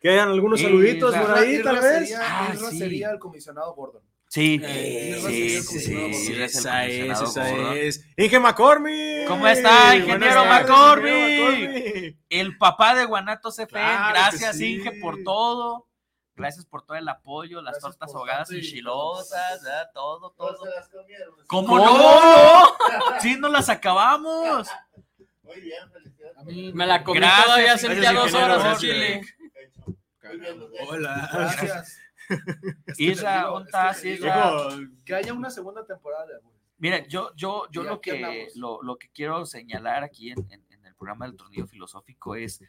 S6: Que hayan algunos
S3: Sí,
S6: saluditos
S3: Israel-
S6: por ahí, tal vez.
S2: Sería,
S3: Ah,
S2: Ezra
S3: sí.
S2: sería el comisionado Gordon.
S3: Sí,
S2: Eh,
S3: sí, sí, sí,
S2: sí,
S3: Isra es el
S6: esa es,
S3: comisionado,
S6: esa
S3: gordo.
S6: es. Inge McCormick.
S3: ¿Cómo está, ingeniero
S6: Buenas tardes,
S3: McCormick?
S6: ingeniero McCormick.
S3: El papá de Guanatos FM,
S6: Claro que
S3: gracias
S6: sí.
S3: Inge por todo. Gracias por todo el apoyo, las
S2: Gracias
S3: tortas
S2: por
S3: ahogadas
S2: tanto y- pues,
S3: enchilosas, ¿verdad? todo, todo.
S2: las comieron.
S3: ¿Cómo no? Sí, no las
S2: (laughs)
S3: acabamos.
S2: Muy bien, felicidades.
S4: Me la comí
S3: Gracias,
S4: todavía
S3: gracias,
S4: sentía dos
S6: ingeniero
S4: horas en
S6: Jorge.
S4: Chile.
S6: Hola.
S2: Gracias.
S3: Isra,
S2: te digo,
S3: ¿dónde
S2: es que te
S3: estás,
S2: digo,
S3: Isra?
S2: Que haya una segunda temporada de Algunos.
S3: Mira, yo, yo, yo
S2: Y
S3: lo
S2: aquí
S3: que
S2: andamos.
S3: lo, lo que quiero señalar aquí en, en- en el programa del tornillo filosófico es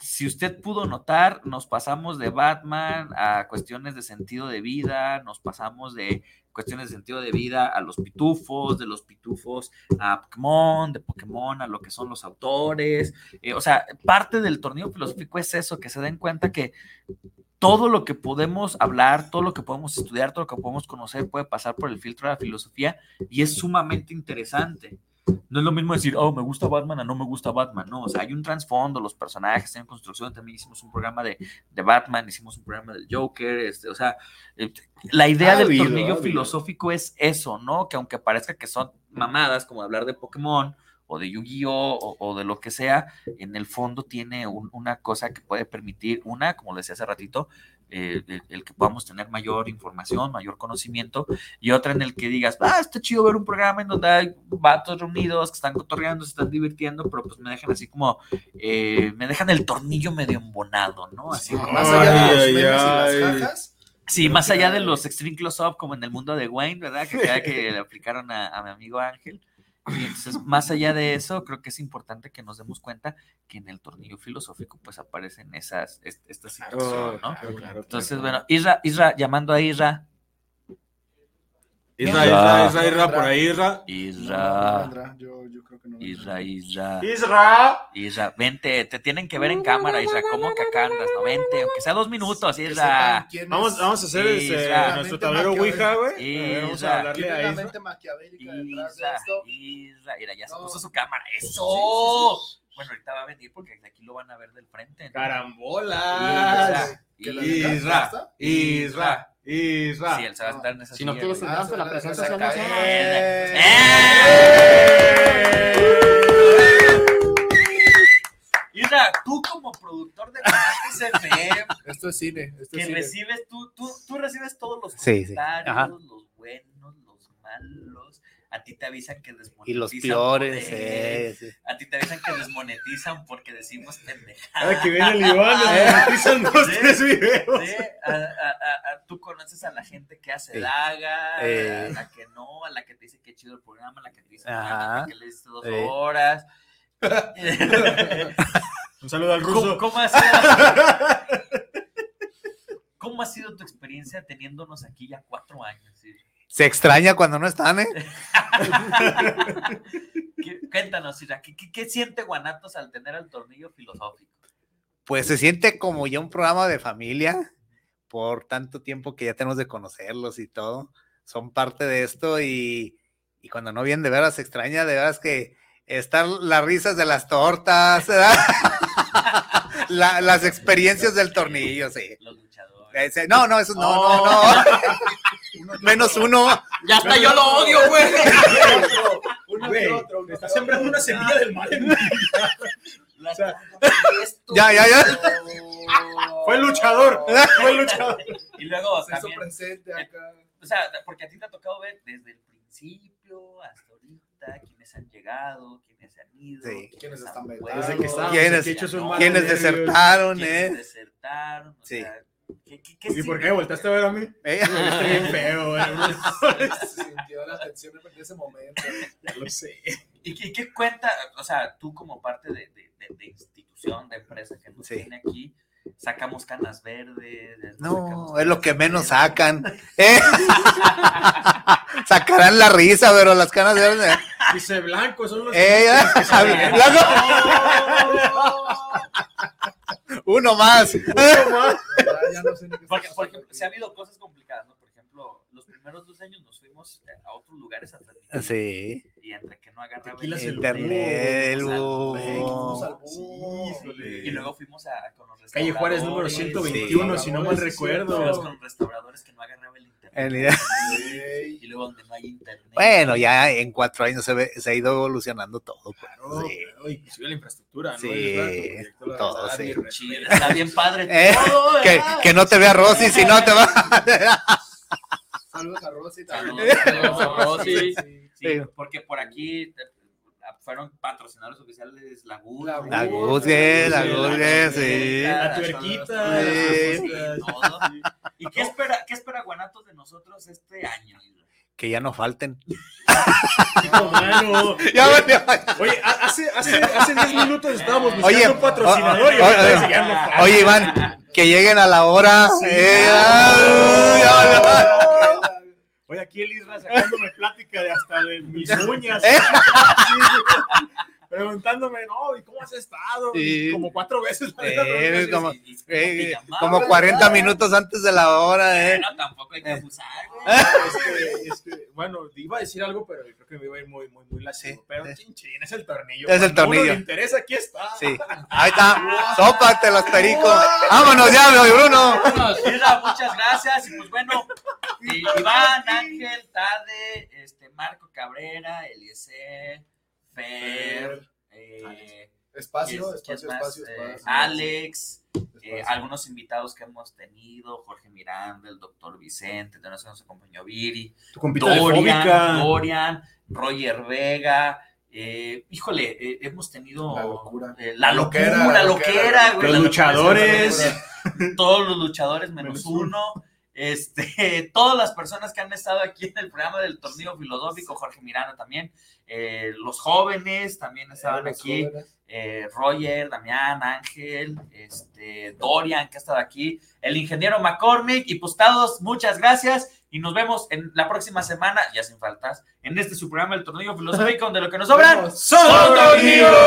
S3: si usted pudo notar, nos pasamos de Batman a cuestiones de sentido de vida, nos pasamos de cuestiones de sentido de vida a los pitufos, de los pitufos a Pokémon, de Pokémon a lo que son los autores. Eh, o sea, parte del torneo filosófico es eso, que se den cuenta que todo lo que podemos hablar, todo lo que podemos estudiar, todo lo que podemos conocer puede pasar por el filtro de la filosofía y es sumamente interesante. No es lo mismo decir, oh, me gusta Batman, a no me gusta Batman. No, o sea, hay un trasfondo, los personajes en construcción. También hicimos un programa de, de Batman, hicimos un programa del Joker. Este, o sea, eh, la idea
S6: Ha
S3: del
S6: habido,
S3: tornillo
S6: ha habido.
S3: filosófico es eso, ¿no? Que aunque parezca que son mamadas, como hablar de Pokémon o de Yu-Gi-Oh o, o de lo que sea, en el fondo tiene un- una cosa que puede permitir, una, como les decía hace ratito, eh, el, el que podamos tener mayor información, mayor conocimiento, y otra en el que digas, ah, está chido ver un programa en donde hay vatos reunidos que están cotorreando, se están divirtiendo, pero pues me dejan así como, eh, me dejan el tornillo medio embonado, ¿no? Así como-
S2: Más allá de los
S6: Ay,
S2: memes y
S6: ay.
S2: las jajas.
S3: Sí, más allá de los Extreme Close Up, como en el mundo de Wayne, ¿verdad? Que, cada que le aplicaron a, a mi amigo Ángel. Y entonces, más allá de eso, creo que es importante que nos demos cuenta que en el tornillo filosófico, pues aparecen esas, est- estas situaciones, ¿no?
S6: oh, Claro, claro,
S3: Entonces,
S6: claro.
S3: bueno, Isra, Isra, llamando a Isra.
S6: Isra, Isra, Isra, Isra, por ahí, Isra.
S2: No,
S3: Isra,
S2: vendrá, yo, yo creo que no. vendrá.
S3: Isra, Isra,
S6: Isra.
S3: Isra, vente, te tienen que ver en cámara, Isra, ¿cómo cacandas? No, vente, aunque sea dos minutos,
S2: Que sepan
S3: Isra.
S2: quién es-
S6: Vamos, vamos a hacer
S3: Isra.
S6: este,
S3: La
S6: nuestro
S2: mente
S6: tablero Ouija, güey.
S3: maquiavélica.
S6: A ver, Vamos
S3: Isra.
S6: a hablarle
S2: ¿Quién
S6: a
S2: es la
S6: Isra.
S2: mente maquiavélica detrás de
S3: Isra,
S2: esto?
S3: Isra, mira, ya se
S2: No.
S3: puso su cámara, eso.
S2: Sí,
S3: Bueno, ahorita va a venir porque de aquí lo van a ver del frente. ¿no?
S6: Carambolas.
S2: Que la
S3: Isra.
S6: Isra, Isra, Isra.
S3: Sí, él se va a estar en esa
S4: Si no
S3: silla,
S4: quieres
S3: güey.
S4: sentarse, la
S2: Ah, se
S4: presencia
S2: la-
S4: se
S2: la- ¡Eh!
S3: ¡Eh!
S6: ¡Eh!
S3: Isra, tú como productor de Guanatos
S7: (laughs)
S3: FM,
S2: Esto es cine. Esto es
S3: que
S2: cine.
S3: recibes, tú, tú, tú recibes todos los
S7: Sí, sí.
S3: comentarios,
S7: Ajá.
S3: los buenos, los malos. A ti ti te avisan que desmonetizan.
S7: Y los
S3: por
S7: peores,
S3: él.
S7: eh, sí.
S3: A ti te avisan que desmonetizan porque decimos
S7: (laughs)
S3: pendejadas.
S6: Cada que viene el (laughs) Iván, desmonetizan dos,
S3: Sí.
S6: tres videos.
S3: Sí, a- a- a- a- tú conoces a la gente que hace
S7: Eh.
S3: daga,
S7: Eh.
S3: a la que no, a la que te dice que chido el programa, a la que te dice
S7: Ajá.
S3: "Ah, que le diste dos
S7: Eh. (laughs)
S3: horas. (laughs)
S6: Un saludo al
S3: ¿Cómo,
S6: ruso.
S3: cómo ha sido- cómo ha sido tu experiencia teniéndonos aquí ya cuatro años? Sí.
S7: Se extraña cuando no están, ¿eh?
S3: ¿Qué- cuéntanos, Isra, ¿qué, qué, qué siente Guanatos al tener al tornillo filosófico?
S7: Pues se siente como ya un programa de familia por tanto tiempo que ya tenemos de conocerlos y todo. Son parte de esto y, y cuando no vienen de veras se extraña, de veras que están las risas de las tortas, ¿verdad? La- las experiencias del tornillo, sí.
S3: Los luchadores.
S7: Ese- No, no, eso no, no, no. Menos
S3: (laughs)
S7: uno.
S4: Ya hasta yo lo odio, güey.
S2: Uno
S6: Güey,
S2: que otro, uno
S6: me está
S2: que
S6: sembrando
S2: otro.
S6: una semilla del mal en mí.
S3: (laughs) Las-
S6: (laughs)
S3: esto-
S7: Ya, ya, ya.
S6: Fue el luchador. Fue el luchador.
S3: Y luego
S2: Se hizo
S3: también,
S2: presente acá.
S3: o sea, porque a ti te ha tocado ver desde el principio hasta ahorita quiénes han llegado, quiénes se han ido,
S7: Sí.
S2: Quiénes
S3: han
S2: están
S3: vuelto,
S2: vetados.
S6: Desde que estábamos
S7: ¿Quiénes-
S6: aquí hechos un
S3: no,
S6: mal de
S7: ¿Quiénes
S6: nervios.
S7: desertaron,
S3: quiénes
S7: eh?
S3: desertaron, o
S7: Sí.
S3: sea, ¿qué- qué- qué
S6: ¿Y por qué
S3: significa?
S6: voltaste a ver a mí?
S7: Eh,
S6: Está bien feo,
S2: (laughs)
S6: güey.
S2: Se sintió la tensión en ese momento.
S6: Lo
S2: (laughs)
S6: sé.
S3: ¿Y qué, qué cuenta? O sea, tú como parte de, de- de- de institución, de empresa que nos
S7: Sí.
S3: tiene aquí, sacamos canas verdes.
S7: No,
S3: sacamos
S7: es lo que
S3: canas
S7: menos
S3: verdes.
S7: sacan. ¿eh? (laughs) Sacarán la risa, pero las canas verdes.
S6: Dice blanco, son los.
S7: Eh, (laughs) Blanco. Uno más.
S2: (laughs) Ya- ya no sé ni qué
S3: Porque,
S2: está
S3: por
S2: pasando
S3: ejemplo, se ha
S2: aquí.
S3: habido cosas complicadas, ¿no? Por ejemplo, los primeros dos años nos fuimos eh, a otros lugares a transmitir.
S7: Sí.
S3: Y entre que no agarraba
S6: Tequila
S3: el
S6: celular.
S3: internet,
S7: Internet,
S3: o sea,
S7: güey.
S2: Fuimos al
S6: Sí,
S2: bus,
S6: híjole.
S3: Y luego fuimos a con los
S6: Calle Juárez número
S3: restauradores,
S6: 121,
S2: sí.
S6: si no mal
S2: Sí, sí,
S3: Fuimos
S6: recuerdo.
S3: con restauradores que no agarraba el internet.
S7: En idea.
S2: güey.
S3: Y luego donde no hay internet.
S7: Bueno, ya en cuatro años se, ve- se ha ido evolucionando todo. pues.
S6: Claro,
S7: Sí.
S6: claro, inclusive la infraestructura, ¿no?
S7: Sí,
S6: Es verdad, tu proyecto, la
S7: todo,
S6: verdad,
S7: sí.
S6: mi respeto.
S3: Chido, Está bien
S7: (laughs)
S3: padre.
S7: Eh,
S3: todo, ¿verdad?
S7: Que, que no te vea Rosy, si no te va.
S2: Saludos a Rosy
S3: Saludos,
S2: también.
S6: (laughs)
S4: saludos a Rosy.
S2: Sí.
S3: Sí,
S7: Sí.
S3: porque por aquí te- fueron patrocinadores oficiales la Gud,
S2: La
S7: La
S3: güey.
S7: Guzgue, la
S6: Sí,
S7: Guzgue, sí.
S6: La
S3: las
S6: tuerquita,
S7: Sí.
S6: las
S3: cosas
S6: cosas.
S3: ¿Y qué espera, qué espera Guanatos de nosotros este año?
S7: Que ya no falten.
S6: No, mano.
S7: Ya valió.
S6: Oye, ha- hace, hace, hace 10 minutos estábamos buscando
S7: Oye,
S6: un patrocinador y
S7: o- o-
S6: ahorita
S7: oye,
S6: dice, ya no falta.
S7: Oye, Iván, que lleguen a la hora. Eh, ay, ya valió.
S6: Oye, aquí el Isra sacándome plática de hasta de mis uñas.
S7: Eh.
S6: Preguntándome, no, ¿y cómo has estado?
S7: Sí.
S6: Y Como cuatro veces. la verdad,
S7: Eh,
S6: no,
S7: como,
S3: Y- y- y-
S7: eh,
S3: llamaba,
S7: como
S3: ¿verdad?
S7: 40 minutos antes de la hora, eh.
S3: Bueno, tampoco hay que abusar, güey.
S6: es que- es que, bueno, iba a decir algo, pero creo que me iba a ir muy, muy, muy
S7: Sí,
S6: lascivo. Pero
S7: sí.
S6: chin, chin, es el tornillo.
S7: Es el
S6: Cuando a uno
S7: tornillo.
S6: le interesa, aquí está.
S7: Sí. Ahí está. Sópate los pericos. Vámonos ya, mi Bruno.
S4: Vámonos.
S3: Isra, muchas gracias. Y pues bueno, eh, Iván, Ángel, Tade, este, Marco Cabrera, Eliezer, Fer, eh,
S2: Espacio,
S3: ¿quién- quién
S2: espacio,
S3: más?
S2: espacio,
S3: Eh,
S2: espacio.
S3: Alex, eh,
S2: Espacio.
S3: algunos invitados que hemos tenido, Jorge Miranda, el doctor Vicente, de nosotros nos acompañó Viri,
S6: Tu compita de
S3: Dorian,
S6: fóbica.
S3: Dorian, Roger Vega. eh, híjole, eh, hemos tenido
S2: La locura.
S3: eh, la
S2: Loquera,
S3: locura, loquera,
S2: la loquera.
S3: güey,
S6: Los
S3: la locura,
S6: luchadores.
S3: la locura. todos los luchadores
S6: Menos
S3: menos uno. Este, (laughs) todas las personas que han estado aquí en el programa del torneo filosófico, Jorge Miranda también, eh, los jóvenes también estaban
S2: Los
S3: aquí
S2: jóvenes.
S3: eh, Roger, Damián, Ángel, este, Dorian, que ha estado aquí, el ingeniero McCormick y Postados, muchas gracias y nos vemos en la próxima semana, ya sin faltas, en este su programa El Tornillo Filosófico, donde lo que nos sobran
S2: Vamos.
S3: son tornillos.